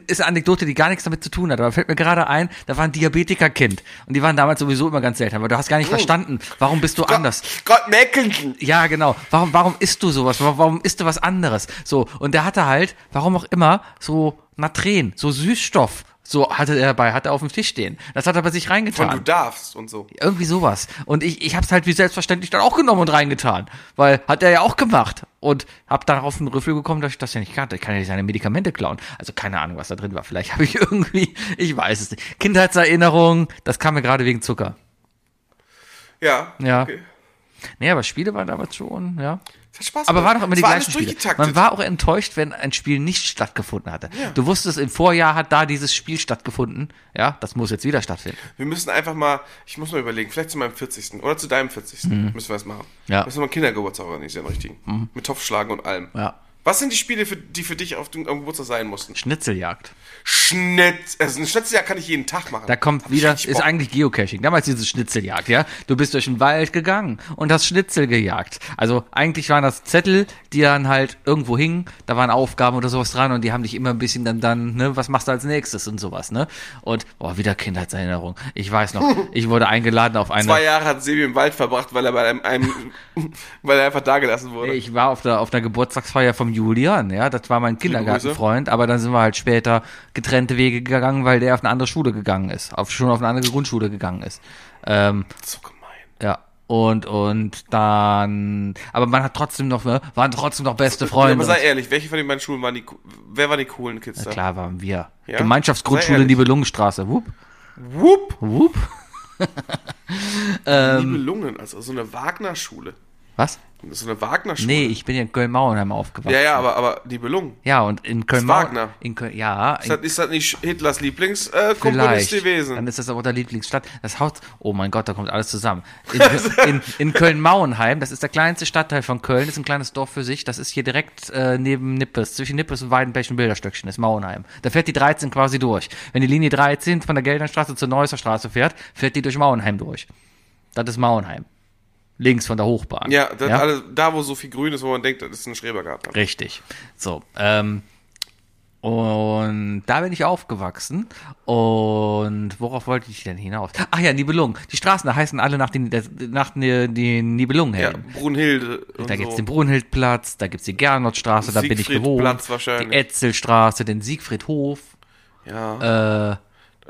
Speaker 3: Ist eine Anekdote, die gar nichts damit zu tun hat, aber fällt mir gerade ein, da war ein Diabetikerkind. Und die waren damals sowieso immer ganz selten, aber du hast gar nicht verstanden, warum bist du anders?
Speaker 4: Scott Mackensen.
Speaker 3: Ja, genau. Warum, warum isst du sowas? Warum, warum isst du was anderes? So, und der hatte halt, warum auch immer, so Natren, so Süßstoff. So hatte er dabei, hatte er auf dem Tisch stehen. Das hat er bei sich
Speaker 4: Und du
Speaker 3: reingetan.
Speaker 4: darfst und so.
Speaker 3: Irgendwie sowas. Und ich, ich hab's halt wie selbstverständlich dann auch genommen und reingetan. Weil hat er ja auch gemacht. Und hab darauf einen Rüffel gekommen, dass ich das ja nicht kannte. Ich kann ja nicht seine Medikamente klauen. Also keine Ahnung, was da drin war. Vielleicht habe ich irgendwie, ich weiß es nicht. Kindheitserinnerungen, das kam mir gerade wegen Zucker.
Speaker 4: Ja.
Speaker 3: Ja.
Speaker 4: Okay.
Speaker 3: Nee, aber Spiele waren damals schon, ja.
Speaker 4: Das hat Spaß
Speaker 3: Aber
Speaker 4: gemacht.
Speaker 3: war doch immer die
Speaker 4: Es war
Speaker 3: gleichen
Speaker 4: alles
Speaker 3: Spiele.
Speaker 4: durchgetaktet.
Speaker 3: Man war auch enttäuscht, wenn ein Spiel nicht stattgefunden hatte. Du wusstest, im Vorjahr hat da dieses Spiel stattgefunden. Ja, das muss jetzt wieder stattfinden.
Speaker 4: Wir müssen einfach mal, ich muss mal überlegen, vielleicht zu meinem 40. oder zu deinem 40. müssen wir das machen.
Speaker 3: Mhm. Ja. Mhm.
Speaker 4: Müssen wir einen Kindergeburtstag organisieren, richtig. Mit Topfschlagen und allem.
Speaker 3: Ja.
Speaker 4: Was sind die Spiele, für, die für dich auf dem, am Geburtstag sein mussten?
Speaker 3: Schnitzeljagd.
Speaker 4: Schnitz, also ein Schnitzeljagd kann ich jeden Tag machen.
Speaker 3: Da kommt
Speaker 4: Hab ich
Speaker 3: wieder,
Speaker 4: richtig
Speaker 3: ist
Speaker 4: Bock.
Speaker 3: eigentlich Geocaching. Damals diese Schnitzeljagd, ja. Du bist durch den Wald gegangen und hast Schnitzel gejagt. Also eigentlich waren das Zettel, die dann halt irgendwo hingen. Da waren Aufgaben oder sowas dran und die haben dich immer ein bisschen dann, dann ne, was machst du als nächstes und sowas, ne? Und, boah, wieder Kindheitserinnerung. Ich weiß noch, ich wurde eingeladen auf eine...
Speaker 4: Zwei Jahre hat Sebi im Wald verbracht, weil er bei einem, einem weil er einfach da gelassen wurde.
Speaker 3: Ich war auf der auf der Geburtstagsfeier vom Julian, ja, das war mein Kindergartenfreund, aber dann sind wir halt später getrennte Wege gegangen, weil der auf eine andere Schule gegangen ist, auf schon auf eine andere Grundschule gegangen ist. Ähm,
Speaker 4: so gemein.
Speaker 3: ja. Und und dann aber man hat trotzdem noch ne, waren trotzdem noch beste
Speaker 4: Aber
Speaker 3: Freunde.
Speaker 4: sei ehrlich, welche von den beiden Schulen waren die, co- wer waren die coolen Kids da?
Speaker 3: Klar waren wir.
Speaker 4: Ja? Sei
Speaker 3: Gemeinschaftsgrundschule
Speaker 4: ehrlich.
Speaker 3: Liebe Lungenstraße. Wupp,
Speaker 4: Whoop!
Speaker 3: wupp. Ähm.
Speaker 4: Liebe Lungen, also so eine Wagner-Schule.
Speaker 3: Was?
Speaker 4: So eine Wagner-Schule.
Speaker 3: Nee, ich bin ja in Köln-Mauernheim aufgewachsen.
Speaker 4: Ja,
Speaker 3: Ja,
Speaker 4: ja, aber, aber die Belungen.
Speaker 3: und in Köln-Mauernheim
Speaker 4: Wagner.
Speaker 3: in Köln, ja, in
Speaker 4: Ist das, ist das nicht Hitlers Lieblingskomponist äh, Komponist
Speaker 3: Vielleicht. Dann
Speaker 4: gewesen?
Speaker 3: ist das aber der Lieblingsstadt. Das haut. Oh mein Gott, da kommt alles zusammen. In, in, in Köln-Mauenheim, das ist der kleinste Stadtteil von Köln, ist ein kleines Dorf für sich. Das ist hier direkt äh, neben Nippes, zwischen Nippes und Weidenpech und Bilderstöckchen, ist Mauenheim. Da fährt die 13 quasi durch. Wenn die Linie 13 von der Geldernstraße zur Neusser Straße fährt, fährt die durch Mauenheim durch. Das ist Mauenheim. Links von der Hochbahn.
Speaker 4: Ja, das Alles, da wo so viel grün ist, wo man denkt, das ist ein Schrebergarten.
Speaker 3: Richtig. So, ähm, und da bin ich aufgewachsen. Und worauf wollte ich denn hinaus? Ach ja, Nibelungen. Die Straßen, da heißen alle nach den, das- nach den, den Nibelungen
Speaker 4: Ja, Also
Speaker 3: her.
Speaker 4: Brunhilde und
Speaker 3: Da
Speaker 4: so.
Speaker 3: gibt's den Brunhildplatz, da gibt's die Gernotstraße, da bin ich gewohnt.
Speaker 4: Siegfriedplatz wahrscheinlich.
Speaker 3: Die Etzelstraße, den Siegfriedhof. Äh.
Speaker 4: ja.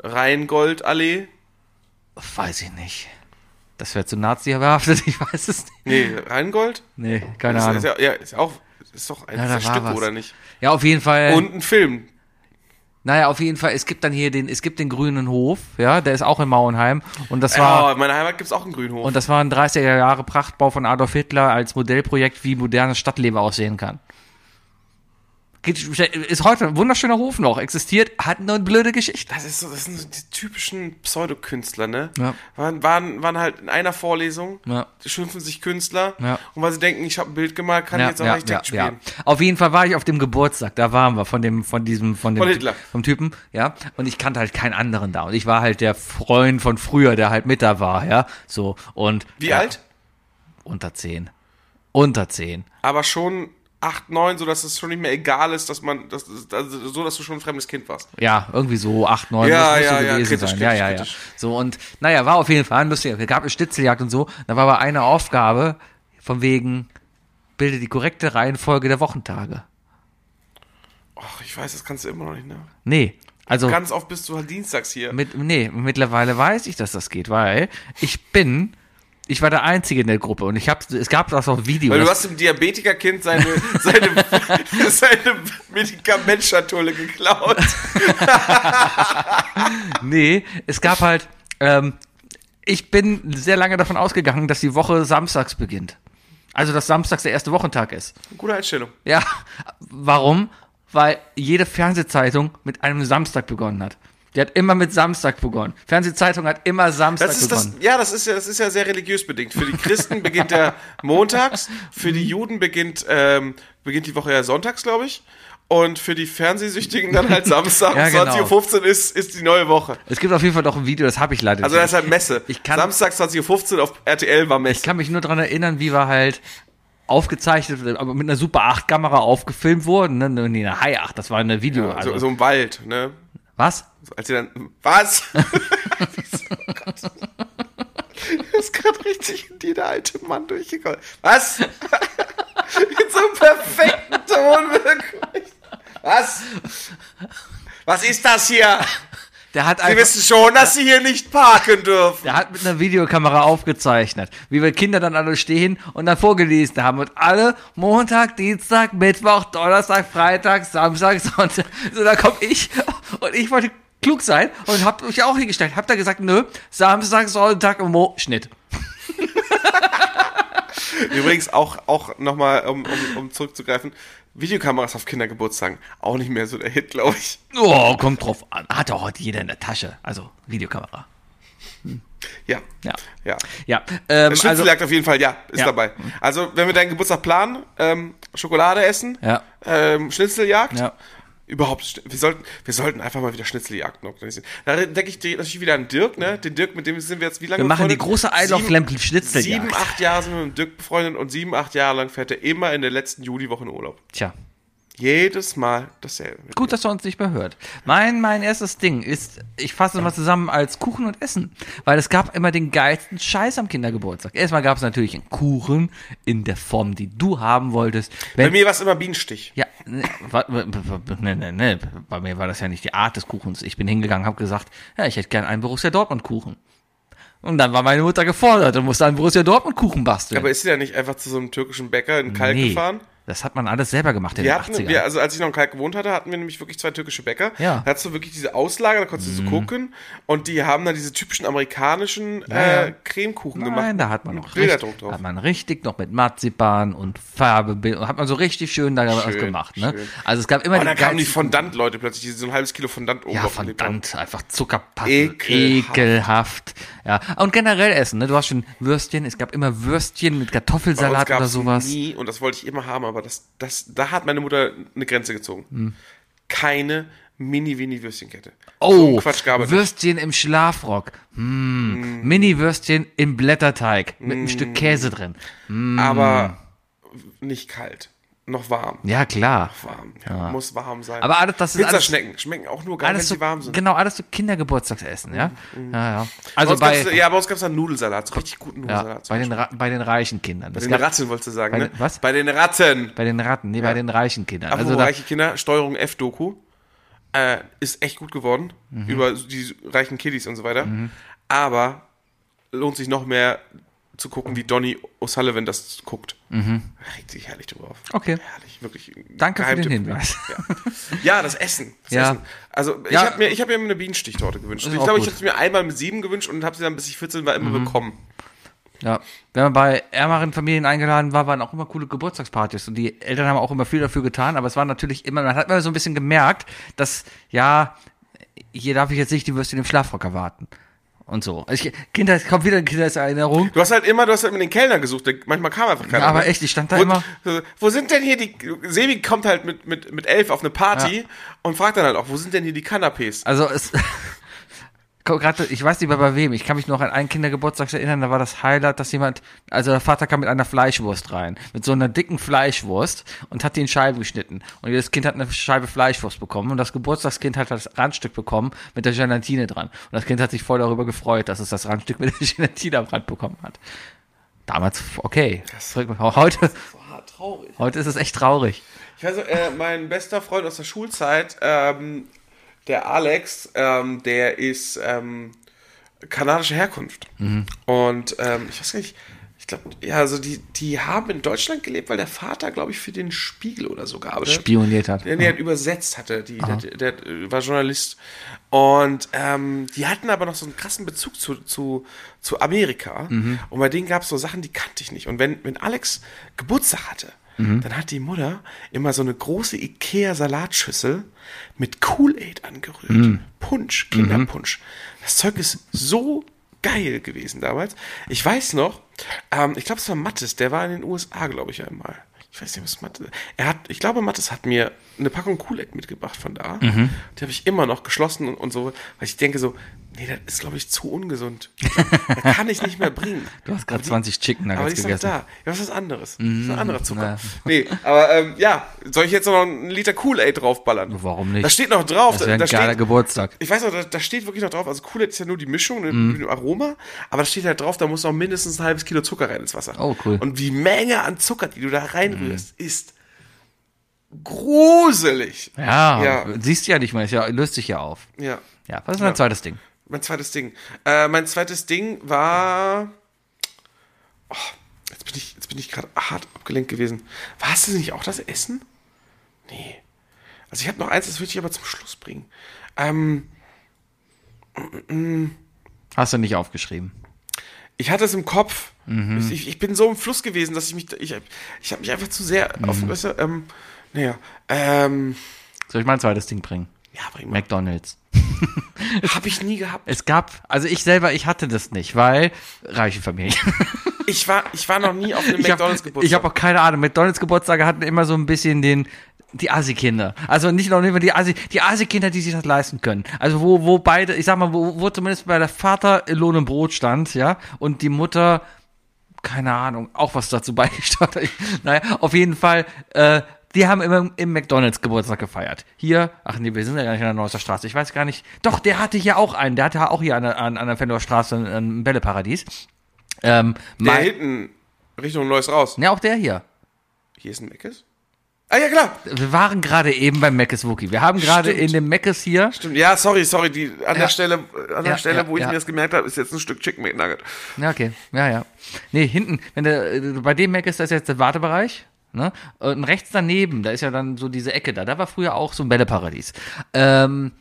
Speaker 4: Rheingoldallee.
Speaker 3: Weiß ich nicht. Das wäre zu Nazi verhaftet, ich weiß es nicht.
Speaker 4: Nee, Rheingold?
Speaker 3: Nee, keine
Speaker 4: Ist-
Speaker 3: Ahnung.
Speaker 4: Ist, ja, ja, ist auch ist doch ein
Speaker 3: Ja, da war
Speaker 4: Stück
Speaker 3: was. Äh.
Speaker 4: oder nicht?
Speaker 3: Ja, auf jeden Fall.
Speaker 4: Und ein Film.
Speaker 3: Naja, auf jeden Fall, es gibt dann hier den, es gibt den grünen Hof, ja, der ist auch in Mauenheim. Und das war.
Speaker 4: Ja, Oh, in meiner Heimat gibt's auch einen Grünhof.
Speaker 3: Und das war ein 30er Jahre Prachtbau von Adolf Hitler als Modellprojekt, wie modernes Stadtleben aussehen kann. Geht, ist heute ein wunderschöner Hof noch, existiert, hat nur eine blöde Geschichte.
Speaker 4: das, ist so, das sind so die typischen Pseudokünstler, ne?
Speaker 3: Ja.
Speaker 4: Waren, waren, waren halt in einer Vorlesung,
Speaker 3: Ja.
Speaker 4: schimpfen sich Künstler
Speaker 3: Ja.
Speaker 4: und weil sie denken, ich habe ein Bild gemalt, kann ich jetzt auch Architekt spielen.
Speaker 3: Auf jeden Fall war ich auf dem Geburtstag, da waren wir von dem, von diesem, von dem
Speaker 4: Von Hitler.
Speaker 3: vom Typen, ja. Und ich kannte halt keinen anderen da. Und ich war halt der Freund von früher, der halt mit da war, ja. So. Und
Speaker 4: Wie
Speaker 3: ja,
Speaker 4: alt?
Speaker 3: Unter zehn. Unter zehn.
Speaker 4: aber schon 8, 9, sodass es schon nicht mehr egal ist, dass man, dass, also so, dass du schon ein fremdes Kind warst.
Speaker 3: Ja, irgendwie so acht, neun,
Speaker 4: Ja,
Speaker 3: das muss
Speaker 4: ja,
Speaker 3: so
Speaker 4: ja,
Speaker 3: gewesen
Speaker 4: kritisch,
Speaker 3: sein.
Speaker 4: kritisch,
Speaker 3: ja, ja,
Speaker 4: kritisch.
Speaker 3: ja. So und naja, war auf jeden Fall lustig. Es gab eine Schnitzeljagd und so. Da war aber eine Aufgabe von wegen bilde die korrekte Reihenfolge der Wochentage.
Speaker 4: Ach, ich weiß, das kannst du immer noch nicht, ne?
Speaker 3: Nee, also
Speaker 4: Ganz oft bist du halt dienstags hier.
Speaker 3: mit, nee, mittlerweile weiß ich, dass das geht, weil ich bin ich war der einzige in der Gruppe und ich habe es gab das auf Video.
Speaker 4: Weil du
Speaker 3: Das-
Speaker 4: hast dem Diabetikerkind seine, seine, seine Medikamentschatulle geklaut.
Speaker 3: Nee, es gab halt ähm, ich bin sehr lange davon ausgegangen, dass die Woche samstags beginnt. Also dass samstags der erste Wochentag ist.
Speaker 4: Gute Einstellung.
Speaker 3: Ja, warum? Weil jede Fernsehzeitung mit einem Samstag begonnen hat. Die hat immer mit Samstag begonnen. Fernsehzeitung hat immer Samstag
Speaker 4: Das ist das,
Speaker 3: begonnen.
Speaker 4: ja, das ist ja, das ist ja sehr religiös bedingt. Für die Christen beginnt
Speaker 3: Mhm.
Speaker 4: der montags, für die Juden beginnt, ähm, beginnt die Woche ja sonntags, glaube ich. Und für die Fernsehsüchtigen dann halt Samstag
Speaker 3: Ja, genau.
Speaker 4: 20.15 Uhr ist, ist die neue Woche.
Speaker 3: Es gibt auf jeden Fall noch ein Video, das habe ich leider
Speaker 4: Also
Speaker 3: nicht.
Speaker 4: das ist halt Messe.
Speaker 3: Ich kann-
Speaker 4: Samstag 20.15 Uhr auf RTL war
Speaker 3: Ich
Speaker 4: Messe.
Speaker 3: kann mich nur daran erinnern, wie wir halt aufgezeichnet, aber mit einer Super 8 Kamera aufgefilmt wurden. Ne? Nee, eine High 8, das war eine Video. also,
Speaker 4: so, so im Wald, ne?
Speaker 3: was?
Speaker 4: So, Als sie dann. Was? Das ist gerade richtig in dir, der alte Mann, durchgekommen. Was? In so einem perfekten Ton, wirklich. Was? Was ist das hier?
Speaker 3: Der hat
Speaker 4: Sie
Speaker 3: einfach,
Speaker 4: wissen schon, dass Sie hier nicht parken dürfen.
Speaker 3: der hat mit einer Videokamera aufgezeichnet, wie wir Kinder dann alle stehen und dann vorgelesen haben und alle Montag, Dienstag, Mittwoch, Donnerstag, Freitag, Samstag, Sonntag. So, da komm ich und ich wollte klug sein und hab mich auch hingestellt. Hab da gesagt, nö, Samstag, Sonntag und Mo Schnitt.
Speaker 4: Übrigens auch, auch nochmal, um, um, um zurückzugreifen, Videokameras auf Kindergeburtstagen. Auch nicht mehr so der Hit, glaube ich.
Speaker 3: Oh, kommt drauf an. Hat doch heute jeder in der Tasche. Also, Videokamera.
Speaker 4: Ja.
Speaker 3: Ja.
Speaker 4: Ja.
Speaker 3: Ja, ähm,
Speaker 4: Das
Speaker 3: also,
Speaker 4: Schnitzel also, auf jeden Fall, ja, ist
Speaker 3: Ja.
Speaker 4: dabei. Also, wenn wir deinen Geburtstag planen, ähm, Schokolade essen,
Speaker 3: Ja.
Speaker 4: ähm, Schnitzeljagd,
Speaker 3: Ja.
Speaker 4: überhaupt, Schn- wir sollten, wir sollten einfach mal wieder Schnitzeljagden organisieren. Da denke ich dir natürlich wieder an Dirk, ne? Den Dirk, mit dem sind wir jetzt wie lange
Speaker 3: wir machen die
Speaker 4: befreundet?
Speaker 3: große Isle of
Speaker 4: Sieben-
Speaker 3: Lamp
Speaker 4: Sieben,
Speaker 3: Schnitzeljagd.
Speaker 4: acht Jahre sind wir mit dem Dirk befreundet und sieben, acht Jahre lang fährt er immer in der letzten Juliwoche in Urlaub.
Speaker 3: Tja,
Speaker 4: Jedes Mal dasselbe.
Speaker 3: gut, dass er uns nicht mehr hört. Mein, mein erstes Ding ist, ich fasse es mal zusammen als Kuchen und Essen, weil es gab immer den geilsten Scheiß am Kindergeburtstag. Erstmal gab es natürlich einen Kuchen in der Form, die du haben wolltest.
Speaker 4: Bei
Speaker 3: Wenn,
Speaker 4: mir war es immer Bienenstich.
Speaker 3: ja, ne, wa- wa- wa- wa- ne, ne, ne, bei mir war das ja nicht die Art des Kuchens. Ich bin hingegangen, habe gesagt, ja, ich hätte gern einen Borussia Dortmund Kuchen. Und dann war meine Mutter gefordert und musste einen Borussia Dortmund Kuchen basteln.
Speaker 4: Aber ist sie ja nicht einfach zu so einem türkischen Bäcker in Kalk gefahren?
Speaker 3: Das hat man alles selber gemacht in
Speaker 4: Wir
Speaker 3: den
Speaker 4: hatten,
Speaker 3: 80ern.
Speaker 4: wir, also als ich noch in Kalk gewohnt hatte, hatten wir nämlich wirklich zwei türkische Bäcker.
Speaker 3: Ja. Mhm.
Speaker 4: Da hattest du wirklich diese Auslage, da konntest du so gucken. Und die haben dann diese typischen amerikanischen
Speaker 3: Ja,
Speaker 4: äh,
Speaker 3: ja.
Speaker 4: Cremekuchen gemacht.
Speaker 3: Nein, da hat man noch
Speaker 4: Bilder
Speaker 3: richtig,
Speaker 4: drauf.
Speaker 3: hat man richtig noch mit Marzipan und Farbe, Bild- hat man so richtig schön da was
Speaker 4: Schön,
Speaker 3: gemacht. Ne?
Speaker 4: schön.
Speaker 3: Also es gab immer
Speaker 4: Und dann kamen die
Speaker 3: geilsten-
Speaker 4: Fondant-Leute plötzlich, die so ein halbes Kilo Fondant oben
Speaker 3: ja,
Speaker 4: auf den Lippen haben.
Speaker 3: verdammt, einfach Zuckerpappe.
Speaker 4: Ekelhaft.
Speaker 3: Ekelhaft. Ja, und generell essen, ne? Du hast schon Würstchen, es gab immer Würstchen mit
Speaker 4: Bei uns
Speaker 3: Kartoffelsalat oder
Speaker 4: gab's
Speaker 3: sowas.
Speaker 4: Nie, und das wollte ich immer haben, aber das, das, da hat meine Mutter eine Grenze gezogen. Keine Mini-Winnie-Würstchenkette. So einen
Speaker 3: Hm. Oh,
Speaker 4: Quatsch gab es. nicht.
Speaker 3: Würstchen im Schlafrock.
Speaker 4: Hm.
Speaker 3: Mm. Mini-Würstchen im Blätterteig mit einem Stück Käse drin.
Speaker 4: Aber nicht kalt. Noch warm.
Speaker 3: Ja, klar.
Speaker 4: Warm. Ja, Muss warm sein.
Speaker 3: Aber alles, das ist alles-
Speaker 4: Pizzaschnecken schmecken auch nur geil, wenn
Speaker 3: Alles
Speaker 4: sie
Speaker 3: so,
Speaker 4: warm sind.
Speaker 3: genau, alles so Kindergeburtstagsessen, ja? ja, ja. Also
Speaker 4: Also bei,
Speaker 3: bei,
Speaker 4: gab's, ja, bei uns gab es einen Nudelsalat, so richtig guten
Speaker 3: ja,
Speaker 4: Nudelsalat.
Speaker 3: bei, den, Ra- bei den reichen Kindern. Das
Speaker 4: bei den
Speaker 3: gab-
Speaker 4: Ratten wolltest du sagen,
Speaker 3: bei
Speaker 4: ne?
Speaker 3: den- was?
Speaker 4: Bei den Ratten.
Speaker 3: Bei den Ratten, nee, bei den reichen Kindern.
Speaker 4: Aber
Speaker 3: also da,
Speaker 4: reiche Kinder, Steuerung F-Doku, äh, ist echt gut geworden,
Speaker 3: Mhm.
Speaker 4: über die reichen Kiddies und so weiter. Aber lohnt sich noch mehr zu gucken, wie Donny O'Sullivan das guckt.
Speaker 3: Mhm.
Speaker 4: Regt sich herrlich drüber auf.
Speaker 3: Okay.
Speaker 4: Herrlich, wirklich.
Speaker 3: Danke für den
Speaker 4: Geheimtipp.
Speaker 3: Hinweis.
Speaker 4: Ja, das Essen. Das
Speaker 3: Ja.
Speaker 4: Essen. Also ich
Speaker 3: Ja.
Speaker 4: habe mir, ich hab mir immer eine Bienenstichtorte gewünscht. Ich
Speaker 3: auch
Speaker 4: glaube, ich
Speaker 3: gut. Mhm.
Speaker 4: habe sie mir einmal mit sieben gewünscht und habe sie dann, bis ich 14 war, immer bekommen.
Speaker 3: Ja. Wenn man bei ärmeren Familien eingeladen war, waren auch immer coole Geburtstagspartys und die Eltern haben auch immer viel dafür getan, aber es war natürlich immer, man hat immer so ein bisschen gemerkt, dass, ja, hier darf ich jetzt nicht die Würstchen im Schlafrock erwarten. Und so. Also ich, Kindheit, kommt wieder eine Kindheitserinnerung.
Speaker 4: Du hast halt immer, du hast halt immer den Kellner gesucht. der- Manchmal kam einfach keiner.
Speaker 3: Ja, aber
Speaker 4: ne?
Speaker 3: echt, ich stand da
Speaker 4: wo,
Speaker 3: immer-
Speaker 4: so, Wo sind denn hier die? Sebi kommt halt mit mit mit elf auf eine Party und fragt dann halt auch, wo sind denn hier die Canapés?
Speaker 3: Also es Guck, grad, ich weiß nicht mehr bei wem. Ich kann mich noch an einen Kindergeburtstag erinnern, da war das Highlight, dass jemand, also der Vater kam mit einer Fleischwurst rein, mit so einer dicken Fleischwurst und hat die in Scheiben geschnitten. Und jedes Kind hat eine Scheibe Fleischwurst bekommen und das Geburtstagskind hat das Randstück bekommen mit der Gelatine dran. Und das Kind hat sich voll darüber gefreut, dass es das Randstück mit der Gelatine am Rand bekommen hat. Damals, okay. Heute,
Speaker 4: Traurig.
Speaker 3: heute ist es echt traurig.
Speaker 4: Ich weiß, noch, äh, mein bester Freund aus der Schulzeit, ähm, der Alex, ähm, der ist ähm, kanadischer Herkunft.
Speaker 3: Mhm.
Speaker 4: Und ähm, ich weiß gar nicht. Ich glaube, ja, also die, die haben in Deutschland gelebt, weil der Vater, glaube ich, für den Spiegel oder so ne? gearbeitet hat.
Speaker 3: Spioniert hat.
Speaker 4: Der, der hat übersetzt hatte, die, der, der, der war Journalist. Und ähm, die hatten aber noch so einen krassen Bezug zu, zu, zu Amerika. Und bei denen gab es so Sachen, die kannte ich nicht. Und wenn, wenn Alex Geburtstag hatte, dann hat die Mutter immer so eine große Ikea-Salatschüssel mit Kool-Aid angerührt. Punsch, Kinderpunsch. Das Zeug ist so geil gewesen damals. Ich weiß noch, ähm, ich glaube, es war Mattes, der war in den USA, glaube ich, einmal. Ich Ich weiß nicht, was Mathe. Er hat, ich glaube, Mattes hat mir eine Packung Kuleck mitgebracht von da.
Speaker 3: Mhm.
Speaker 4: Die habe ich immer noch geschlossen und, und so, weil ich denke so, nee, das ist, glaube ich, zu ungesund. das kann ich nicht mehr bringen.
Speaker 3: Du hast gerade 20 Chicken
Speaker 4: Aber
Speaker 3: Nuggets
Speaker 4: die ist noch
Speaker 3: gegessen. Mhm.
Speaker 4: da. Ja, was ist anderes? Das ist ein anderer Zucker.
Speaker 3: na.
Speaker 4: Nee, aber ähm, ja, soll ich jetzt noch einen Liter Kool-Aid draufballern?
Speaker 3: Warum nicht?
Speaker 4: Da steht noch drauf.
Speaker 3: Das wäre ein
Speaker 4: da, da
Speaker 3: geiler
Speaker 4: steht,
Speaker 3: Geburtstag.
Speaker 4: Ich weiß noch, da, da steht wirklich noch drauf, also Kool-Aid ist ja nur die Mischung mit-
Speaker 3: Mhm.
Speaker 4: mit dem Aroma, aber da steht halt drauf, da muss noch mindestens ein halbes Kilo Zucker rein ins Wasser.
Speaker 3: Oh, cool. Mhm.
Speaker 4: Und die Menge an Zucker, die du da reinrührst, ist gruselig.
Speaker 3: Ja,
Speaker 4: Ja.
Speaker 3: siehst du ja nicht mal, ist ja, löst sich ja auf.
Speaker 4: Ja.
Speaker 3: Ja, was ist mein zweites Ding?
Speaker 4: Mein zweites Ding. Äh, mein zweites Ding war. Oh, jetzt bin ich, jetzt bin ich gerade hart abgelenkt gewesen. War es nicht auch das Essen? Nee. Also ich habe noch eins, das will ich aber zum Schluss bringen. Ähm,
Speaker 3: Hast du nicht aufgeschrieben.
Speaker 4: ich hatte es im Kopf.
Speaker 3: Mhm.
Speaker 4: Ich, ich bin so im Fluss gewesen, dass ich mich. Ich, ich habe mich einfach zu sehr auf.
Speaker 3: Mhm.
Speaker 4: Weißt du, ähm, naja. Ähm,
Speaker 3: Soll ich mein zweites Ding bringen?
Speaker 4: ja, aber immer.
Speaker 3: McDonalds.
Speaker 4: Habe ich nie gehabt.
Speaker 3: Es gab, also ich selber, ich hatte das nicht, weil reiche Familie.
Speaker 4: Ich war, ich war noch nie auf einem
Speaker 3: Ich hab-
Speaker 4: McDonalds-Geburtstag.
Speaker 3: Ich habe auch keine Ahnung. McDonalds Geburtstage hatten immer so ein bisschen den die Asi-Kinder. Also nicht noch nicht mal die Asi, die Asi-Kinder, die sich das leisten können. Also wo wo beide, ich sag mal, wo, wo zumindest bei der Vater Lohn und Brot stand, ja, und die Mutter keine Ahnung, auch was dazu beigesteuert. hat. naja, auf jeden Fall, äh, die haben immer im McDonalds Geburtstag gefeiert. Hier, ach nee, wir sind ja gar nicht an der Neusser Straße. Ich weiß gar nicht. Doch, der hatte hier auch einen. Der hatte auch hier an der, an, an der Fenloer Straße ein Bälleparadies. Ähm,
Speaker 4: Da
Speaker 3: mein-
Speaker 4: hinten, Richtung Neues raus.
Speaker 3: ja, auch der hier.
Speaker 4: Hier ist ein Meckes. Ah ja, klar.
Speaker 3: Wir waren gerade eben beim Meckes Wookie. Wir haben gerade
Speaker 4: Stimmt.
Speaker 3: in dem Meckes hier.
Speaker 4: Stimmt. Ja, sorry, sorry. Die, an der Stelle, an der
Speaker 3: Ja,
Speaker 4: Stelle
Speaker 3: ja,
Speaker 4: wo ich
Speaker 3: ja.
Speaker 4: mir das gemerkt habe, ist jetzt ein Stück Chicken McNugget.
Speaker 3: Ja, okay. Ja, ja. Nee, hinten, wenn der, äh, bei dem Meckes, da ist jetzt der Wartebereich. Ne? Und rechts daneben, da ist ja dann so diese Ecke da. Da war früher auch so ein Bälleparadies. Ähm,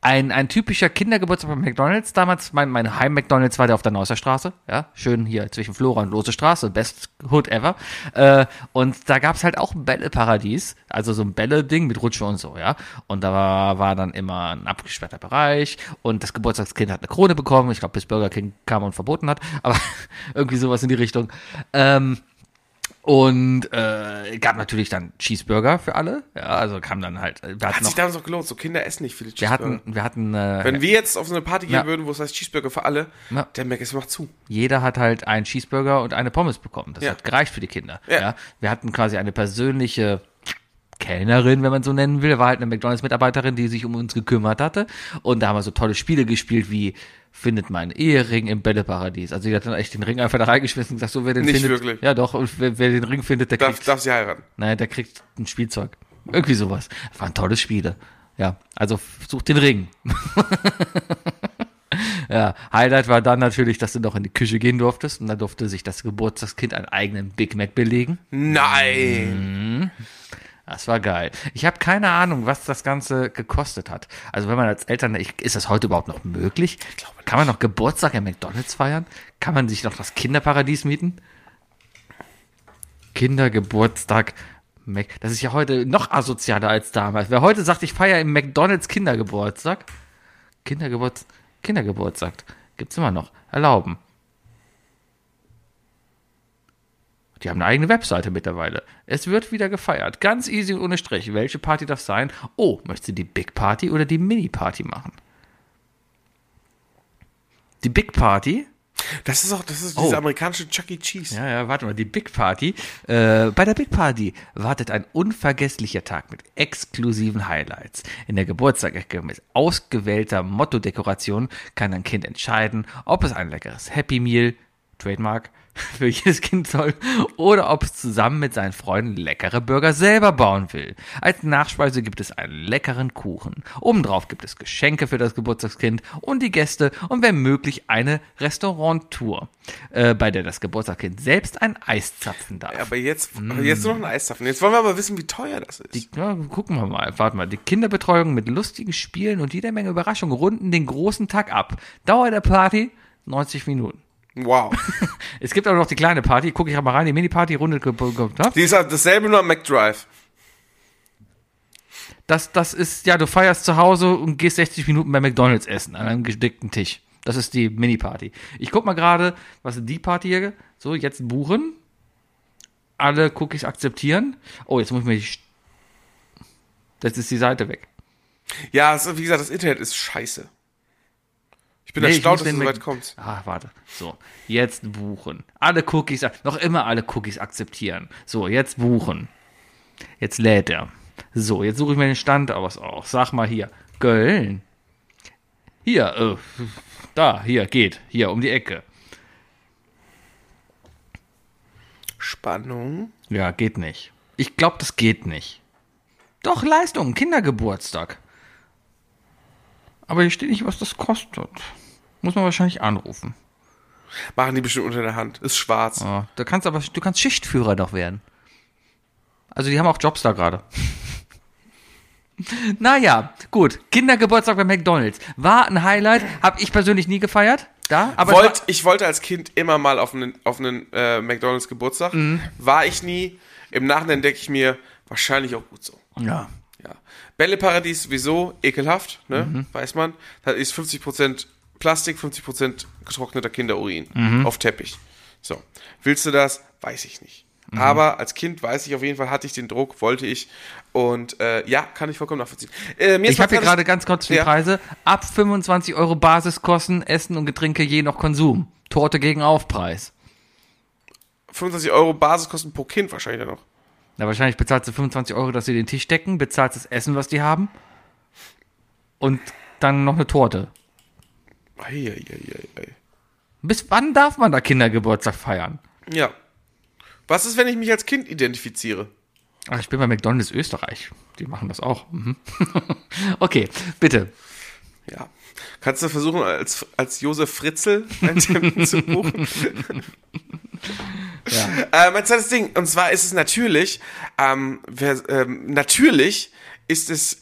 Speaker 3: ein, ein typischer Kindergeburtstag bei McDonalds. Damals, mein, mein Heim-McDonalds war der auf der Neusser Straße. Ja, schön hier zwischen Flora und Lose Straße. Best Hood ever. Äh, und da gab's halt auch ein Bälleparadies. Also so ein Bälle-Ding mit Rutsche und so, ja. Und da war, war dann immer ein abgesperrter Bereich. Und das Geburtstagskind hat eine Krone bekommen. Ich glaube, bis Burger King kam und verboten hat. Aber irgendwie sowas in die Richtung. Ähm, und äh, gab natürlich dann Cheeseburger für alle. Ja, also kam dann halt. Wir hatten,
Speaker 4: Hat sich
Speaker 3: noch,
Speaker 4: damals noch gelohnt. So Kinder essen nicht viele
Speaker 3: wir
Speaker 4: Cheeseburger.
Speaker 3: hatten, wir hatten äh,
Speaker 4: Wenn wir jetzt auf so eine Party gehen
Speaker 3: Ja.
Speaker 4: würden, wo es heißt Cheeseburger für alle,
Speaker 3: Ja.
Speaker 4: der Meckes macht zu.
Speaker 3: jeder hat halt einen Cheeseburger und eine Pommes bekommen. Das
Speaker 4: Ja.
Speaker 3: hat gereicht für die Kinder.
Speaker 4: Ja.
Speaker 3: Ja. Wir hatten quasi eine persönliche Kellnerin, wenn man so nennen will, war halt eine McDonalds-Mitarbeiterin, die sich um uns gekümmert hatte. Und da haben wir so tolle Spiele gespielt wie Findet meinen Ehering im Bälleparadies. Also die hat dann echt den Ring einfach da reingeschmissen und gesagt, so wer den
Speaker 4: Nicht
Speaker 3: findet.
Speaker 4: wirklich.
Speaker 3: Ja doch, und wer, wer den Ring findet, der
Speaker 4: Darf,
Speaker 3: kriegt.
Speaker 4: darf sie heiraten.
Speaker 3: Naja, der kriegt ein Spielzeug. Irgendwie sowas. Das waren tolle Spiele. Ja, also f- sucht den Ring. ja, Highlight war dann natürlich, dass du noch in die Küche gehen durftest und da durfte sich das Geburtstagskind einen eigenen Big Mac belegen.
Speaker 4: Nein.
Speaker 3: Das war geil. Ich habe keine Ahnung, was das Ganze gekostet hat. Also wenn man als Eltern, ich, ist das heute überhaupt noch möglich? Kann man noch Geburtstag in McDonalds feiern? Kann man sich noch das Kinderparadies mieten? Kindergeburtstag. Mac das ist ja heute noch asozialer als damals. Wer heute sagt, ich feiere im McDonalds Kindergeburtstag, Kindergeburts Kindergeburtstag gibt's immer noch. Erlauben. Die haben eine eigene Webseite mittlerweile. Es wird wieder gefeiert. Ganz easy und ohne Strich. Welche Party darf sein? Oh, möchtest du die Big Party oder die Mini Party machen? Die Big Party?
Speaker 4: Das ist auch, das ist
Speaker 3: Oh.
Speaker 4: dieser amerikanische Chuck E. Cheese.
Speaker 3: Ja, ja, warte mal. Die Big Party. Äh, bei der Big Party wartet ein unvergesslicher Tag mit exklusiven Highlights. In der Geburtstagecke mit ausgewählter Mottodekoration kann ein Kind entscheiden, ob es ein leckeres Happy Meal, Trademark, für jedes Kind soll oder ob es zusammen mit seinen Freunden leckere Burger selber bauen will. Als Nachspeise gibt es einen leckeren Kuchen. Obendrauf gibt es Geschenke für das Geburtstagskind und die Gäste und wenn möglich eine Restauranttour, äh, bei der das Geburtstagskind selbst ein Eis zapfen darf.
Speaker 4: Aber jetzt, aber jetzt nur noch ein Eistapfen. Jetzt wollen wir aber wissen, wie teuer das ist.
Speaker 3: Mm. Die, ja, gucken wir mal. Warte mal. Die Kinderbetreuung mit lustigen Spielen und jeder Menge Überraschungen runden den großen Tag ab. Dauer der Party 90 Minuten.
Speaker 4: Wow.
Speaker 3: Es gibt aber noch die kleine Party. Gucke ich mal rein. Die Mini-Party rundet. ge- ge- ne? ge-
Speaker 4: Die ist halt dasselbe nur am McDrive.
Speaker 3: Das, das ist, ja, du feierst zu Hause und gehst 60 Minuten bei McDonalds essen an einem gedeckten Tisch. Das ist die Mini-Party. Ich guck mal gerade, was ist die Party hier? So, jetzt buchen. alle Cookies akzeptieren. Oh, jetzt muss ich mir die. St- Das ist die Seite weg.
Speaker 4: Ja, es, ist- wie gesagt, das Internet ist scheiße. Ich bin
Speaker 3: Nee, ich muss
Speaker 4: erstaunt, dass
Speaker 3: den
Speaker 4: du so
Speaker 3: mit-
Speaker 4: weit kommst.
Speaker 3: Ah, warte. So, jetzt buchen. Alle Cookies, noch immer alle Cookies akzeptieren. So, jetzt buchen. Jetzt lädt er. So, jetzt suche ich mir den Stand aus. Auch. Sag mal hier, Köln. Hier, äh, da, hier, geht. Hier, um die Ecke.
Speaker 4: Spannung.
Speaker 3: Ja, geht nicht. Ich glaube, das geht nicht. Doch, Leistung, Kindergeburtstag. Aber hier steht nicht, was das kostet. Muss man wahrscheinlich anrufen.
Speaker 4: Machen die bestimmt unter der Hand. Ist schwarz.
Speaker 3: Ja, da kannst aber, du kannst Schichtführer doch werden. Also die haben auch Jobs da gerade. naja, gut. Kindergeburtstag bei McDonalds. War ein Highlight. Hab ich persönlich nie gefeiert. Da, aber es
Speaker 4: Wollt, ich wollte als Kind immer mal auf einen, auf einen äh, McDonalds Geburtstag.
Speaker 3: Mhm.
Speaker 4: War ich nie. Im Nachhinein denke ich mir, wahrscheinlich auch gut so.
Speaker 3: war, ja.
Speaker 4: Ja. Bälleparadies sowieso ekelhaft, ne?
Speaker 3: Mhm.
Speaker 4: weiß man. Da ist 50% Plastik, 50% getrockneter Kinderurin
Speaker 3: Mhm.
Speaker 4: auf Teppich. So. Willst du das? Weiß ich nicht.
Speaker 3: Mhm.
Speaker 4: Aber als Kind weiß ich auf jeden Fall, hatte ich den Druck, wollte ich. Und äh, ja, kann ich vollkommen nachvollziehen. Äh, mir ist
Speaker 3: Ich habe hier
Speaker 4: mal
Speaker 3: gerade ganz kurz die
Speaker 4: Ja.
Speaker 3: Preise. Ab 25 Euro Basiskosten, Essen und Getränke je nach Konsum. Torte gegen Aufpreis.
Speaker 4: 25 Euro Basiskosten pro Kind wahrscheinlich dann noch.
Speaker 3: Na, wahrscheinlich bezahlst du 25 Euro, dass sie den Tisch decken, bezahlst das Essen, was die haben. Und dann noch eine Torte.
Speaker 4: Ei, ei, ei, ei, ei.
Speaker 3: Bis wann darf man da Kindergeburtstag feiern?
Speaker 4: Ja. Was ist, wenn ich mich als Kind identifiziere?
Speaker 3: Ach, ich bin bei McDonalds Österreich. Die machen das auch. Mhm. okay, bitte.
Speaker 4: Ja. Kannst du versuchen, als, als Josef Fritzel einen Termin zu buchen? Äh, mein zweites Ding, und zwar ist es natürlich, ähm, wer, ähm, natürlich ist es,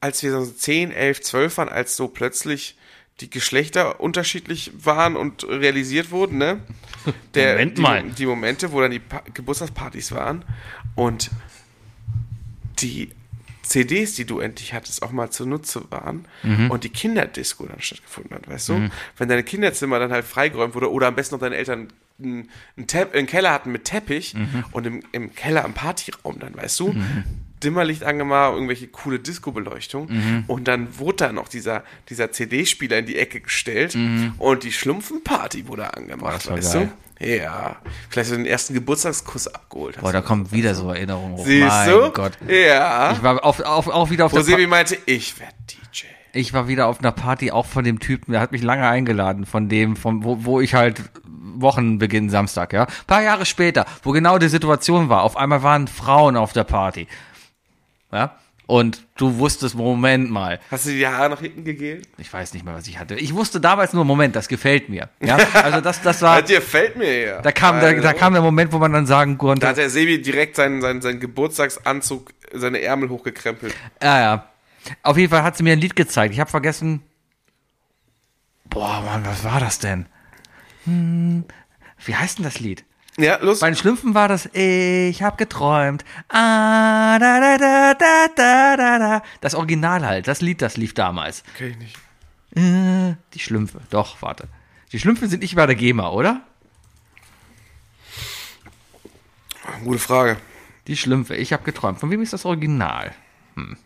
Speaker 4: als wir so 10, 11, 12 waren, als so plötzlich die Geschlechter unterschiedlich waren und realisiert wurden, ne? Der,
Speaker 3: Moment
Speaker 4: die,
Speaker 3: mal.
Speaker 4: Die Momente, wo dann die pa Geburtstagspartys waren und die CDs, die du endlich hattest, auch mal zunutze waren
Speaker 3: Mhm.
Speaker 4: und die Kinderdisco dann stattgefunden hat, weißt du? Wenn deine Kinderzimmer dann halt freigeräumt wurde oder am besten noch deine Eltern einen, einen, Tepp- einen Keller hatten mit Teppich
Speaker 3: Mhm.
Speaker 4: und im, im Keller am Partyraum dann, weißt du? Dimmerlicht angemacht, irgendwelche coole Disco-Beleuchtung
Speaker 3: Mhm.
Speaker 4: und dann wurde dann noch dieser, dieser CD-Spieler in die Ecke gestellt und die Schlumpfenparty wurde angemacht,
Speaker 3: Mhm. das war
Speaker 4: weißt
Speaker 3: geil.
Speaker 4: du? Ja, vielleicht so den ersten Geburtstagskuss abgeholt hast.
Speaker 3: Boah, Oh, da kommt wieder so Erinnerung hoch.
Speaker 4: Siehst
Speaker 3: mein
Speaker 4: du?
Speaker 3: Gott.
Speaker 4: Ja.
Speaker 3: Ich war auf, auf, auch wieder auf
Speaker 4: Wo
Speaker 3: der
Speaker 4: Sebi
Speaker 3: pa
Speaker 4: meinte, ich werd DJ.
Speaker 3: ich war wieder auf einer Party auch von dem Typen, der hat mich lange eingeladen, von dem, von wo, wo ich halt Wochenbeginn Samstag, ja. Paar Jahre später, wo genau die Situation war. Auf einmal waren Frauen auf der Party. Ja? Und du wusstest, Moment mal,
Speaker 4: Hast du dir die Haare nach hinten gegelt?
Speaker 3: ich weiß nicht mehr, was ich hatte. Ich wusste damals nur, Moment, das gefällt mir. Ja? Also das, das war.
Speaker 4: Ah, dir fällt mir ja.
Speaker 3: Da kam, da, da kam der Moment, wo man dann sagen
Speaker 4: Da hat
Speaker 3: konnte,
Speaker 4: der Sebi direkt seinen, seinen, seinen Geburtstagsanzug, seine Ärmel hochgekrempelt.
Speaker 3: ja, ja. Auf jeden Fall hat sie mir ein Lied gezeigt. Ich habe vergessen. Boah, Mann, was war das denn? Hm, wie heißt denn das Lied?
Speaker 4: Ja, los.
Speaker 3: Bei den Schlümpfen war das Ich hab geträumt. Ah, da, da, da, da, da, da, da. Das Original halt, das Lied, das lief damals.
Speaker 4: Kenn ich nicht.
Speaker 3: Äh, die Schlümpfe. Doch, warte. Die Schlümpfe sind nicht bei der GEMA, oder?
Speaker 4: Gute Frage.
Speaker 3: Die Schlümpfe. Ich habe geträumt. Von wem ist das Original? Hm.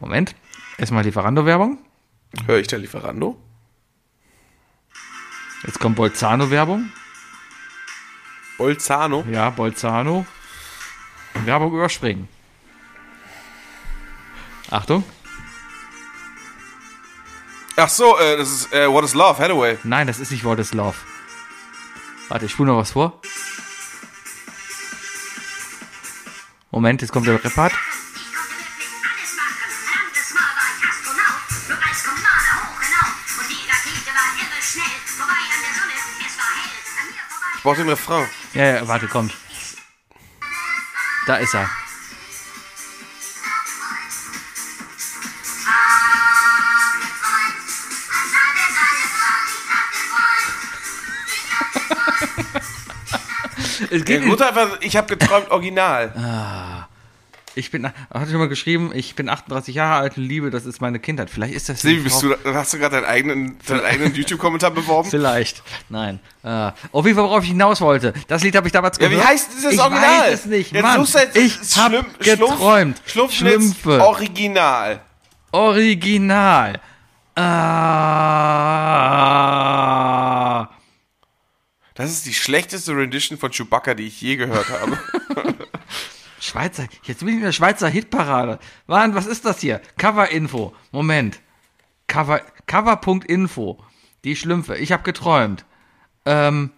Speaker 3: Moment. Erstmal Lieferando-Werbung.
Speaker 4: Hör ich der Lieferando?
Speaker 3: Jetzt kommt Bolzano-Werbung.
Speaker 4: Bolzano?
Speaker 3: Ja, Bolzano. Werbung überspringen. Achtung.
Speaker 4: Ach so, äh, das ist äh, What is Love, Hathaway.
Speaker 3: Nein, das ist nicht What is Love. Warte, ich spule noch was vor. Moment, jetzt kommt der Rap-Part.
Speaker 4: Ich brauch den Refrain.
Speaker 3: Ja, ja, warte, kommt. Da ist er. Es
Speaker 4: Der
Speaker 3: geht nicht. Äh, Ah,
Speaker 4: Grund einfach, ich habe geträumt, original.
Speaker 3: Ich bin, hatte schon mal geschrieben, ich bin 38 Jahre alt und liebe, das ist meine Kindheit. Vielleicht ist das.
Speaker 4: Sebi, bist du, hast du gerade deinen eigenen, deinen eigenen YouTube-Kommentar beworben?
Speaker 3: Vielleicht. Nein. Äh, auf jeden Fall, worauf ich hinaus wollte. Das Lied habe ich damals
Speaker 4: Ja,
Speaker 3: gehört.
Speaker 4: wie heißt das
Speaker 3: ich
Speaker 4: Original?
Speaker 3: Weiß es nicht.
Speaker 4: Jetzt
Speaker 3: Mann,
Speaker 4: suchst du jetzt
Speaker 3: ich hab
Speaker 4: Schlumpf-
Speaker 3: geträumt.
Speaker 4: Schlumpf, Schlumpfschnitz
Speaker 3: Schlümpfe.
Speaker 4: Original.
Speaker 3: Original. Ah.
Speaker 4: Das ist die schlechteste Rendition von Chewbacca, die ich je gehört habe.
Speaker 3: Schweizer. Jetzt bin ich in der Schweizer Hitparade. Mann, was ist das hier? Cover-Info. Moment. Cover, Cover.info. Die Schlümpfe. Ich habe geträumt. Ähm.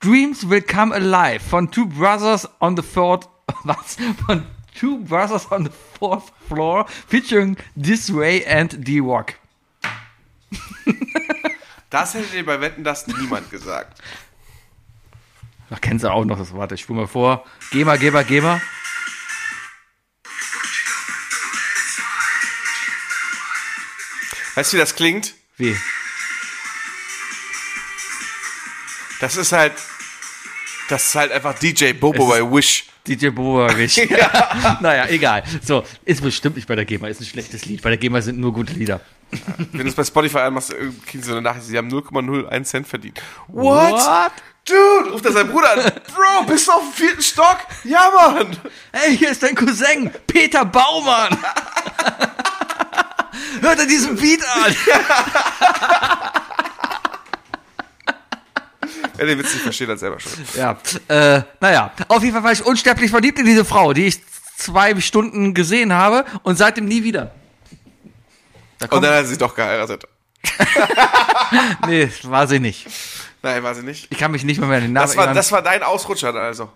Speaker 3: Dreams Will Come Alive von Two Brothers on the Fourth. Was? Von Two Brothers on the Fourth Floor featuring This Way and D-Walk.
Speaker 4: Das hätte dir bei Wetten das niemand gesagt.
Speaker 3: Ach, kennst du auch noch das? Warte, ich spule mal vor. Geh mal, geh mal, geh mal.
Speaker 4: Weißt du, wie das klingt?
Speaker 3: Wie?
Speaker 4: Das ist halt. Das ist halt einfach DJ
Speaker 3: Es
Speaker 4: Bobo bei Wish.
Speaker 3: DJ Boberich. ja. Naja, egal. So, ist bestimmt nicht bei der GEMA, ist ein schlechtes Lied. Bei der GEMA sind nur gute Lieder.
Speaker 4: Wenn du es bei Spotify anmachst, äh, kriegen sie eine Nachricht, sie haben 0,01 Cent verdient.
Speaker 3: What?
Speaker 4: Dude, ruft er seinen Bruder an. Bro, bist du auf dem vierten Stock? Ja, Mann.
Speaker 3: Hey, hier ist dein Cousin, Peter Baumann. Hört er diesen Beat an?
Speaker 4: Wer den Witz nicht versteht, hat selber schon.
Speaker 3: Ja, äh, naja. Auf jeden Fall war ich unsterblich verliebt in diese Frau, die ich zwei Stunden gesehen habe und seitdem nie wieder. Da
Speaker 4: Und
Speaker 3: kommt,
Speaker 4: dann hat sie doch geheiratet.
Speaker 3: nee, war sie nicht.
Speaker 4: Nein, war sie nicht.
Speaker 3: Ich kann mich nicht mehr mehr an den Namen
Speaker 4: Das war,
Speaker 3: erinnern.
Speaker 4: das war dein Ausrutscher also.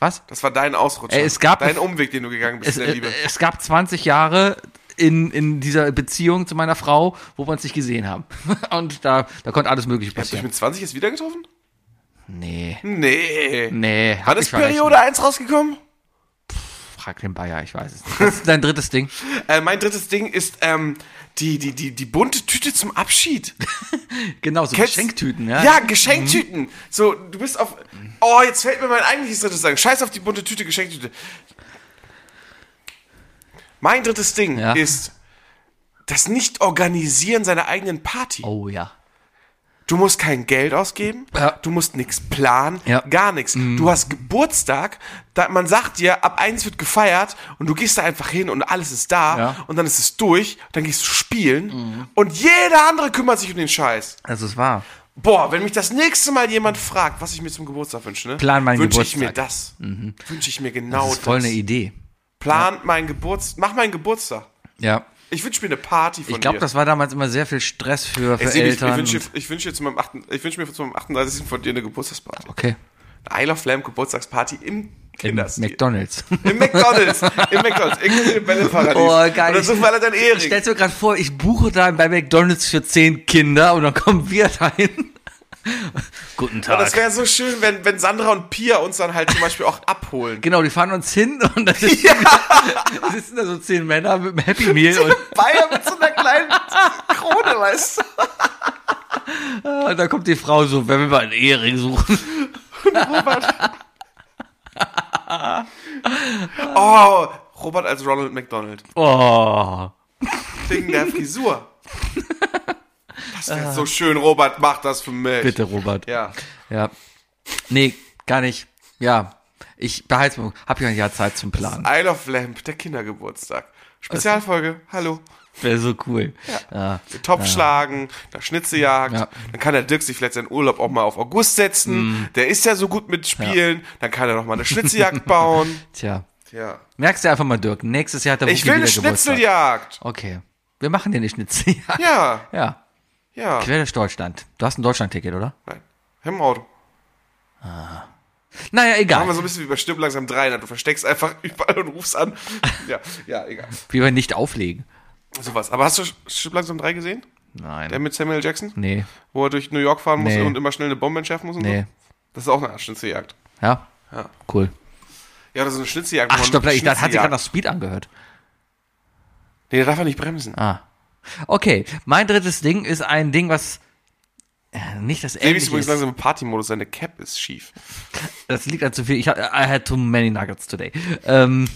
Speaker 3: Was?
Speaker 4: Das war dein Ausrutscher.
Speaker 3: Ey, es gab-
Speaker 4: dein Umweg, den du gegangen bist
Speaker 3: es,
Speaker 4: in der Liebe.
Speaker 3: es gab 20 Jahre in, in dieser Beziehung zu meiner Frau, wo wir uns nicht gesehen haben. Und da, da konnte alles Mögliche
Speaker 4: Hast du dich
Speaker 3: passieren.
Speaker 4: mit 20 jetzt wieder getroffen?
Speaker 3: Nee.
Speaker 4: Nee.
Speaker 3: Nee. Hm,
Speaker 4: Wann
Speaker 3: Hat
Speaker 4: ist Periode 1 rausgekommen?
Speaker 3: Frag den Bayer, ich weiß es nicht. Das ist dein drittes Ding.
Speaker 4: Äh, mein drittes Ding ist ähm, die, die, die, die bunte Tüte zum Abschied.
Speaker 3: Genau, so
Speaker 4: Kennst-
Speaker 3: Geschenktüten, ja. Mhm.
Speaker 4: Ja, Geschenktüten. So, du bist auf. Oh, jetzt fällt mir mein eigentliches drittes Ding. Scheiß auf die bunte Tüte, Geschenktüte. Mein drittes Ding
Speaker 3: Ja.
Speaker 4: ist das Nicht-Organisieren seiner eigenen Party.
Speaker 3: Oh ja.
Speaker 4: Du musst kein Geld ausgeben,
Speaker 3: Ja.
Speaker 4: du musst nichts planen,
Speaker 3: Ja. Mhm.
Speaker 4: gar nichts. Du hast Geburtstag, da, man sagt dir, ab eins wird gefeiert und du gehst da einfach hin und alles ist da
Speaker 3: Ja. Mhm.
Speaker 4: und dann ist es durch, dann gehst du spielen und jeder andere kümmert sich um den Scheiß.
Speaker 3: Also es war.
Speaker 4: Boah, wenn mich das nächste Mal jemand fragt, was ich mir zum Geburtstag wünsche, ne?
Speaker 3: Plan meinen
Speaker 4: wünsche ich
Speaker 3: Geburtstag. Mhm.
Speaker 4: mir das. Wünsche ich mir genau
Speaker 3: Das
Speaker 4: das.
Speaker 3: ist voll eine Idee.
Speaker 4: Plan meinen Geburtstag, mach meinen Geburtstag.
Speaker 3: Ja.
Speaker 4: Ich wünsche mir eine Party von
Speaker 3: Ich glaube,
Speaker 4: dir.
Speaker 3: das war damals immer sehr viel Stress für, für
Speaker 4: Ey, Sebi, ich, ich
Speaker 3: Eltern.
Speaker 4: wünsche
Speaker 3: und-
Speaker 4: ich wünsche mir zu meinem achten- ich wünsche mir zu meinem 38. von dir eine Geburtstagsparty.
Speaker 3: okay.
Speaker 4: Eine Isle of Lamb Geburtstagsparty im
Speaker 3: Im
Speaker 4: Kinderstil.
Speaker 3: McDonalds.
Speaker 4: Im McDonalds. Im McDonalds. Irgendwie im Bälleparadies.
Speaker 3: Oh, geil.
Speaker 4: Und dann suchen wir alle deinen
Speaker 3: Ich
Speaker 4: Ehering.
Speaker 3: stell's mir gerade vor, ich buche da bei McDonalds für zehn Kinder und dann kommen wir dahin. Guten Tag.
Speaker 4: Das wäre so schön, wenn, wenn Sandra und Pia uns dann halt zum Beispiel auch abholen.
Speaker 3: Genau, die fahren uns hin und dann sitzen, sitzen da so zehn Männer mit einem Happy Meal und,
Speaker 4: Bayer mit so einer kleinen Krone, weißt du?
Speaker 3: ah, und dann kommt die Frau so, wenn wir mal einen Ehering suchen.
Speaker 4: Oh, Robert als Ronald McDonald.
Speaker 3: Oh.
Speaker 4: Wegen der Frisur. Das wäre so schön, Robert, mach das für mich.
Speaker 3: Bitte, Robert.
Speaker 4: Ja.
Speaker 3: Ja. Nee, gar nicht. Ja. Ich behalte mir, hab ja ein Jahr Zeit zum Planen.
Speaker 4: Isle of Lamp, der Kindergeburtstag. Spezialfolge, hallo.
Speaker 3: Wäre so cool. Ja.
Speaker 4: Topf schlagen, da Schnitze jagt.
Speaker 3: Ja. Mhm.
Speaker 4: Dann kann der Dirk sich vielleicht seinen Urlaub auch mal auf August setzen. Der ist ja so gut mit Spielen. Dann kann er noch mal eine Schnitzejagd bauen.
Speaker 3: Tja.
Speaker 4: Tja.
Speaker 3: Merkst du einfach mal, Dirk, nächstes Jahr hat der
Speaker 4: Ich
Speaker 3: Wookie
Speaker 4: will eine
Speaker 3: wieder Geburtstag.
Speaker 4: Schnitzeljagd.
Speaker 3: Okay. Wir machen dir eine Schnitzel.
Speaker 4: Ja,
Speaker 3: ja.
Speaker 4: ja.
Speaker 3: Quer durch Deutschland. Du hast ein Deutschland-Ticket, oder?
Speaker 4: Nein. Im Auto.
Speaker 3: Naja, egal.
Speaker 4: Machen wir so ein bisschen wie bei Stirb langsam 300. Du versteckst einfach überall und rufst an. Ja, ja, egal.
Speaker 3: Wie wir nicht auflegen.
Speaker 4: Sowas. Aber hast du Stirb langsam 3 gesehen?
Speaker 3: Nein.
Speaker 4: Der mit Samuel L. Jackson?
Speaker 3: nee.
Speaker 4: Wo er durch New York fahren muss
Speaker 3: Nee.
Speaker 4: und immer schnell eine Bombe entschärfen muss und
Speaker 3: Nee.
Speaker 4: so? Das ist auch eine Art Schnitzeljagd.
Speaker 3: Ja?
Speaker 4: Ja.
Speaker 3: Cool.
Speaker 4: Ja, das ist eine Schnitzeljagd. wo
Speaker 3: Ach,
Speaker 4: man
Speaker 3: stopp, ich, das hat sich
Speaker 4: Schnitzeljagd-
Speaker 3: gerade nach Speed angehört.
Speaker 4: Nee, der darf er nicht bremsen.
Speaker 3: Ah. Okay, mein drittes Ding ist ein Ding, was Äh, Nicht das
Speaker 4: Sebi ist
Speaker 3: ähnliche.
Speaker 4: übrigens
Speaker 3: Ist.
Speaker 4: langsam im Partymodus, seine Cap ist schief.
Speaker 3: Das liegt an zu viel. Ich hab, I had too many nuggets today. Ähm,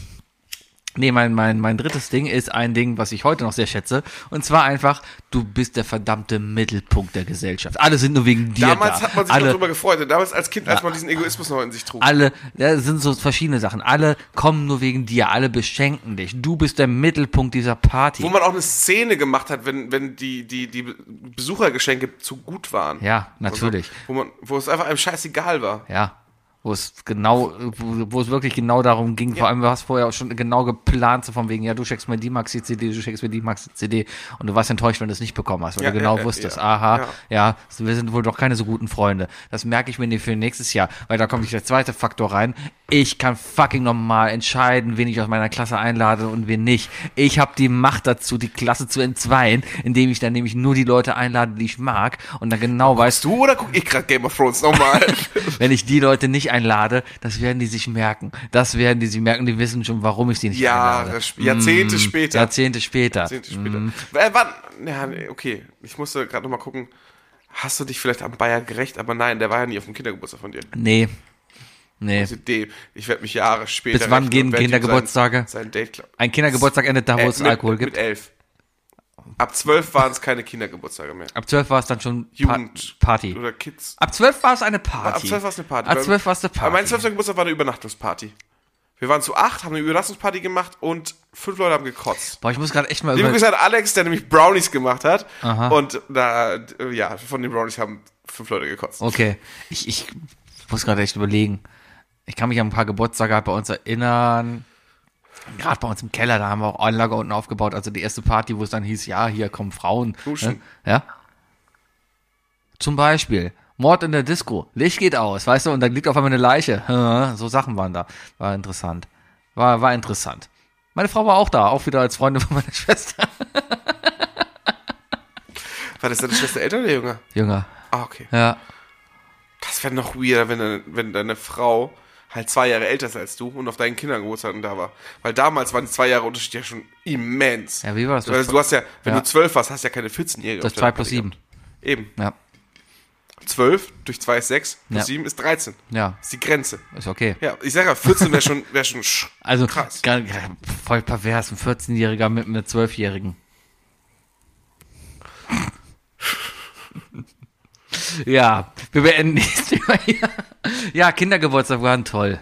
Speaker 3: nee, mein, mein, mein drittes Ding ist ein Ding, was ich heute noch sehr schätze. Und zwar einfach, du bist der verdammte Mittelpunkt der Gesellschaft. Alle sind nur wegen dir
Speaker 4: Damals
Speaker 3: da. Also
Speaker 4: hat man sich noch
Speaker 3: Alle
Speaker 4: drüber gefreut. denn Damals als Kind, als man diesen Egoismus noch in sich trug.
Speaker 3: Alle, das sind so verschiedene Sachen. Alle kommen nur wegen dir, alle beschenken dich. Du bist der Mittelpunkt dieser Party.
Speaker 4: Wo man auch eine Szene gemacht hat, wenn, wenn die, die, die Besuchergeschenke zu gut waren. Also,
Speaker 3: ja, natürlich.
Speaker 4: Wo, man, wo es einfach einem scheißegal war.
Speaker 3: Ja. Wo es genau, wo, wo es wirklich genau darum ging, vor allem du hast vorher auch schon genau geplant, so von wegen, ja, du schenkst mir die Maxi-CD, du schenkst mir die Maxi-CD und du warst enttäuscht, wenn du es nicht bekommen hast, weil
Speaker 4: Ja,
Speaker 3: du genau
Speaker 4: ja, ja,
Speaker 3: wusstest,
Speaker 4: ja.
Speaker 3: aha,
Speaker 4: Ja.
Speaker 3: ja. wir sind wohl doch keine so guten Freunde. Das merke ich mir nicht für nächstes Jahr, weil da kommt nicht der zweite Faktor rein. Ich kann fucking normal entscheiden, wen ich aus meiner Klasse einlade und wen nicht. Ich habe die Macht dazu, die Klasse zu entzweien, indem ich dann nämlich nur die Leute einlade, die ich mag und dann genau weiß,
Speaker 4: Du oder guck ich gerade Game of Thrones nochmal?
Speaker 3: wenn ich die Leute nicht einlade, das werden die sich merken. Das werden die sich merken, die wissen schon, warum ich Mm, die nicht
Speaker 4: Jahre,
Speaker 3: einlade.
Speaker 4: sp- Jahrzehnte später.
Speaker 3: Jahrzehnte später.
Speaker 4: Jahrzehnte später.
Speaker 3: mm.
Speaker 4: Äh, wann? Ja, nee, okay. Ich musste gerade nochmal gucken. Hast du dich vielleicht am Bayer gerecht? Aber nein, der war ja nie auf dem Kindergeburtstag von dir.
Speaker 3: Nee. Nee.
Speaker 4: Also dem, ich werde mich Jahre später.
Speaker 3: Bis wann
Speaker 4: rächen
Speaker 3: gehen
Speaker 4: und werd ihm
Speaker 3: Kindergeburtstage?
Speaker 4: Sein, sein Date, glaub,
Speaker 3: Ein Kindergeburtstag endet da, wo
Speaker 4: äh,
Speaker 3: es
Speaker 4: mit-
Speaker 3: Alkohol gibt.
Speaker 4: Mit elf. Ab zwölf waren es keine Kindergeburtstage mehr.
Speaker 3: Ab zwölf war es dann schon pa
Speaker 4: Jugend.
Speaker 3: Party.
Speaker 4: Oder Kids.
Speaker 3: Ab zwölf war es eine Party.
Speaker 4: Ab zwölf war es eine Party.
Speaker 3: Ab zwölf war es eine Party.
Speaker 4: Aber mein zwölfter Geburtstag war eine Übernachtungsparty. Wir waren zu acht, haben eine Übernachtungsparty gemacht und fünf Leute haben gekotzt.
Speaker 3: Boah, ich muss gerade echt mal
Speaker 4: Liebe
Speaker 3: über...
Speaker 4: Grüße an Alex, der nämlich Brownies gemacht hat. Und da, äh, ja, von den Brownies haben fünf Leute gekotzt.
Speaker 3: Okay. Ich, ich muss gerade echt überlegen. Ich kann mich an ein paar Geburtstage halt bei uns erinnern. Gerade bei uns im Keller, da haben wir auch Anlage unten aufgebaut. Also die erste Party, wo es dann hieß, ja, hier kommen Frauen.
Speaker 4: Duschen.
Speaker 3: Ne? Ja. Zum Beispiel. Mord in der Disco. Licht geht aus, weißt du, und dann liegt auf einmal eine Leiche. Hm, So Sachen waren da. War interessant. War, war interessant. Meine Frau war auch da, auch wieder als Freundin von meiner Schwester.
Speaker 4: War das deine Schwester älter oder jünger?
Speaker 3: Jünger.
Speaker 4: Ah, okay.
Speaker 3: Ja.
Speaker 4: Das wäre noch weirder, wenn deine, wenn deine Frau halt zwei Jahre älter ist als du und auf deinen Kindergeburtstagen da war. Weil damals waren die zwei Jahre Unterschied ja schon immens.
Speaker 3: Ja, wie war das?
Speaker 4: Weil du hast ja, wenn
Speaker 3: Ja.
Speaker 4: du zwölf warst, hast du ja keine 14-Jährige.
Speaker 3: Das
Speaker 4: auf deiner
Speaker 3: 2 plus
Speaker 4: Party
Speaker 3: 7.
Speaker 4: gehabt. Eben.
Speaker 3: Ja.
Speaker 4: 12 durch 2 ist 6, plus
Speaker 3: Ja.
Speaker 4: 7 ist 13.
Speaker 3: Ja,
Speaker 4: Ist die Grenze.
Speaker 3: ist okay.
Speaker 4: Ja, ich sage ja, 14 wäre schon, wär schon sch
Speaker 3: Also
Speaker 4: Krass.
Speaker 3: Gar, gar, voll pervers, ein 14-Jähriger mit einem 12-Jährigen. ja, wir beenden dieses Thema hier. Ja, Kindergeburtstag waren toll.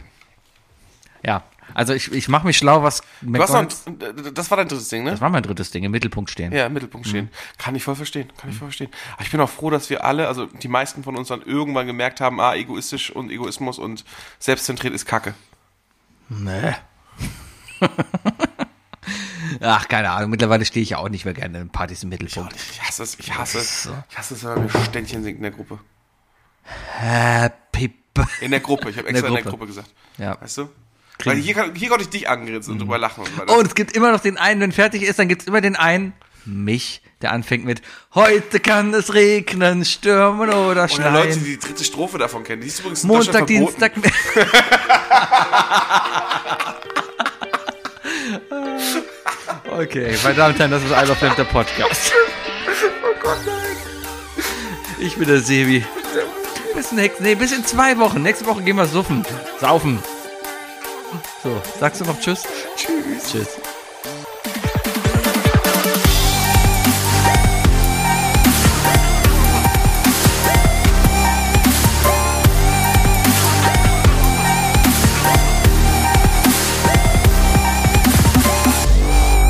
Speaker 3: Ja, also ich, ich mache mich schlau, was
Speaker 4: Du hast
Speaker 3: McDonald's.
Speaker 4: noch ein, das war dein drittes Ding, ne?
Speaker 3: Das war Mhm. mein drittes Ding, im Mittelpunkt stehen.
Speaker 4: Ja, im Mittelpunkt stehen. Kann ich voll verstehen, kann
Speaker 3: Mhm.
Speaker 4: ich voll verstehen. Aber ich bin auch froh, dass wir alle, also die meisten von uns dann irgendwann gemerkt haben, ah, egoistisch und Egoismus und selbstzentriert ist Kacke.
Speaker 3: Nee. Ach, keine Ahnung, mittlerweile stehe ich ja auch nicht mehr gerne in Partys im Mittelpunkt.
Speaker 4: Ich hasse es, ich hasse es. Ich hasse es, wenn man mir Ständchen singt in der Gruppe.
Speaker 3: Happy Birthday.
Speaker 4: In der Gruppe, ich habe
Speaker 3: der
Speaker 4: extra in der
Speaker 3: Gruppe.
Speaker 4: Gruppe gesagt.
Speaker 3: Ja.
Speaker 4: Weißt du? Weil hier, kann, hier konnte ich dich angrinsen
Speaker 3: Mhm.
Speaker 4: und drüber lachen. Und
Speaker 3: Und Oh, es gibt immer noch den einen, wenn fertig ist, dann gibt es immer den einen, mich, der anfängt mit Heute kann es regnen, stürmen oder
Speaker 4: und Leute,
Speaker 3: schneien.
Speaker 4: die die dritte Strophe davon kennen, die ist übrigens in
Speaker 3: Montag,
Speaker 4: Deutschland verboten.
Speaker 3: Dienstag. okay, meine Damen und Herren, das ist Isle of Lamp, der Podcast.
Speaker 4: Oh
Speaker 3: Ich bin der Sebi. Bis, nächst, nee, bis in zwei Wochen. Nächste Woche gehen wir suffen. Saufen. So, sagst du noch Tschüss? Tschüss. Tschüss.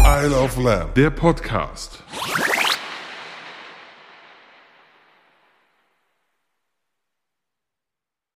Speaker 5: Isle of Lamb, der Podcast.